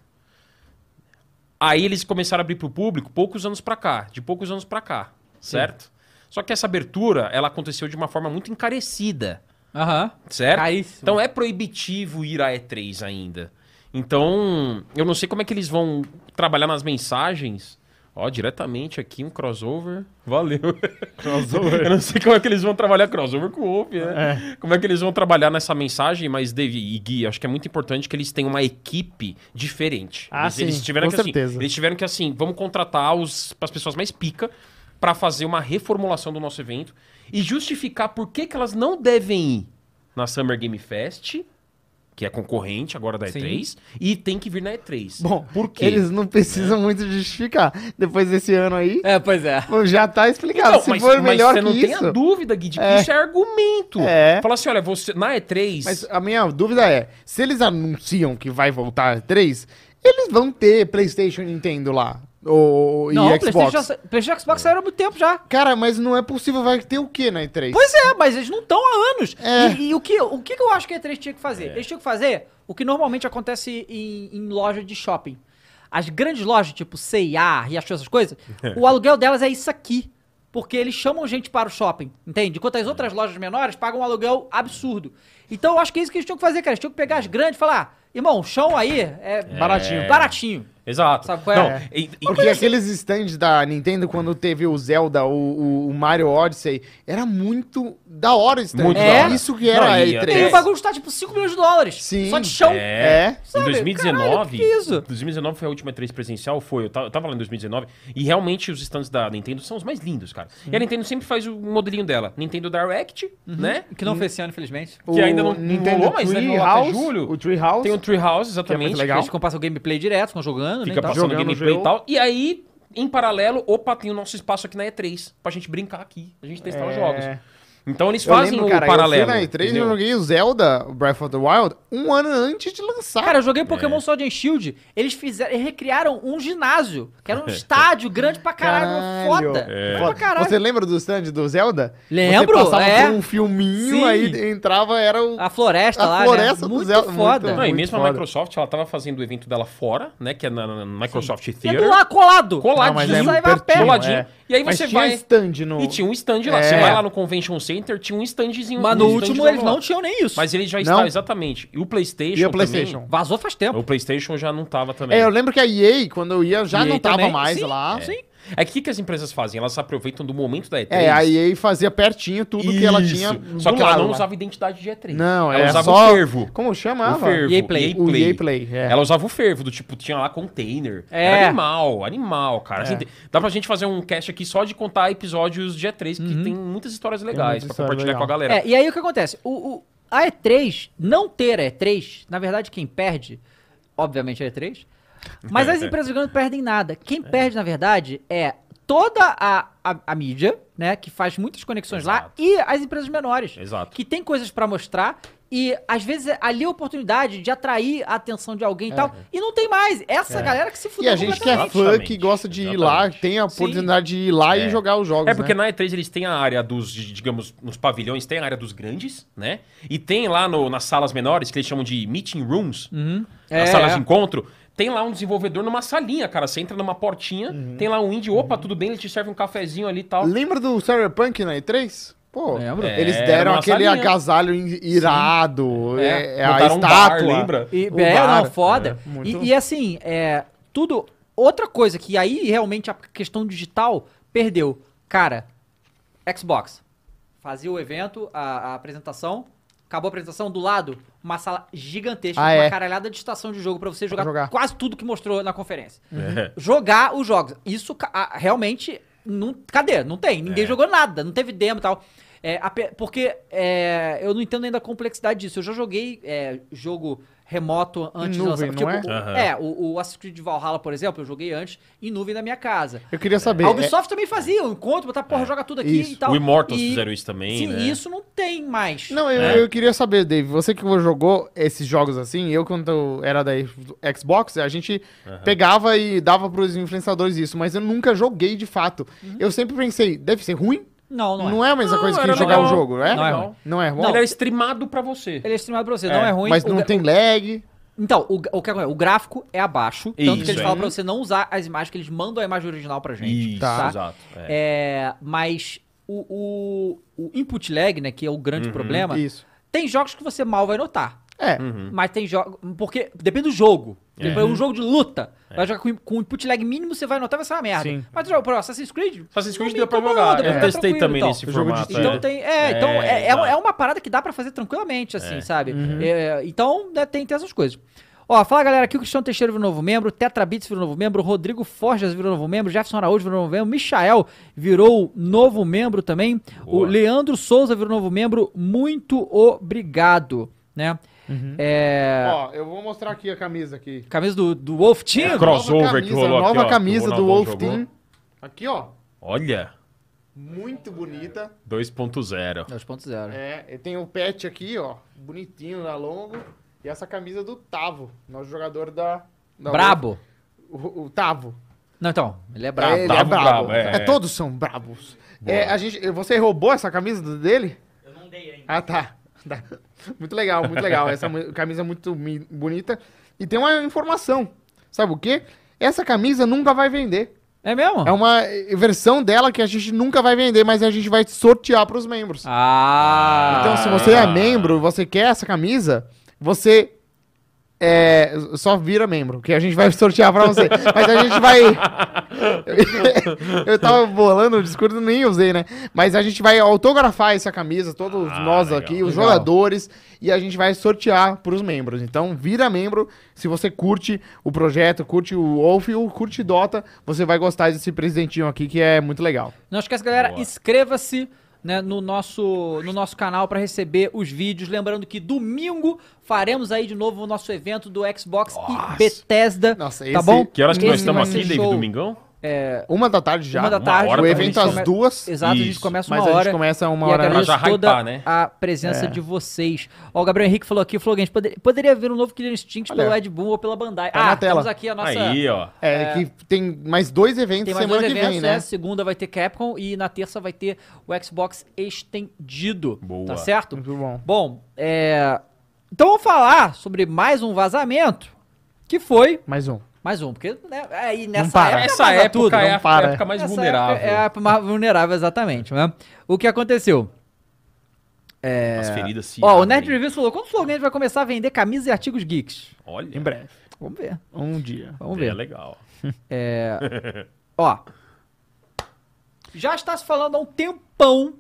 Aí eles começaram a abrir para o público poucos anos para cá, de poucos anos para cá, certo? Só que essa abertura, ela aconteceu de uma forma muito encarecida, Aham. certo? Caríssimo. Então é proibitivo ir à E3 ainda. Então, eu não sei como é que eles vão trabalhar nas mensagens. Ó, diretamente aqui um crossover. Valeu. Crossover. eu não sei como é que eles vão trabalhar crossover com o Wolf, né? Como é que eles vão trabalhar nessa mensagem, mas Devi e Gui, acho que é muito importante que eles tenham uma equipe diferente. Ah, eles, sim, eles tiveram com que, assim, certeza. eles tiveram que assim, vamos contratar os as pessoas mais pica pra fazer uma reformulação do nosso evento e justificar por que, que elas não devem ir na Summer Game Fest, que é concorrente agora da E3, e tem que vir na E3. Bom, por quê? É. eles não precisam muito justificar. Depois desse ano aí, É, pois é. já tá explicado. Não, Se for melhor Então, você não que tem isso... a dúvida, Gui, de que É. isso é argumento. É. Fala assim, olha, você, na E3... Mas a minha dúvida é, se eles anunciam que vai voltar a 3, eles vão ter PlayStation Nintendo lá. Ou, Não, e Xbox. PlayStation, já- PlayStation e Xbox É. saíram há muito tempo já. Cara, mas não é possível, vai ter o que na E3? Pois é, mas eles não estão há anos. É. E, e o, que, o que que eu acho que a E3 tinha que fazer? É. Eles tinham que fazer o que normalmente acontece em, em loja de shopping. As grandes lojas, tipo C&A, Riachuelo, essas *laughs* coisas, o aluguel delas é isso aqui. Porque eles chamam gente para o shopping, entende? Enquanto as outras lojas menores pagam um aluguel absurdo. Então eu acho que é isso que eles tinham que fazer, cara. Eles tinham que pegar as grandes e falar, ah, irmão, o chão aí é, Baratinho. Baratinho. Exato. Sabe qual é? Não, É. e- e- Porque assim, aqueles stands da Nintendo, quando teve o Zelda, o, o- o Mario Odyssey, era muito da hora o stand. É Muito da hora. Isso que era Não, a e um E aí o até- E3. bagulho está tipo 5 milhões de dólares. Sim. Só de chão. É. É. Sabe? Em 2019, Caralho, que que é isso? 2019 foi a última E3 presencial, foi, eu tava, eu tava lá em 2019, e realmente os stands da Nintendo são os mais lindos, cara. E a Nintendo sempre faz o modelinho dela, Nintendo Direct, Uhum. né? Que não foi esse ano, infelizmente. Que ainda não- não rolou, mas deve rolar até julho. O Treehouse. Tem um o Treehouse, Que é exatamente, muito A legal. gente compassa o gameplay direto, ficam jogando, né? fica e tal. passando Jogando gameplay jogo. e tal. E aí, em paralelo, opa, tem o nosso espaço aqui na E3, pra gente brincar aqui, a gente testar os É. jogos. Então eles Eu fazem lembro, o cara, paralelo. eu fui na E3 e entendeu? eu joguei o Zelda Breath of the Wild um ano antes de lançar. Cara, eu joguei Pokémon Sword and Shield, eles fizeram, eles recriaram um ginásio, que era um estádio grande pra caralho, Caralho. foda. Foda. Foda pra caralho. Você lembra do stand do Zelda? Lembro, Você passava é. por um filminho, Sim. aí entrava, era o... A floresta A lá, floresta né? do Muito Zelda, foda. Não, e muito mesmo a foda. Microsoft, ela tava fazendo o evento dela fora, né, que é na, na- na Microsoft E é do Theater. lado, colado. Coladinho, Não, mas é vai pertinho, coladinho. é. E aí Mas você tinha vai... stand no... E tinha um stand lá. É. Você vai lá no Convention Center, tinha um standzinho. Mas um no stand último lá eles lá. não tinham nem isso. Mas ele já Não. está, exatamente. E o PlayStation E o PlayStation. Vazou faz tempo. também. O PlayStation já não tava também. É, eu lembro que a EA, quando eu ia, já EA não tava também, mais sim, lá. Sim. É que o que que as empresas fazem? Elas se aproveitam do momento da E3. É, a EA fazia pertinho tudo que ela Isso. tinha Só do que ela lado não lá. usava a identidade de E3. Não, ela era usava só... o fervo. Como O chamava? fervo. EA Play. O EA Play, é. Ela usava o fervo, do tipo, tinha lá container. É. Era animal, animal, cara. É. Assim, tem- dá pra gente fazer um cast aqui só de contar episódios de E3, que tem muitas histórias legais Uhum. muita pra história compartilhar legal. com a galera. É, e aí o que acontece? O, o- a E3, não ter a E3, na verdade quem perde, obviamente é a E3, mas *laughs* É. as empresas grandes perdem nada. Quem perde, na verdade, é toda a, a, a mídia, né, que faz muitas conexões lá, Exato. e as empresas menores, Exato. que tem coisas pra mostrar, e às vezes é ali é a oportunidade de atrair a atenção de É. alguém e tal, e não tem mais. Essa galera que se E fudeu a gente que é completamente. fã, Exatamente, que gosta de ir lá, exatamente. tem a Sim. oportunidade de ir lá e É. jogar os jogos, É porque né? na E3 eles têm a área dos, de- digamos, nos pavilhões, tem a área dos grandes, né? E tem lá no- nas salas menores, que eles chamam de meeting rooms, É, as salas é. de encontro, tem lá um desenvolvedor numa salinha, cara. Você entra numa portinha, tem lá um indie, opa, tudo bem, ele te serve um cafezinho ali e tal. Lembra do Cyberpunk na E3? Pô, Lembro. eles É, era deram uma aquele salinha. agasalho in- irado, é, é a botaram estátua. um bar, lembra? E, O é, bar, não, foda. é, muito- e, e assim, é, tudo. outra coisa que aí realmente a questão digital perdeu. Cara, Xbox. Fazia o evento, a, a apresentação. Acabou a apresentação, do lado, uma sala gigantesca, Ah, com é. uma caralhada de estação de jogo pra você jogar, jogar. quase tudo que mostrou na conferência. É. Jogar os jogos. Isso ca- a- realmente. Não, cadê? Não tem. É. Ninguém jogou nada. Não teve demo e tal. É, ape- porque é, eu não entendo ainda a complexidade disso. Eu já joguei é, jogo remoto antes de nuvem, lançar. tipo, não é? o- Aham. é, o, o Assassin's Creed Valhalla, por exemplo, eu joguei antes em nuvem na minha casa. Eu queria saber. A é- Ubisoft também fazia, um encontro, botar, porra, joga tudo aqui Isso. e tal. É. O Immortals E- fizeram isso também, Sim, né? isso não tem mais. Não, eu, É. eu queria saber, Dave, você que jogou esses jogos assim, eu quando era da Xbox, a gente pegava e dava pros influenciadores isso, mas eu nunca joguei de fato. Eu sempre pensei, deve ser ruim? não, não, Não, é. é a mesma coisa que era jogar o legal. jogo, não é? Não é Legal. ruim. Não é ruim. Ele é streamado pra você. Ele é streamado pra você, não é ruim. mas O não ga- tem lag. Então, o, ga- o que acontece? O gráfico é abaixo, tanto que Isso, eles é. falam pra você não usar as imagens, que eles mandam a imagem original pra gente. Isso, tá? exato. É. É, mas o, o, o input lag, né, que é Hum. o grande Uhum. problema, Isso. tem jogos que você mal vai notar. É. Mas tem jogos. Porque depende do jogo. Uhum. É. Tipo, É. um jogo de luta. Vai jogar com, com input lag mínimo, você vai notar, vai ser uma merda. Sim. Mas tu joga, por exemplo, Assassin's Creed. Assassin's Creed não me deu pra incomoda, jogar. É. vai Eu ficar testei tranquilo e também tal. nesse Jogo de formato. Então é. tem. É, então é, é, exato. é uma parada que dá pra fazer tranquilamente, assim, sabe? Uhum. É, então né, tem, tem essas coisas. Ó, fala galera, aqui o Cristiano Teixeira virou novo membro, Tetra Beats virou novo membro, Rodrigo Forjas virou novo membro, Jefferson Araújo virou novo membro, Michael virou novo membro também, o Boa. Leandro Souza virou novo membro, muito obrigado, né? É, Ó, eu vou mostrar aqui a camisa aqui. camisa do, do Wolf Team? Cross. Crossover nova que camisa, rolou aqui, nova ó, que o camisa do Ronaldão Wolf jogou. Team. Aqui, ó. Olha, Muito bonita. 2.0. É, 2.0. É, e tem o patch aqui, ó. Bonitinho, lá longo. E essa camisa do Tavo, nosso jogador da. da Brabo. O, o Tavo. Não, então, ele é brabo. é, ele é Tavo brabo. brabo, é, é, é. todos são brabos. É, a gente, você roubou essa camisa do- dele? Eu não dei ainda. Ah, tá. *laughs* Tá. Muito legal, muito legal. Essa mu- camisa é muito mi- bonita. E tem uma informação. Sabe o quê? Essa camisa nunca vai vender. É mesmo? É uma eh, versão dela que a gente nunca vai vender, mas a gente vai sortear pros membros. Ah! Então, se você é membro, você quer essa camisa, você é, só vira membro, que a gente vai *laughs* sortear pra você. Mas a gente vai. *laughs* Eu tava bolando o discurso, nem usei, né? Mas a gente vai autografar essa camisa, todos Ah, nós legal. aqui, os Legal. jogadores, e a gente vai sortear pros membros. Então, vira membro. Se você curte o projeto, curte o Wolf ou curte Dota, você vai gostar desse presentinho aqui, que é muito legal. Não esquece, galera, Boa. inscreva-se né, no, nosso, no nosso canal para receber os vídeos. Lembrando que domingo faremos aí de novo o nosso evento do Xbox e Nossa. Bethesda. Nossa, Tá bom? Que horas que nós Esse vai estamos aqui, ser David show. Domingão? É, Uma da tarde já. uma da uma tarde. hora O a também. evento gente às come- duas. Exato, a gente Isso. começa uma Mas a hora. gente começa uma e hora antes. É. agradeço Pra já toda hypar, né? a presença de vocês. Ó, o Gabriel Henrique falou aqui, falou, gente, poder- poderia haver um novo Killer Instinct Olha. pelo Ed Boon ou pela Bandai. Tá na ah, tela. temos aqui a nossa... Aí, ó. É, que tem mais dois eventos Tem mais semana dois que eventos, vem, né? né? Segunda vai ter Capcom e na terça vai ter o Xbox estendido. Boa. Tá certo? Muito bom. Bom, é... então vamos falar sobre mais um vazamento, que foi Mais um. mais um, porque né, aí nessa para. época Essa vaza época tudo, é não a para. época mais Essa vulnerável. época É a mais vulnerável, exatamente. Né? O que aconteceu? As feridas se Ó, o abrem. Nerd Reviews falou, quando o Flowgate vai começar a vender camisas e artigos geeks? Olha, Em breve. Vamos ver, *laughs* Um dia. vamos É ver. legal. Ó. Já está se falando há um tempão,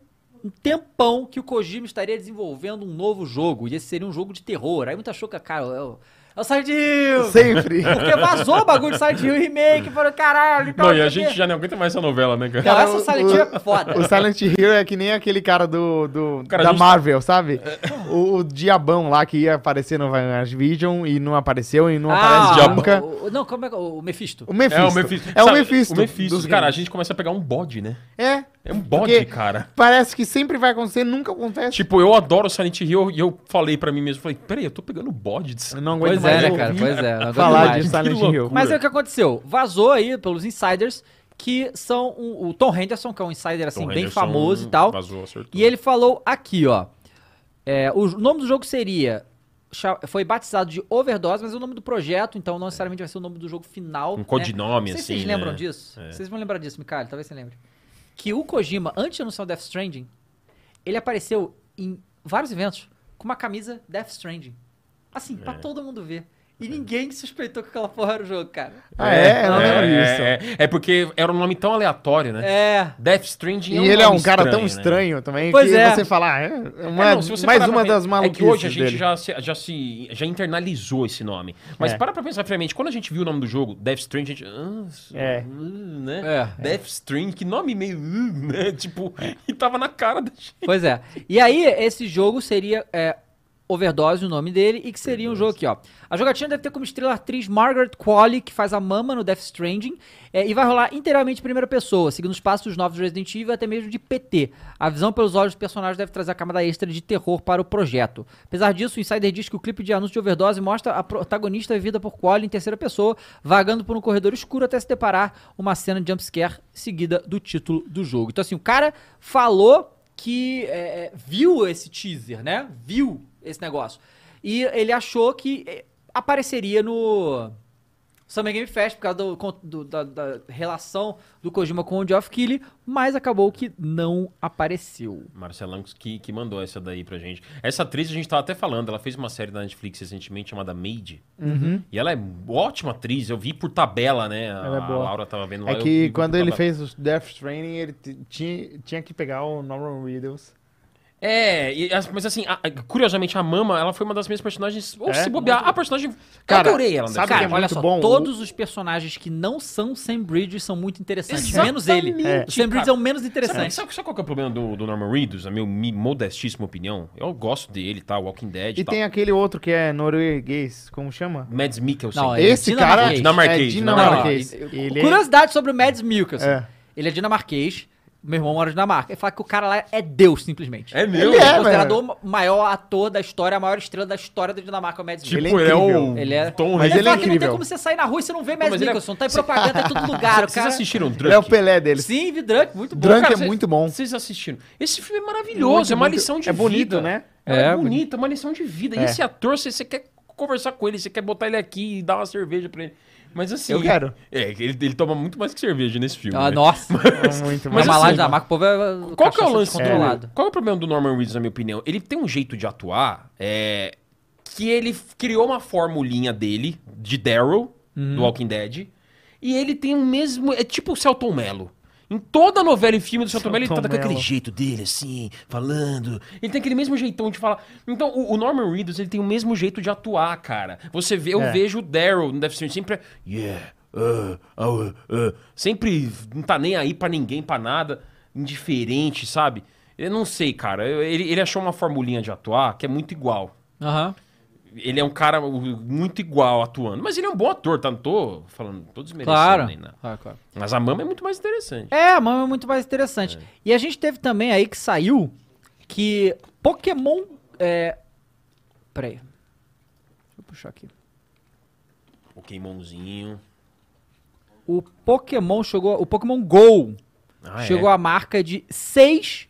um tempão que o Kojima estaria desenvolvendo um novo jogo. E esse seria um jogo de terror. Aí muita achou que, cara, é o, é o Silent Hill. Sempre. Porque vazou o bagulho de Silent Hill Remake. Falaram, caralho, então, Não, e a quer gente ver? já não aguenta mais essa novela, né, cara? Não, Cara, essa o- Silent Hill é foda. o Silent Hill é que nem aquele cara do, do Cara, da a gente- É. Marvel, sabe? O, o diabão lá que ia aparecer no Vision e não apareceu e não Ah! aparece diabo. nunca. o- o- não, como é que o Mephisto? é O Mephisto. É o Mephisto. É o Sabe, Mephisto. O Mephisto, dos cara, a games. gente começa a pegar um bode, né? É. É um bode, Porque- cara. Parece que sempre vai acontecer, nunca acontece. Tipo, eu adoro Silent Hill e eu falei pra mim mesmo, falei, peraí, eu tô pegando bode disso. Eu não aguento Pois mais é, né, ouvir cara? Pois *laughs* é. não aguento falar mais. de Silent Que Hill. loucura. Mas é o que aconteceu. Vazou aí pelos insiders que são um- o Tom Henderson, que é um insider assim Tom bem Então, Henderson famoso e tal. Vazou, acertou. E ele falou aqui, ó. É, o j- nome do jogo seria. cha- Foi batizado de Overdose, mas é o nome do projeto, então não necessariamente vai ser o nome do jogo final. Um né? codinome, Não sei se assim, Vocês né? lembram disso? É. Vocês vão lembrar disso, Mikael, talvez você lembre. Que o Kojima, antes de anunciar o Death Stranding, ele É. apareceu em vários eventos com uma camisa Death Stranding. Assim, pra todo mundo ver. E ninguém suspeitou que aquela porra era o jogo, cara. Ah, é? Eu não lembro disso. é, é, é porque era um nome tão aleatório, né? É. Death Stranding E um ele é nome um cara tão né? estranho também Pois que é. você fala, ah, é uma- É, não, se você mais parar uma pra das pensar- maluquices É que hoje a gente dele. já se, já se já internalizou esse nome. Mas É. para pra pensar friamente, quando a gente viu o nome do jogo, Death Stranding, a gente... ah, isso, É. ah, né? É. Death Stranding, que nome meio... ah, né? *laughs* Tipo, É. e tava na cara da gente. Pois é. E aí, esse jogo seria é, Overdose, o nome dele, e que seria um jogo aqui, ó. A jogatina deve ter como estrela a atriz Margaret Qualley, que faz a mama no Death Stranding, é, e vai rolar inteiramente em primeira pessoa, seguindo os passos dos novos Resident Evil e até mesmo de PT. A visão pelos olhos do personagem deve trazer a camada extra de terror para o projeto. Apesar disso, o Insider diz que o clipe de anúncio de Overdose mostra a protagonista vivida por Qualley em terceira pessoa, vagando por um corredor escuro até se deparar uma cena de jumpscare seguida do título do jogo. Então assim, o cara falou que é, é, viu esse teaser, né? Viu esse negócio. E ele achou que é, apareceria no Summer Game Fest por causa do, con- do- da, da relação do Kojima com o Geoff Keighley, mas acabou que não apareceu. Marcelão que, que mandou essa daí pra gente. Essa atriz, a gente tava até falando, ela fez uma série da Netflix recentemente chamada Made. E ela é ótima atriz, eu vi por tabela, né? A, Uhum. Ela é boa. a Laura tava vendo lá. É eu que vi por quando ele tabela. fez o Death Training, ele t- tinha, tinha que pegar o Norman Reedus. É, e as- mas assim, a- a- curiosamente, a Mama, ela foi uma das minhas personagens. Ou É? se bobear, a personagem. Cara, eu adorei ela, né? sabe Cara, que é olha muito só, bom? todos os personagens que não são Sam Bridges são muito interessantes, menos Exatamente, ele. É. O Sam Bridges é o menos Sabe, interessante. sabe, sabe qual que é o problema do, do Norman Reedus? A minha mi- modestíssima opinião. Eu gosto dele, tá? Walking Dead E e tem tal. aquele outro que é norueguês, como chama? Mads Mikkelsen. Não, é- Esse cara dinamarquês. é Dinamarquês, dinamarquês. Ele é- Curiosidade sobre o Mads Mikkelsen. É. Ele é dinamarquês, meu irmão mora na Dinamarca. Ele fala que o cara lá é Deus, simplesmente. É meu? Ele é, é considerado o maior ator da história, a maior estrela da história da Dinamarca, o Mads Tipo, Mikkelsen. Ele ele é é, incrível. o Ele é... Tom Mas Hanks. ele fala é que não tem incrível. como você sair na rua e você não vê Não, Mads mas ele é- Mikkelsen. Tá em Cê- propaganda em todo *laughs* lugar, o Vocês cara... assistiram Drunk? Ele é o Pelé dele. Sim, vi Drunk, muito bom. Drunk cara. é muito bom. Vocês assistiram. Esse filme é maravilhoso, Muito, é uma muito- lição de é vida. bonito, né? É, É, é bonito, é uma lição de vida. É. E esse ator, você, você quer conversar com ele, você quer botar ele aqui e dar uma cerveja pra ele. Mas assim. Eu quero. É, ele, ele toma muito mais que cerveja nesse filme. Ah, né? nossa. É muito bom. Mas *laughs* Mas lá assim, de Dinamarca, o povo é... Qual que é o cachaça lance do, descontrolado. Qual é o problema do Norman Reedus, na minha opinião? Ele tem um jeito de atuar é, que ele f- criou uma formulinha dele, de Daryl, Uhum. do Walking Dead, e ele tem o mesmo... É tipo o Celton Mello. Em toda novela e filme do Celton Mello, ele tá Selton daquele Mello. jeito dele, assim, falando. Ele tem aquele mesmo jeitão de falar. Então, o, o Norman Reedus, ele tem o mesmo jeito de atuar, cara. Você vê, eu É. vejo o Daryl no Death Stranding sempre... Yeah, uh, uh, uh. Sempre não tá nem aí pra ninguém, pra nada. Indiferente, sabe? Eu não sei, cara. Eu- Ele, ele achou uma formulinha de atuar que é muito igual. Aham. Ele é um cara uh, muito igual atuando. Mas ele é um bom ator, tá? Não tô falando, tô desmerecendo Claro. nem nada. Ah, claro. Mas a Mama é muito mais interessante. É, a mama é muito mais interessante. E a gente teve também aí que saiu que Pokémon. É... Peraí. Deixa eu puxar aqui. O Queimonzinho. O Pokémon chegou. O Pokémon GO Ah, é. chegou à marca de 6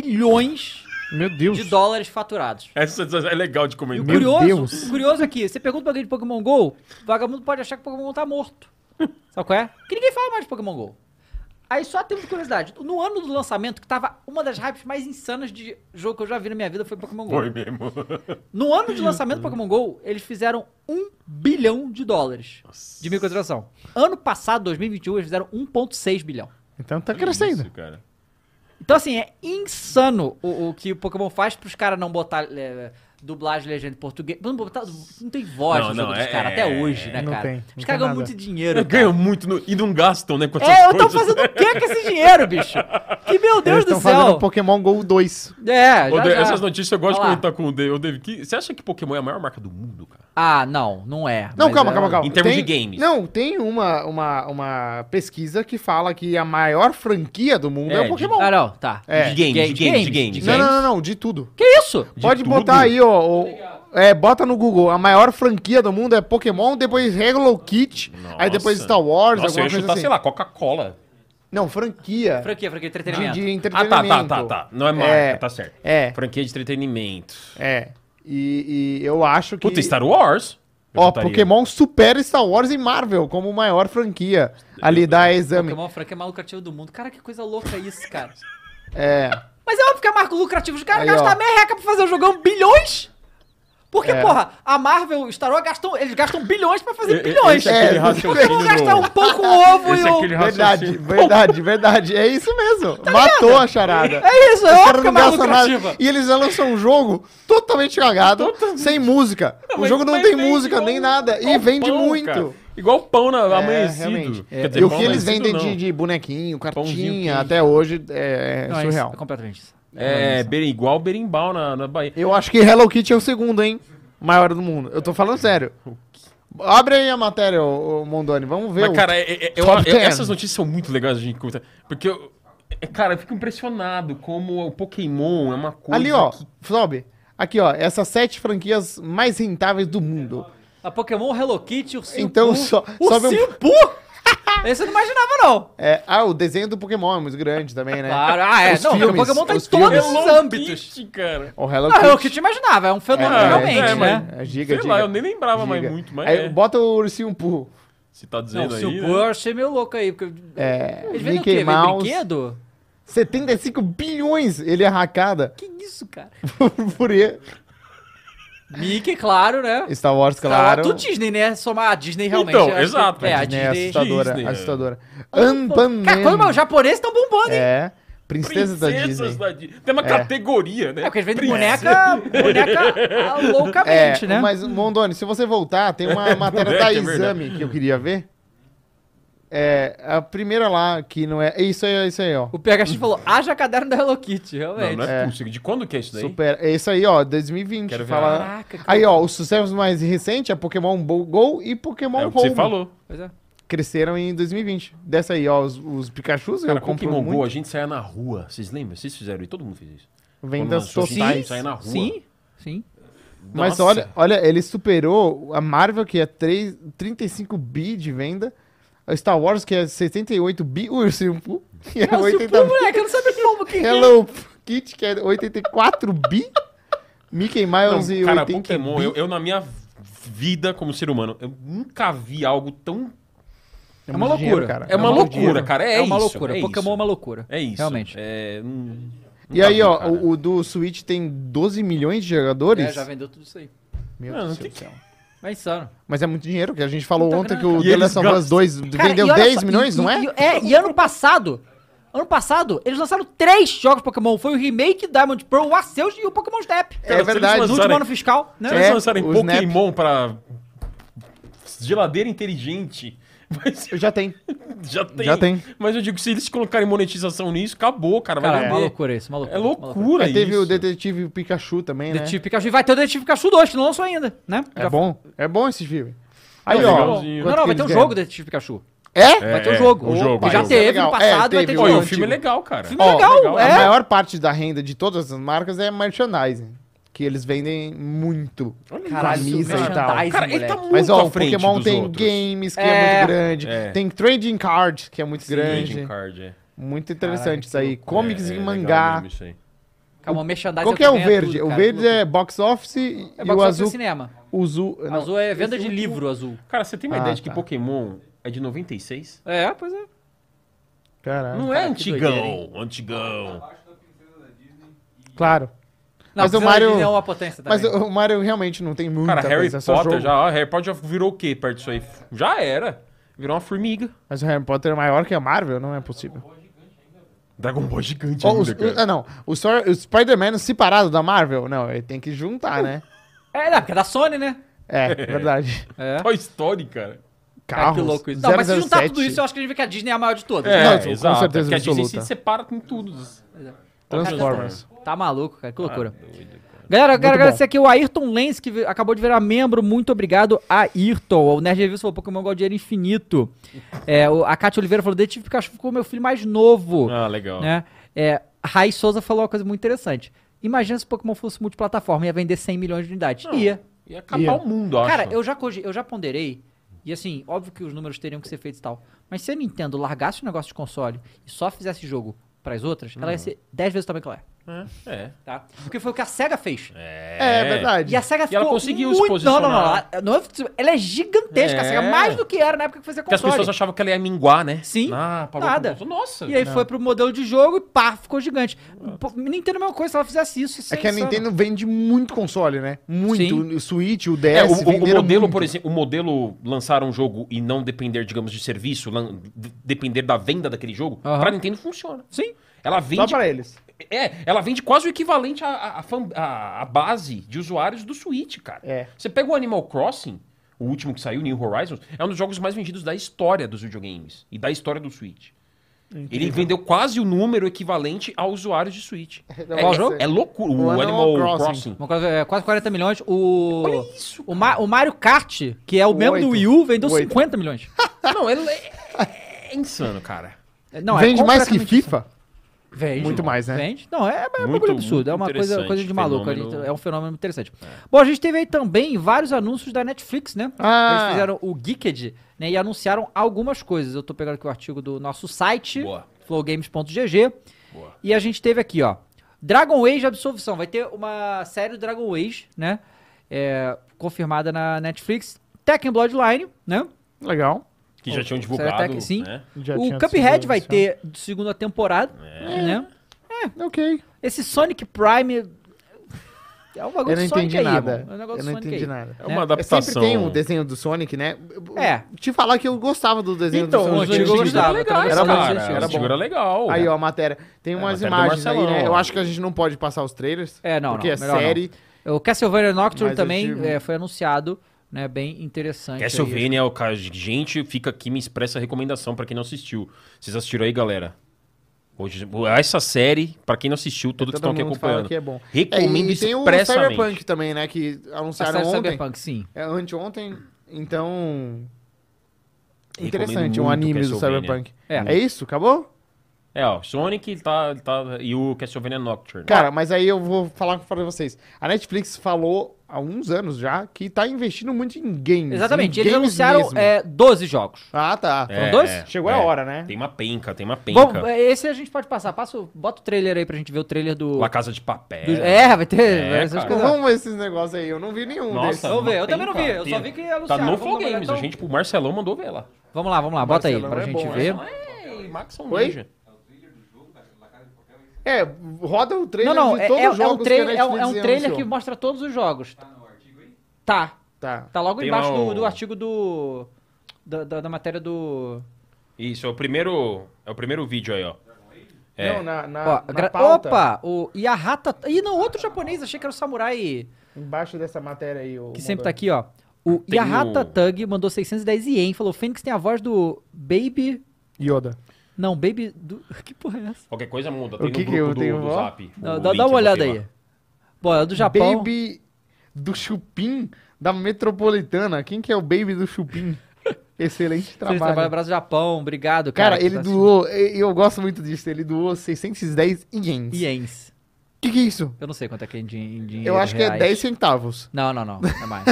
bilhões Meu Deus. de dólares faturados. Essa essa é legal de E o comentar. Meu Deus. curioso, o curioso aqui, você pergunta pra alguém de Pokémon GO, o vagabundo pode achar que o Pokémon GO tá morto. Sabe qual é? Que ninguém fala mais de Pokémon GO. Aí só temos curiosidade, no ano do lançamento, que tava uma das hypes mais insanas de jogo que eu já vi na minha vida foi Pokémon GO. Foi mesmo. No ano de lançamento do Pokémon GO, eles fizeram 1 bilhão de dólares de microtransação. Ano passado, 2021, eles fizeram 1.6 bilhão. Então tá crescendo. Isso, cara. Então, assim, é insano o, o que o Pokémon faz pros caras não botar é, dublagem, legenda em português. Não, botar, não tem voz Não, no jogo não, dos é- caras, até hoje, né, não cara? tem, não Os tem caras ganham nada. muito dinheiro. cara. Ganham muito no- e não gastam, né? Com essas É, eu tô coisas. *laughs* fazendo o que com esse dinheiro, bicho? Que meu Eles Deus estão do céu! fazendo Pokémon GO 2. É, Ô, já, Dave, já. Essas notícias eu gosto de Olha lá. comentar com o Dave. Ô, Dave, que- você acha que Pokémon é a maior marca do mundo, cara? Ah, não, não é. Não, mas calma, é- calma, calma. Em termos Tem- de games. Não, tem uma, uma, uma pesquisa que fala que a maior franquia do mundo é, É, o Pokémon. Ah, não, tá. É. De games, de games, de Games, games. de Não, games. não, não, não, de tudo. Que isso? De Pode tudo? botar aí, ó. o- é, bota no Google. A maior franquia do mundo é Pokémon, depois Hello Kitty, aí depois Nossa. Star Wars, Nossa, eu alguma ia coisa chutar, assim. sei lá, Coca-Cola. Não, franquia. Franquia, franquia, de, entretenimento. de Ah, entretenimento. tá, tá, tá, tá. Não é marca, É. tá certo. É, Franquia de entretenimento. é. E, e eu acho que. Puta, Star Wars? Eu Ó, chutaria. né? Pokémon supera Star Wars e Marvel como maior franquia. Ali dá exame. Pokémon, a franquia é mais lucrativa do mundo. Cara, que coisa louca isso, cara. É. Mas é óbvio que é marco lucrativo. Os caras Aí, gastam ó. É. merreca pra fazer o jogão bilhões. Porque, porra, a Marvel, Star Wars, gastam, eles gastam bilhões pra fazer bilhões. Esse é aquele É, Eles vão raciocínio gastar um do... pão *laughs* com ovo Esse e é um... aquele Verdade, raciocínio... Tá verdade, verdade. É isso mesmo. Matou a charada. É isso, é Os óbvio caras que é não mais gastam nada. lucrativa. E eles lançam um jogo totalmente cagado, sem música. o mas- jogo não mas tem vende música, igual- nem nada. E igual vende pão, muito. É, cara. Igual pão na, realmente. É, amanhecido. Quer dizer, E o pão que eles amanhecido, vendem não. de, de bonequinho, Pãozinho quente. cartinha, até hoje é, é Não, é isso, surreal. É completamente isso. É, beri- igual berimbau na, na Bahia. Eu acho que Hello Kitty é o segundo, hein? Maior do mundo. Eu tô falando sério. Abre aí a matéria, ô, ô Mondoni. Vamos ver. Mas, o- cara, é- é- é- eu- Top eu- 10. essas notícias são muito legais a gente conta. Porque, eu- é, cara, eu fico impressionado como o Pokémon é uma coisa. Ali, ó. que- Sobe. Aqui, ó. Essas sete franquias mais rentáveis do mundo. A Pokémon, Hello Kitty, Ursinho Então, Poo. só- sobe um- Ursinho *laughs* Poo? Esse eu não imaginava, não. É, ah, o desenho do Pokémon é muito grande também, né? Claro, ah, é. Os não, o filmes, Pokémon tá em os filmes. todos os Hello âmbitos. Kitty, cara. O Hello Não, Hello Kitty. Kitty eu imaginava, é um fenômeno É, realmente, é, mas- né? É giga, Sei giga. lá, eu nem lembrava mais giga. muito, mas. Aí, é. Bota o ursinho Poo. Se tá Não, dizendo o seu aí. Poo né? eu achei meio louco aí, porque É, eles vendem o quê? Mickey Vende Mouse. brinquedo? 75 bilhões ele é racada Que isso, cara? *laughs* por ele. Mickey, claro, né? Star Wars, claro. Tá lá do Disney, né? Somar a Disney realmente. Então, eu acho que- exato, É, a a Disney é Disney... assustadora, Disney, é. assustadora. Pô, Unpan Cara, como os Man. japoneses estão bombando, hein? É. É, princesa da Princesas Disney. É. da Di- Tem uma categoria, né? É, porque eles vendem Princesa. *laughs* boneca, boneca ah, loucamente, É, né? mas Mondoni, se você voltar, tem *laughs* uma matéria moleque, da é Exame que eu queria ver. É, a primeira lá, que não é... é Isso aí, é isso aí, ó. O PHX falou, haja caderno da Hello Kitty, realmente. Não, não é, possível. De quando que é isso daí? Super, é isso aí, ó, 2020. Quero ver. fala- Caraca, cara. Aí, ó, os sucessos mais recentes é Pokémon Bo- Go e Pokémon É o Home. que você falou. Pois é. Cresceram em 2020. Dessa aí, ó, os, os Pikachus eu Cara, compro Pokémon muito. Go, a gente saia na rua. Vocês lembram? Vocês fizeram isso? Todo mundo fez isso. Quando Vendas lançou, totais. Sim, sair na rua. Sim, sim. Mas Nossa. olha, olha, ele superou a Marvel, que é 3, 35 bi de venda. A Star Wars, que é 68 bi. O Ursinho Poo, *laughs* que é um É o 80 Supu, bi. moleque, eu não sabia como que... Hello Kitty, que é 84 bi. Mickey Mouse Não, é e cara, 80 Pokémon, bi. eu, eu na minha vida como ser humano, eu nunca vi algo tão. É uma muito dinheiro, loucura. cara. É uma muito loucura, dinheiro. cara. É, É, uma isso, loucura, é Pokémon isso. é uma loucura. É isso. Realmente. É, hum, E nunca aí, vi, ó, cara. o, o do Switch tem 12 milhões de jogadores. É, vendeu tudo isso aí. Meu Não, não Deus tem do que- céu. É insano. Mas é muito dinheiro, que a gente falou Muita ontem grana, que o cara. E The eles Last of Us gastam- 2 Cara, e vendeu olha 10 só, milhões, e- não é? e- É, e ano passado, ano passado, eles lançaram três jogos Pokémon. Foi o remake Diamond Pearl, o Arceus e o Pokémon Snap. É eles verdade. No lançaram- último ano fiscal, Se né? É, eles lançarem o Pokémon pra geladeira inteligente, *laughs* vai ser- Já tem. já, tem. Já tem. Mas eu digo, se eles colocarem monetização nisso, acabou, cara. Vai Cara, é uma vender. loucura isso, uma loucura. É uma loucura. loucura Aí teve isso. o Detetive Pikachu também, né? Detetive Pikachu. E vai ter o Detetive Pikachu 2, que não lançou ainda, né? É Já- bom. É bom esse filme. Aí, Não, ó. legalzinho. quanto Não, não, que vai ter um eles jogo ganham? Detetive Pikachu. É? Vai ter um é, jogo. o jogo, E já o jogo. teve Legal. no passado, É, vai ter teve de Pô, e novo. o Antigo. filme é legal, cara. Filme Ó, legal, legal. é. A maior parte da renda de todas as marcas é merchandising. Que eles vendem muito. Olha Caralho, é isso, camisa e cara. tal. Cara, ele tá moleque. muito Mas ó, à o frente Pokémon dos tem outros. games, que é, É. muito grande. É. Tem trading card, que é muito grande. Trading Card, é. Muito interessante isso aí. É, Comics é e legal mangá. mesmo isso aí. Calma, merchandising Qual que é o também verde? tudo, o cara, verde tudo. é box office e É o box office azul. e cinema. O azul, não. Azul é venda de livro azul. Cara, você tem uma Ah, ideia de que tá. Pokémon é de 96? É, pois é. Caralho. Não é Cara, que antigão, doideira, hein? antigão. Claro. né? Não, Mas o precisa de Mario- Disney é uma potência também. Mas o o Mario realmente não tem muita Cara, Harry coisa, é só Potter jogo. já, ó, Harry Potter já virou o quê perto disso aí? Já era. Virou uma formiga. Mas o Harry Potter é maior que a Marvel, não é possível. Dragon Ball gigante Ó, ainda, os- cara. ah, não. O, Sor- o Spider-Man separado da Marvel? Não, ele tem que juntar, né? É, não, porque é da Sony, né? *laughs* É, verdade. É. Toy Story, cara. Cara, Carros, que louco isso. Não, mas se juntar 007. tudo isso, eu acho que a gente vê que a Disney é a maior de todas. Não, com certeza Porque a Disney absoluta. se separa com tudo. Transformers. Tá maluco, cara. Que loucura. Galera, eu quero agradecer aqui o Ayrton Lenz, que vi- acabou de virar membro. Muito obrigado, Ayrton. O Nerd Reviews falou Pokémon Gold Dinheiro Infinito. *laughs* É, o- a Cátia Oliveira falou, Detetive Pikachu ficou meu filho mais novo. Ah, legal. Né? É, a Rai Souza falou uma coisa muito interessante. Imagina se o Pokémon fosse multiplataforma, ia vender 100 milhões de unidades. Ia. Ia acabar Ia. o mundo, acho. Cara, eu já, cogi- eu já ponderei, e assim, óbvio que os números teriam que ser feitos e tal, mas Hum. se a Nintendo largasse o negócio de console e só fizesse jogo pras outras, ela ia ser 10 vezes o tamanho que ela é. É. tá? Porque foi o que a SEGA fez. É, verdade. E a SEGA E ela ficou conseguiu muito... se posicionar. Não, não, não. Ela, não é- ela é gigantesca, a É. SEGA, mais do que era na época que fazia Porque as console. pessoas achavam que ela ia minguar, né? Sim, Ah, parou nada. com o console. Nossa. E aí foi pro modelo de jogo e pá, ficou gigante. Pô, Nintendo é a mesma coisa, se ela fizesse isso, isso É que a insano. Nintendo vende muito console, né? Muito. Sim. O Switch, É, o o, o- DS, o venderam modelo, muito. por exemplo, o modelo lançar um jogo e não depender, digamos, de serviço, lan- de- depender da venda daquele jogo, Aham. pra Nintendo funciona. Sim. Ela Só vende. para eles. É, ela vende quase o equivalente à, à- à fan- à- à base de usuários do Switch, cara. É. Você pega o Animal Crossing, o último que saiu, New Horizons, é um dos jogos mais vendidos da história dos videogames e da história do Switch. Ele vendeu quase o número equivalente a usuários de Switch. Não, é, nossa. é loucura. O, O Animal, Animal Crossing. Crossing. Uma coisa, é, quase 40 milhões. O. Olha isso, O, Ma- o Mario Kart, que é o, O mesmo oito. do Wii U, vendeu O oito. 50 milhões. Não, é, é- é insano, cara. Não, é Vende mais que completamente FIFA? Vende. Muito mais, né? Vende. Não, é, é um Muito, bagulho absurdo. É muito uma coisa, interessante, coisa de maluco. fenômeno. ali, É um fenômeno interessante. Bom, a gente teve aí também vários anúncios da Netflix, né? Ah. Eles fizeram o Geeked, né? E anunciaram algumas coisas. Eu tô pegando aqui o artigo do nosso site, Boa. flowgames.gg. E a gente teve aqui, ó. Dragon Age Absolvição. Vai ter uma série do Dragon Age, né? É, confirmada na Netflix. Tekken Bloodline, né? Legal. Que já tinham Será divulgado. até que sim? né? Já o tinha Cuphead sido vai anunciado. ter segunda temporada, É. né? Ok. Esse Sonic Prime é um bagulho Eu não do Sonic entendi aí, nada. irmão. É um negócio eu do não Sonic entendi aí. É nada. uma É, Sempre adaptação. tem o desenho do Sonic, né? É. Te falar que eu gostava do desenho Então, do o Sonic. antigo eu antigos eram gostava. legais, era, cara. bom, Era era, bom. era legal. Aí, ó, a matéria. Tem umas matéria do imagens aí, Marcelão. né? Eu acho que a gente não pode passar os trailers. É, não, Porque não, é melhor não. série. O Castlevania Nocturne Mas eu também digo- é, foi anunciado, né? Bem interessante. aí. Castlevania, é o cara, gente, fica aqui me expressa a recomendação pra quem não assistiu. Vocês assistiram aí, galera? Hoje, essa série, pra quem não assistiu, todo que estão Todo aqui mundo fala acompanhando. que é bom. Recomendo É, e tem o expressamente. Cyberpunk também, né? Que A série anunciaram ontem. Tá Cyberpunk, sim. É anteontem, então. Recomendo Interessante um muito anime do Castlevania. Cyberpunk. É. É. isso? Acabou? É, ó, Sonic tá, tá, e o Castlevania Nocturne. Cara, mas aí eu vou falar pra vocês. A Netflix falou há uns anos já que tá investindo muito em games. Exatamente. em Eles games anunciaram mesmo. é, 12 jogos. Ah, tá. É, dois? é, Chegou é. a hora, né? Tem uma penca, tem uma penca. Vamos, é, esse a gente pode passar. Passa, o- bota o trailer aí pra gente ver o trailer do. La Casa de Papel. do- é, vai ter. É, vai- essas cara. Então coisas. vamos ver esses negócios aí. Eu não vi nenhum Nossa, desses. Vamos ver, eu uma também não vi, penca. É, eu só vi que anunciaram, Tá no vamos Flow dar uma olhada, Games, a então. gente, o Marcelão mandou ver lá. Vamos lá, vamos lá, bota aí Marcelão pra é gente bom, ver. Ei, Max é um Oi? ninja. É, roda o trailer Não, não, de é, todos é- é os jogos um trailer, que é a um, é um Netflix trailer anunciou. que mostra todos os jogos. Tá no artigo aí? Tá. Tá. Tá logo Tem embaixo lá do, um- do artigo do. Da, da, da matéria do. Isso, é o primeiro, é o primeiro vídeo aí, ó. É. Não, na, na, Ó, Ah, na gra- pauta, Opa! O Yahata. Ih, não, outro japonês, achei que era o samurai que Embaixo dessa matéria aí. o sempre Mondoro. tá aqui, ó. O Tem Yahata o- Tug mandou 610 ien, falou: Fênix tem a voz do Baby. Yoda. Não, Baby. Do... *laughs* Que porra é essa? Qualquer coisa muda, tem O que no que grupo eu do, tenho do lá? Zap. Dá- o dá, link dá eu uma botei olhada lá. aí. Bom, é do Japão. Baby do Chupim da Metropolitana. Quem que é o Baby *laughs* do Chupim? Excelente Feliz trabalho. trabalho, abraço Japão, obrigado, cara. tá Cara, ele doou, e- eu gosto muito disso, ele doou 610 ienes. O Iens. que que é isso? Eu não sei quanto é que é em din- em dinheiro. Eu acho que é reais. 10 centavos. Não, não, não. É *laughs* mais.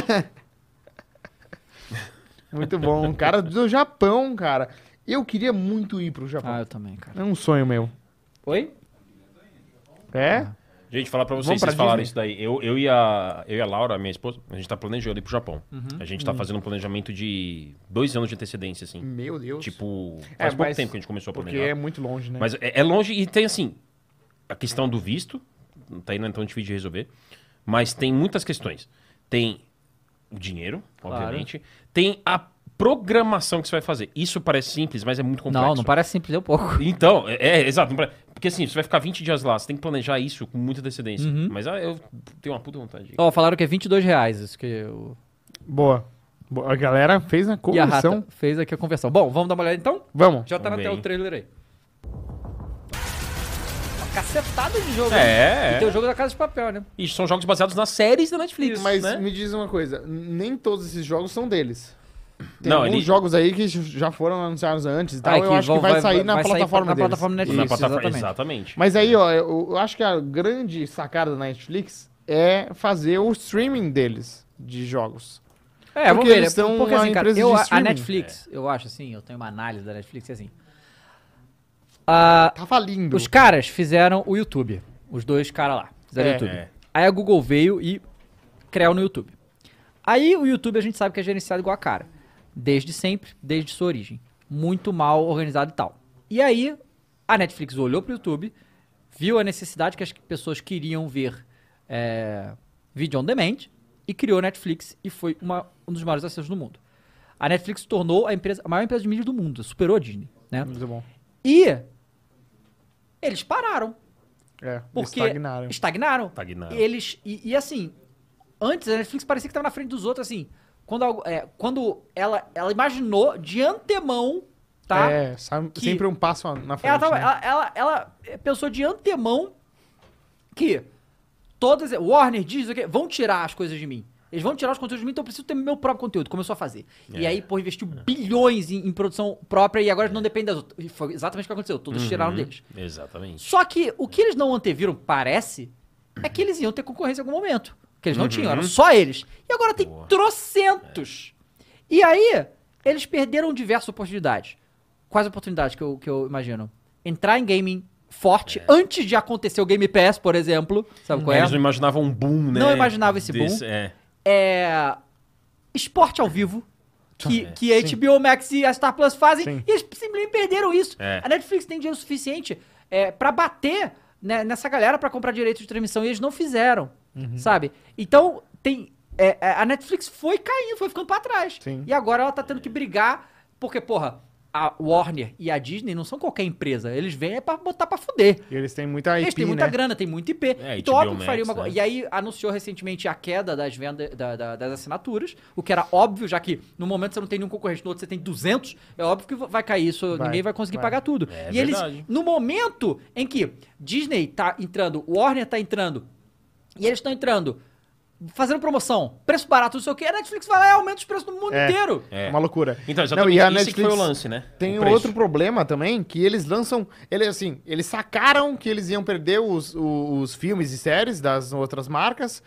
Muito bom. um Cara, do Japão, cara. Eu queria muito ir pro ah, Japão. eu também, cara. É um sonho meu. Oi? É? Gente, falar pra vocês, Vamos pra vocês falaram Disney? isso daí. Eu, eu, e a, eu e a Laura, minha esposa, a gente tá planejando ir pro Japão. Uhum. A gente tá fazendo um planejamento de dois anos de antecedência, assim. Meu Deus. Tipo, É, faz pouco mas- tempo que a gente começou a Porque planejar. é muito longe, né? Mas é, é longe e tem assim. A questão do visto, tá aí não é tão difícil de resolver. Mas tem muitas questões. Tem o dinheiro, obviamente. Tem a programação que você vai fazer. Isso parece simples, mas é muito complexo. Não, não parece simples, é um pouco. Então, é, é, exato. não pare- Porque assim, você vai ficar 20 dias lá, você tem que planejar isso com muita antecedência. Mas ah, eu tenho uma puta vontade. de ir. Uhum. Ó, falaram que é 22 reais, isso que eu... Boa. Boa, A galera fez a E a rata conversão. fez aqui a conversão. Bom, vamos dar uma olhada então? Vamos. Já tá na Vamos ver, tela o hein? trailer aí. Uma cacetada de jogo, né? E É, tem é. o jogo da Casa de Papel, né? É, E são jogos baseados nas séries da Netflix. Mas né? me diz uma coisa, nem todos esses jogos são deles. Tem Não, alguns ele- jogos aí que já foram anunciados antes e tal. Ah, eu acho vão- que vai, sair na plataforma na deles. plataforma Netflix, na plataforma. exatamente. Exatamente. Mas aí, ó, eu, eu acho que a grande sacada da Netflix é fazer o streaming deles de jogos. É, Porque vamos ver, eles né? são porque uma assim, cara, empresa de eu, a- a streaming. É. Netflix, eu acho assim, eu tenho uma análise da Netflix assim. Ah, Tá falindo. os caras fizeram o YouTube, Os dois caras lá, fizeram É. YouTube. É. Aí a Google veio e creu no YouTube. Aí o YouTube a gente sabe que é gerenciado igual a cara. Desde sempre, desde sua origem. Muito mal organizado e tal. E aí a Netflix olhou pro YouTube, viu a necessidade que as pessoas queriam ver é, vídeo on demand e criou a Netflix e foi uma- um dos maiores acessos do mundo. A Netflix se tornou a, empresa- a maior empresa de mídia do mundo, superou a Disney, né? Muito é bom. E eles pararam. É, Porque estagnaram. Estagnaram. Estagnaram. E eles. E, e assim, antes a Netflix parecia que estava na frente dos outros, assim. Quando, algo- é, quando ela, ela imaginou de antemão, tá? É, sa- Que- sempre um passo na frente. ela, tava- né? ela, ela, ela, é, pensou de antemão que todas. Warner diz o quê? Vão tirar as coisas de mim. Eles vão tirar os conteúdos de mim, então eu preciso ter meu próprio conteúdo. Começou a fazer. É. E aí, pô, investiu bilhões em, em produção própria e agora não depende das outras. E foi exatamente o que aconteceu. Uhum. Todos tiraram deles. Exatamente. Só que o que eles não anteviram, parece, é que eles iam ter concorrência em algum momento. Que eles não tinham, eram só eles. E agora tem Uhum. Boa. trocentos. E aí, eles perderam diversas oportunidades. Quais oportunidades que eu, que eu imagino? Entrar em gaming forte É. antes de acontecer o Game Pass, por exemplo. Sabe qual é? Eles não imaginavam um boom, né? Não imaginava esse boom. desse- É. é, esporte ao vivo que, que a HBO Max e a Star Plus fazem, É. Sim. e eles simplesmente perderam isso. É. A Netflix tem dinheiro suficiente é, para bater né, nessa galera para comprar direito de transmissão e eles não fizeram, Uhum. sabe? Então, tem é, é, a Netflix foi caindo, foi ficando pra trás. Sim. E agora ela tá tendo que brigar, porque, porra, a Warner e a Disney não são qualquer empresa, eles vêm é pra botar pra fuder. E eles têm muita IP, Eles têm muita né? grana, tem muito IP. É, então, HBO óbvio que faria Max, uma coisa. né? E aí anunciou recentemente a queda das vendas da- da- das assinaturas, o que era óbvio, já que no momento você não tem nenhum concorrente, no outro você tem 200, é óbvio que vai cair isso, Vai, ninguém vai conseguir vai. pagar tudo. É e eles, verdade. no momento em que Disney tá entrando, Warner tá entrando, e eles estão entrando, fazendo promoção, preço barato, não sei o que, a Netflix vai lá e aumenta os preços no mundo É. inteiro. É. É uma loucura. Então, Não, exatamente e a isso que foi o Netflix lance, né? Tem um O preço. outro problema também, que eles lançam. Ele, assim, eles sacaram que eles iam perder os, o- os, filmes e séries das outras marcas.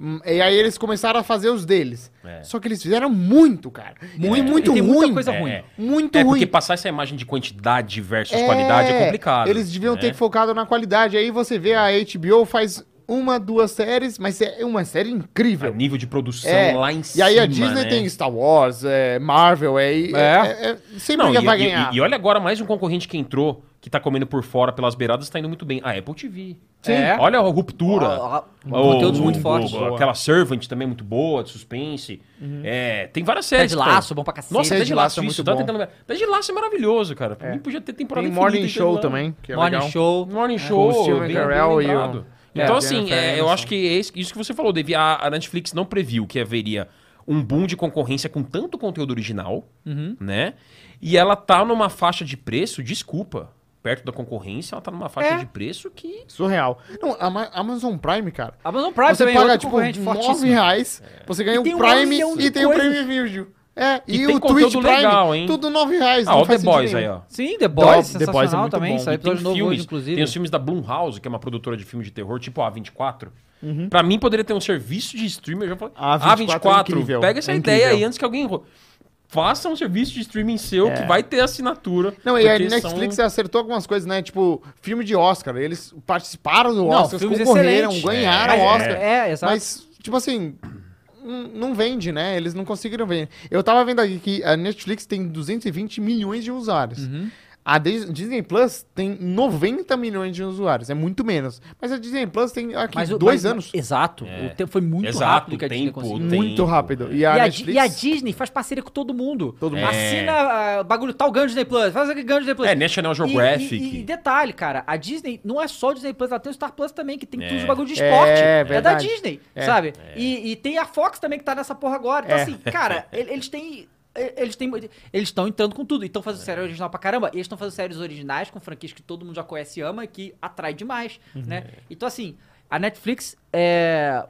hum, E aí eles começaram a fazer os deles. É. Só que eles fizeram muito, cara. Muito, muito e tem ruim. muita coisa ruim. É. Muito é, ruim. porque passar essa imagem de quantidade versus qualidade é complicado. Eles deviam né? ter focado na qualidade. Aí você vê a HBO faz uma, duas séries, mas é uma série Ah, incrível. nível de produção É, lá em E cima. aí a né? Disney tem Star Wars, é, Marvel, é, É. e- é- é- sempre Não, que e, vai e- ganhar. e- e olha agora mais um concorrente que entrou, que tá comendo por fora pelas beiradas, tá indo muito bem. A Apple TV. Sim. É. Olha a ruptura. Ó, ó, O- conteúdos muito o- fortes. o- Aquela Servant também muito boa, de suspense. É, tem várias Pé séries. de cara. laço, bom pra cacete. Nossa, Uhum. Ted Ted de Laço Lasso é é muito isso. Tava bom. tentando lembrar. Ted Lasso é maravilhoso, cara. Pra É. mim podia ter temporada Tem infinita Morning em Ted Show Lasso. também, que é Morning legal. Show. Morning Com Show, o Steve bem, bem Carell e o- lembrado. é, Então, a assim, Jennifer é, eu Aniston. acho que é isso isso que você falou, Devi, a, a Netflix não previu que haveria um boom de concorrência com tanto conteúdo original, Uhum. né? E ela tá numa faixa de preço, desculpa, perto da concorrência, ela tá numa faixa É. de preço que... Surreal. Não, a Ma- Amazon Prime, cara. Amazon Prime você também, é paga, outro tipo, concorrente 9 fortíssimo. reais, você ganha E o tem um Prime milhão de e tem o coisas. Prime Video. É, E tem e, o Twitch conteúdo Prime, legal, hein? tudo 9 reais. Ah, não ó, The faz sentido Boys aí, nenhum. ó. Sim, The Boys, The Boys é sensacional muito também. bom. um Saiu E tem episódio novo filmes, hoje, inclusive. Tem os filmes da Blumhouse, que é uma produtora de filme de terror, tipo a A24. Uhum. Pra mim, poderia ter um serviço de streaming. Eu já falei, A24 é A24, incrível, pega essa é ideia incrível. aí antes que alguém... rou- Faça um serviço de streaming seu É. que vai ter assinatura. Não, e a porque Netflix são- acertou algumas coisas, né? Tipo, filme de Oscar. Eles participaram do Não, Oscar, filmes concorreram, excelentes. ganharam Mas- o Oscar. É, é, exato. Mas, tipo assim, n- não vende, né? Eles não conseguiram vender. Eu tava vendo aqui que a Netflix tem 220 milhões de usuários. Uhum. A Dis- Disney Plus tem 90 milhões de usuários. É muito menos. Mas a Disney Plus tem aqui Mas o- dois mas- anos. É. Exato. O tempo foi muito Exato, rápido que a o Disney tempo, conseguiu. o muito tempo, rápico. E E a, a, Di- Netflix... e a Disney faz parceria com todo mundo. Todo mundo. É. Assina ah, bagulho tal ganho Disney Plus, faz aquele ganho Disney Plus. É, National Geographic. E, e- e detalhe, cara, a Disney não é só o Disney Plus, ela tem o Star Plus também, que tem É. tudo de bagulho de É, esporte. É, da verdade. Disney, É. sabe? E, e tem a Fox também que tá nessa porra agora. Então, É. assim, cara, ele- eles têm. Eles têm, eles estão entrando com tudo. E estão fazendo série original pra caramba. E eles estão fazendo séries originais com franquias que todo mundo já conhece e ama e Uhum. que atrai demais, né? Então, assim, a Netflix é,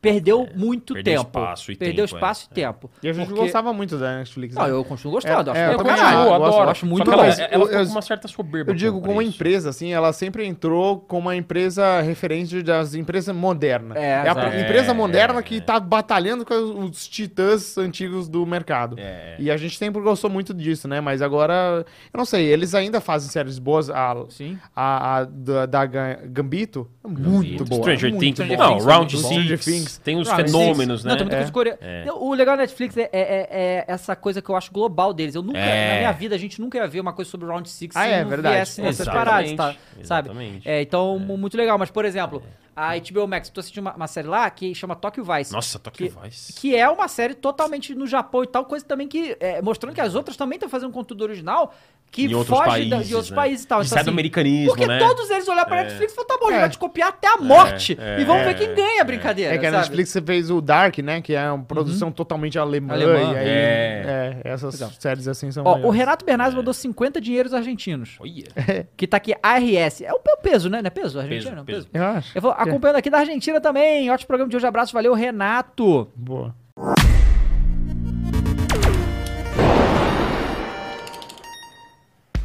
perdeu muito perdeu tempo. espaço e perdeu tempo, é. espaço e tempo. E a gente Porque- gostava muito da Netflix. Não, né? eu continuo gostando. acho É, é, que eu eu também continuo, acho, eu gosto, adoro. gosto. Acho Só muito que bom. ela, é, mas ela eu- ficou eu- com uma certa soberba. Eu digo, com como isso. empresa, assim, ela sempre entrou como uma empresa referente das empresas modernas. É, a exato. pr- empresa É, moderna é, que é. tá batalhando com os titãs antigos do mercado. É. E a gente sempre gostou muito disso, né? Mas agora, eu não sei, eles ainda fazem séries boas. A, Sim. a, a da, da Ga- Gambito é muito boa. Stranger muito Things. boa. Não, Round muito bom. Stranger Things. Six. Tem os Ah, mas fenômenos, sim. Não, né? tem muita É. coisa coreana. É. O legal da Netflix é, é- é- é essa coisa que eu acho global deles. Eu nunca, É. na minha vida, a gente nunca ia ver uma coisa sobre Round Six Ah, se é, não verdade. viesse nessas Exatamente. paradas, tá? sabe? Exatamente. É. É, então, mu- muito legal. Mas, por exemplo, a HBO Max, eu tô assistindo uma, uma série lá que chama Tokyo Vice. Nossa, Tokyo Vice. Que é uma série totalmente no Japão e tal, coisa também que. é, mostrando que as outras também estão fazendo conteúdo original que Em outros foge países, da- de outros né? países e tal. Que Então, sai do assim, americanismo, Porque né? todos eles olharam pra É. Netflix e falaram, tá bom, a gente É. vai te copiar até a morte. é, e vamos é, ver quem ganha a brincadeira. É que a sabe? Netflix fez o Dark, né? Que é uma produção totalmente alemã. Alemã. E aí, Uhum. É. é, essas Legal. séries assim são Ó, o legais. Renato Bernardes mandou 50 dinheiros argentinos. Olha. Que tá aqui, ARS. É o é o peso, né? Não é peso? Argentina, Peso, não é peso. peso. Eu acho. Ele falou, acompanhando aqui da Argentina também. Ótimo programa de hoje, abraço. Valeu, Renato. Boa.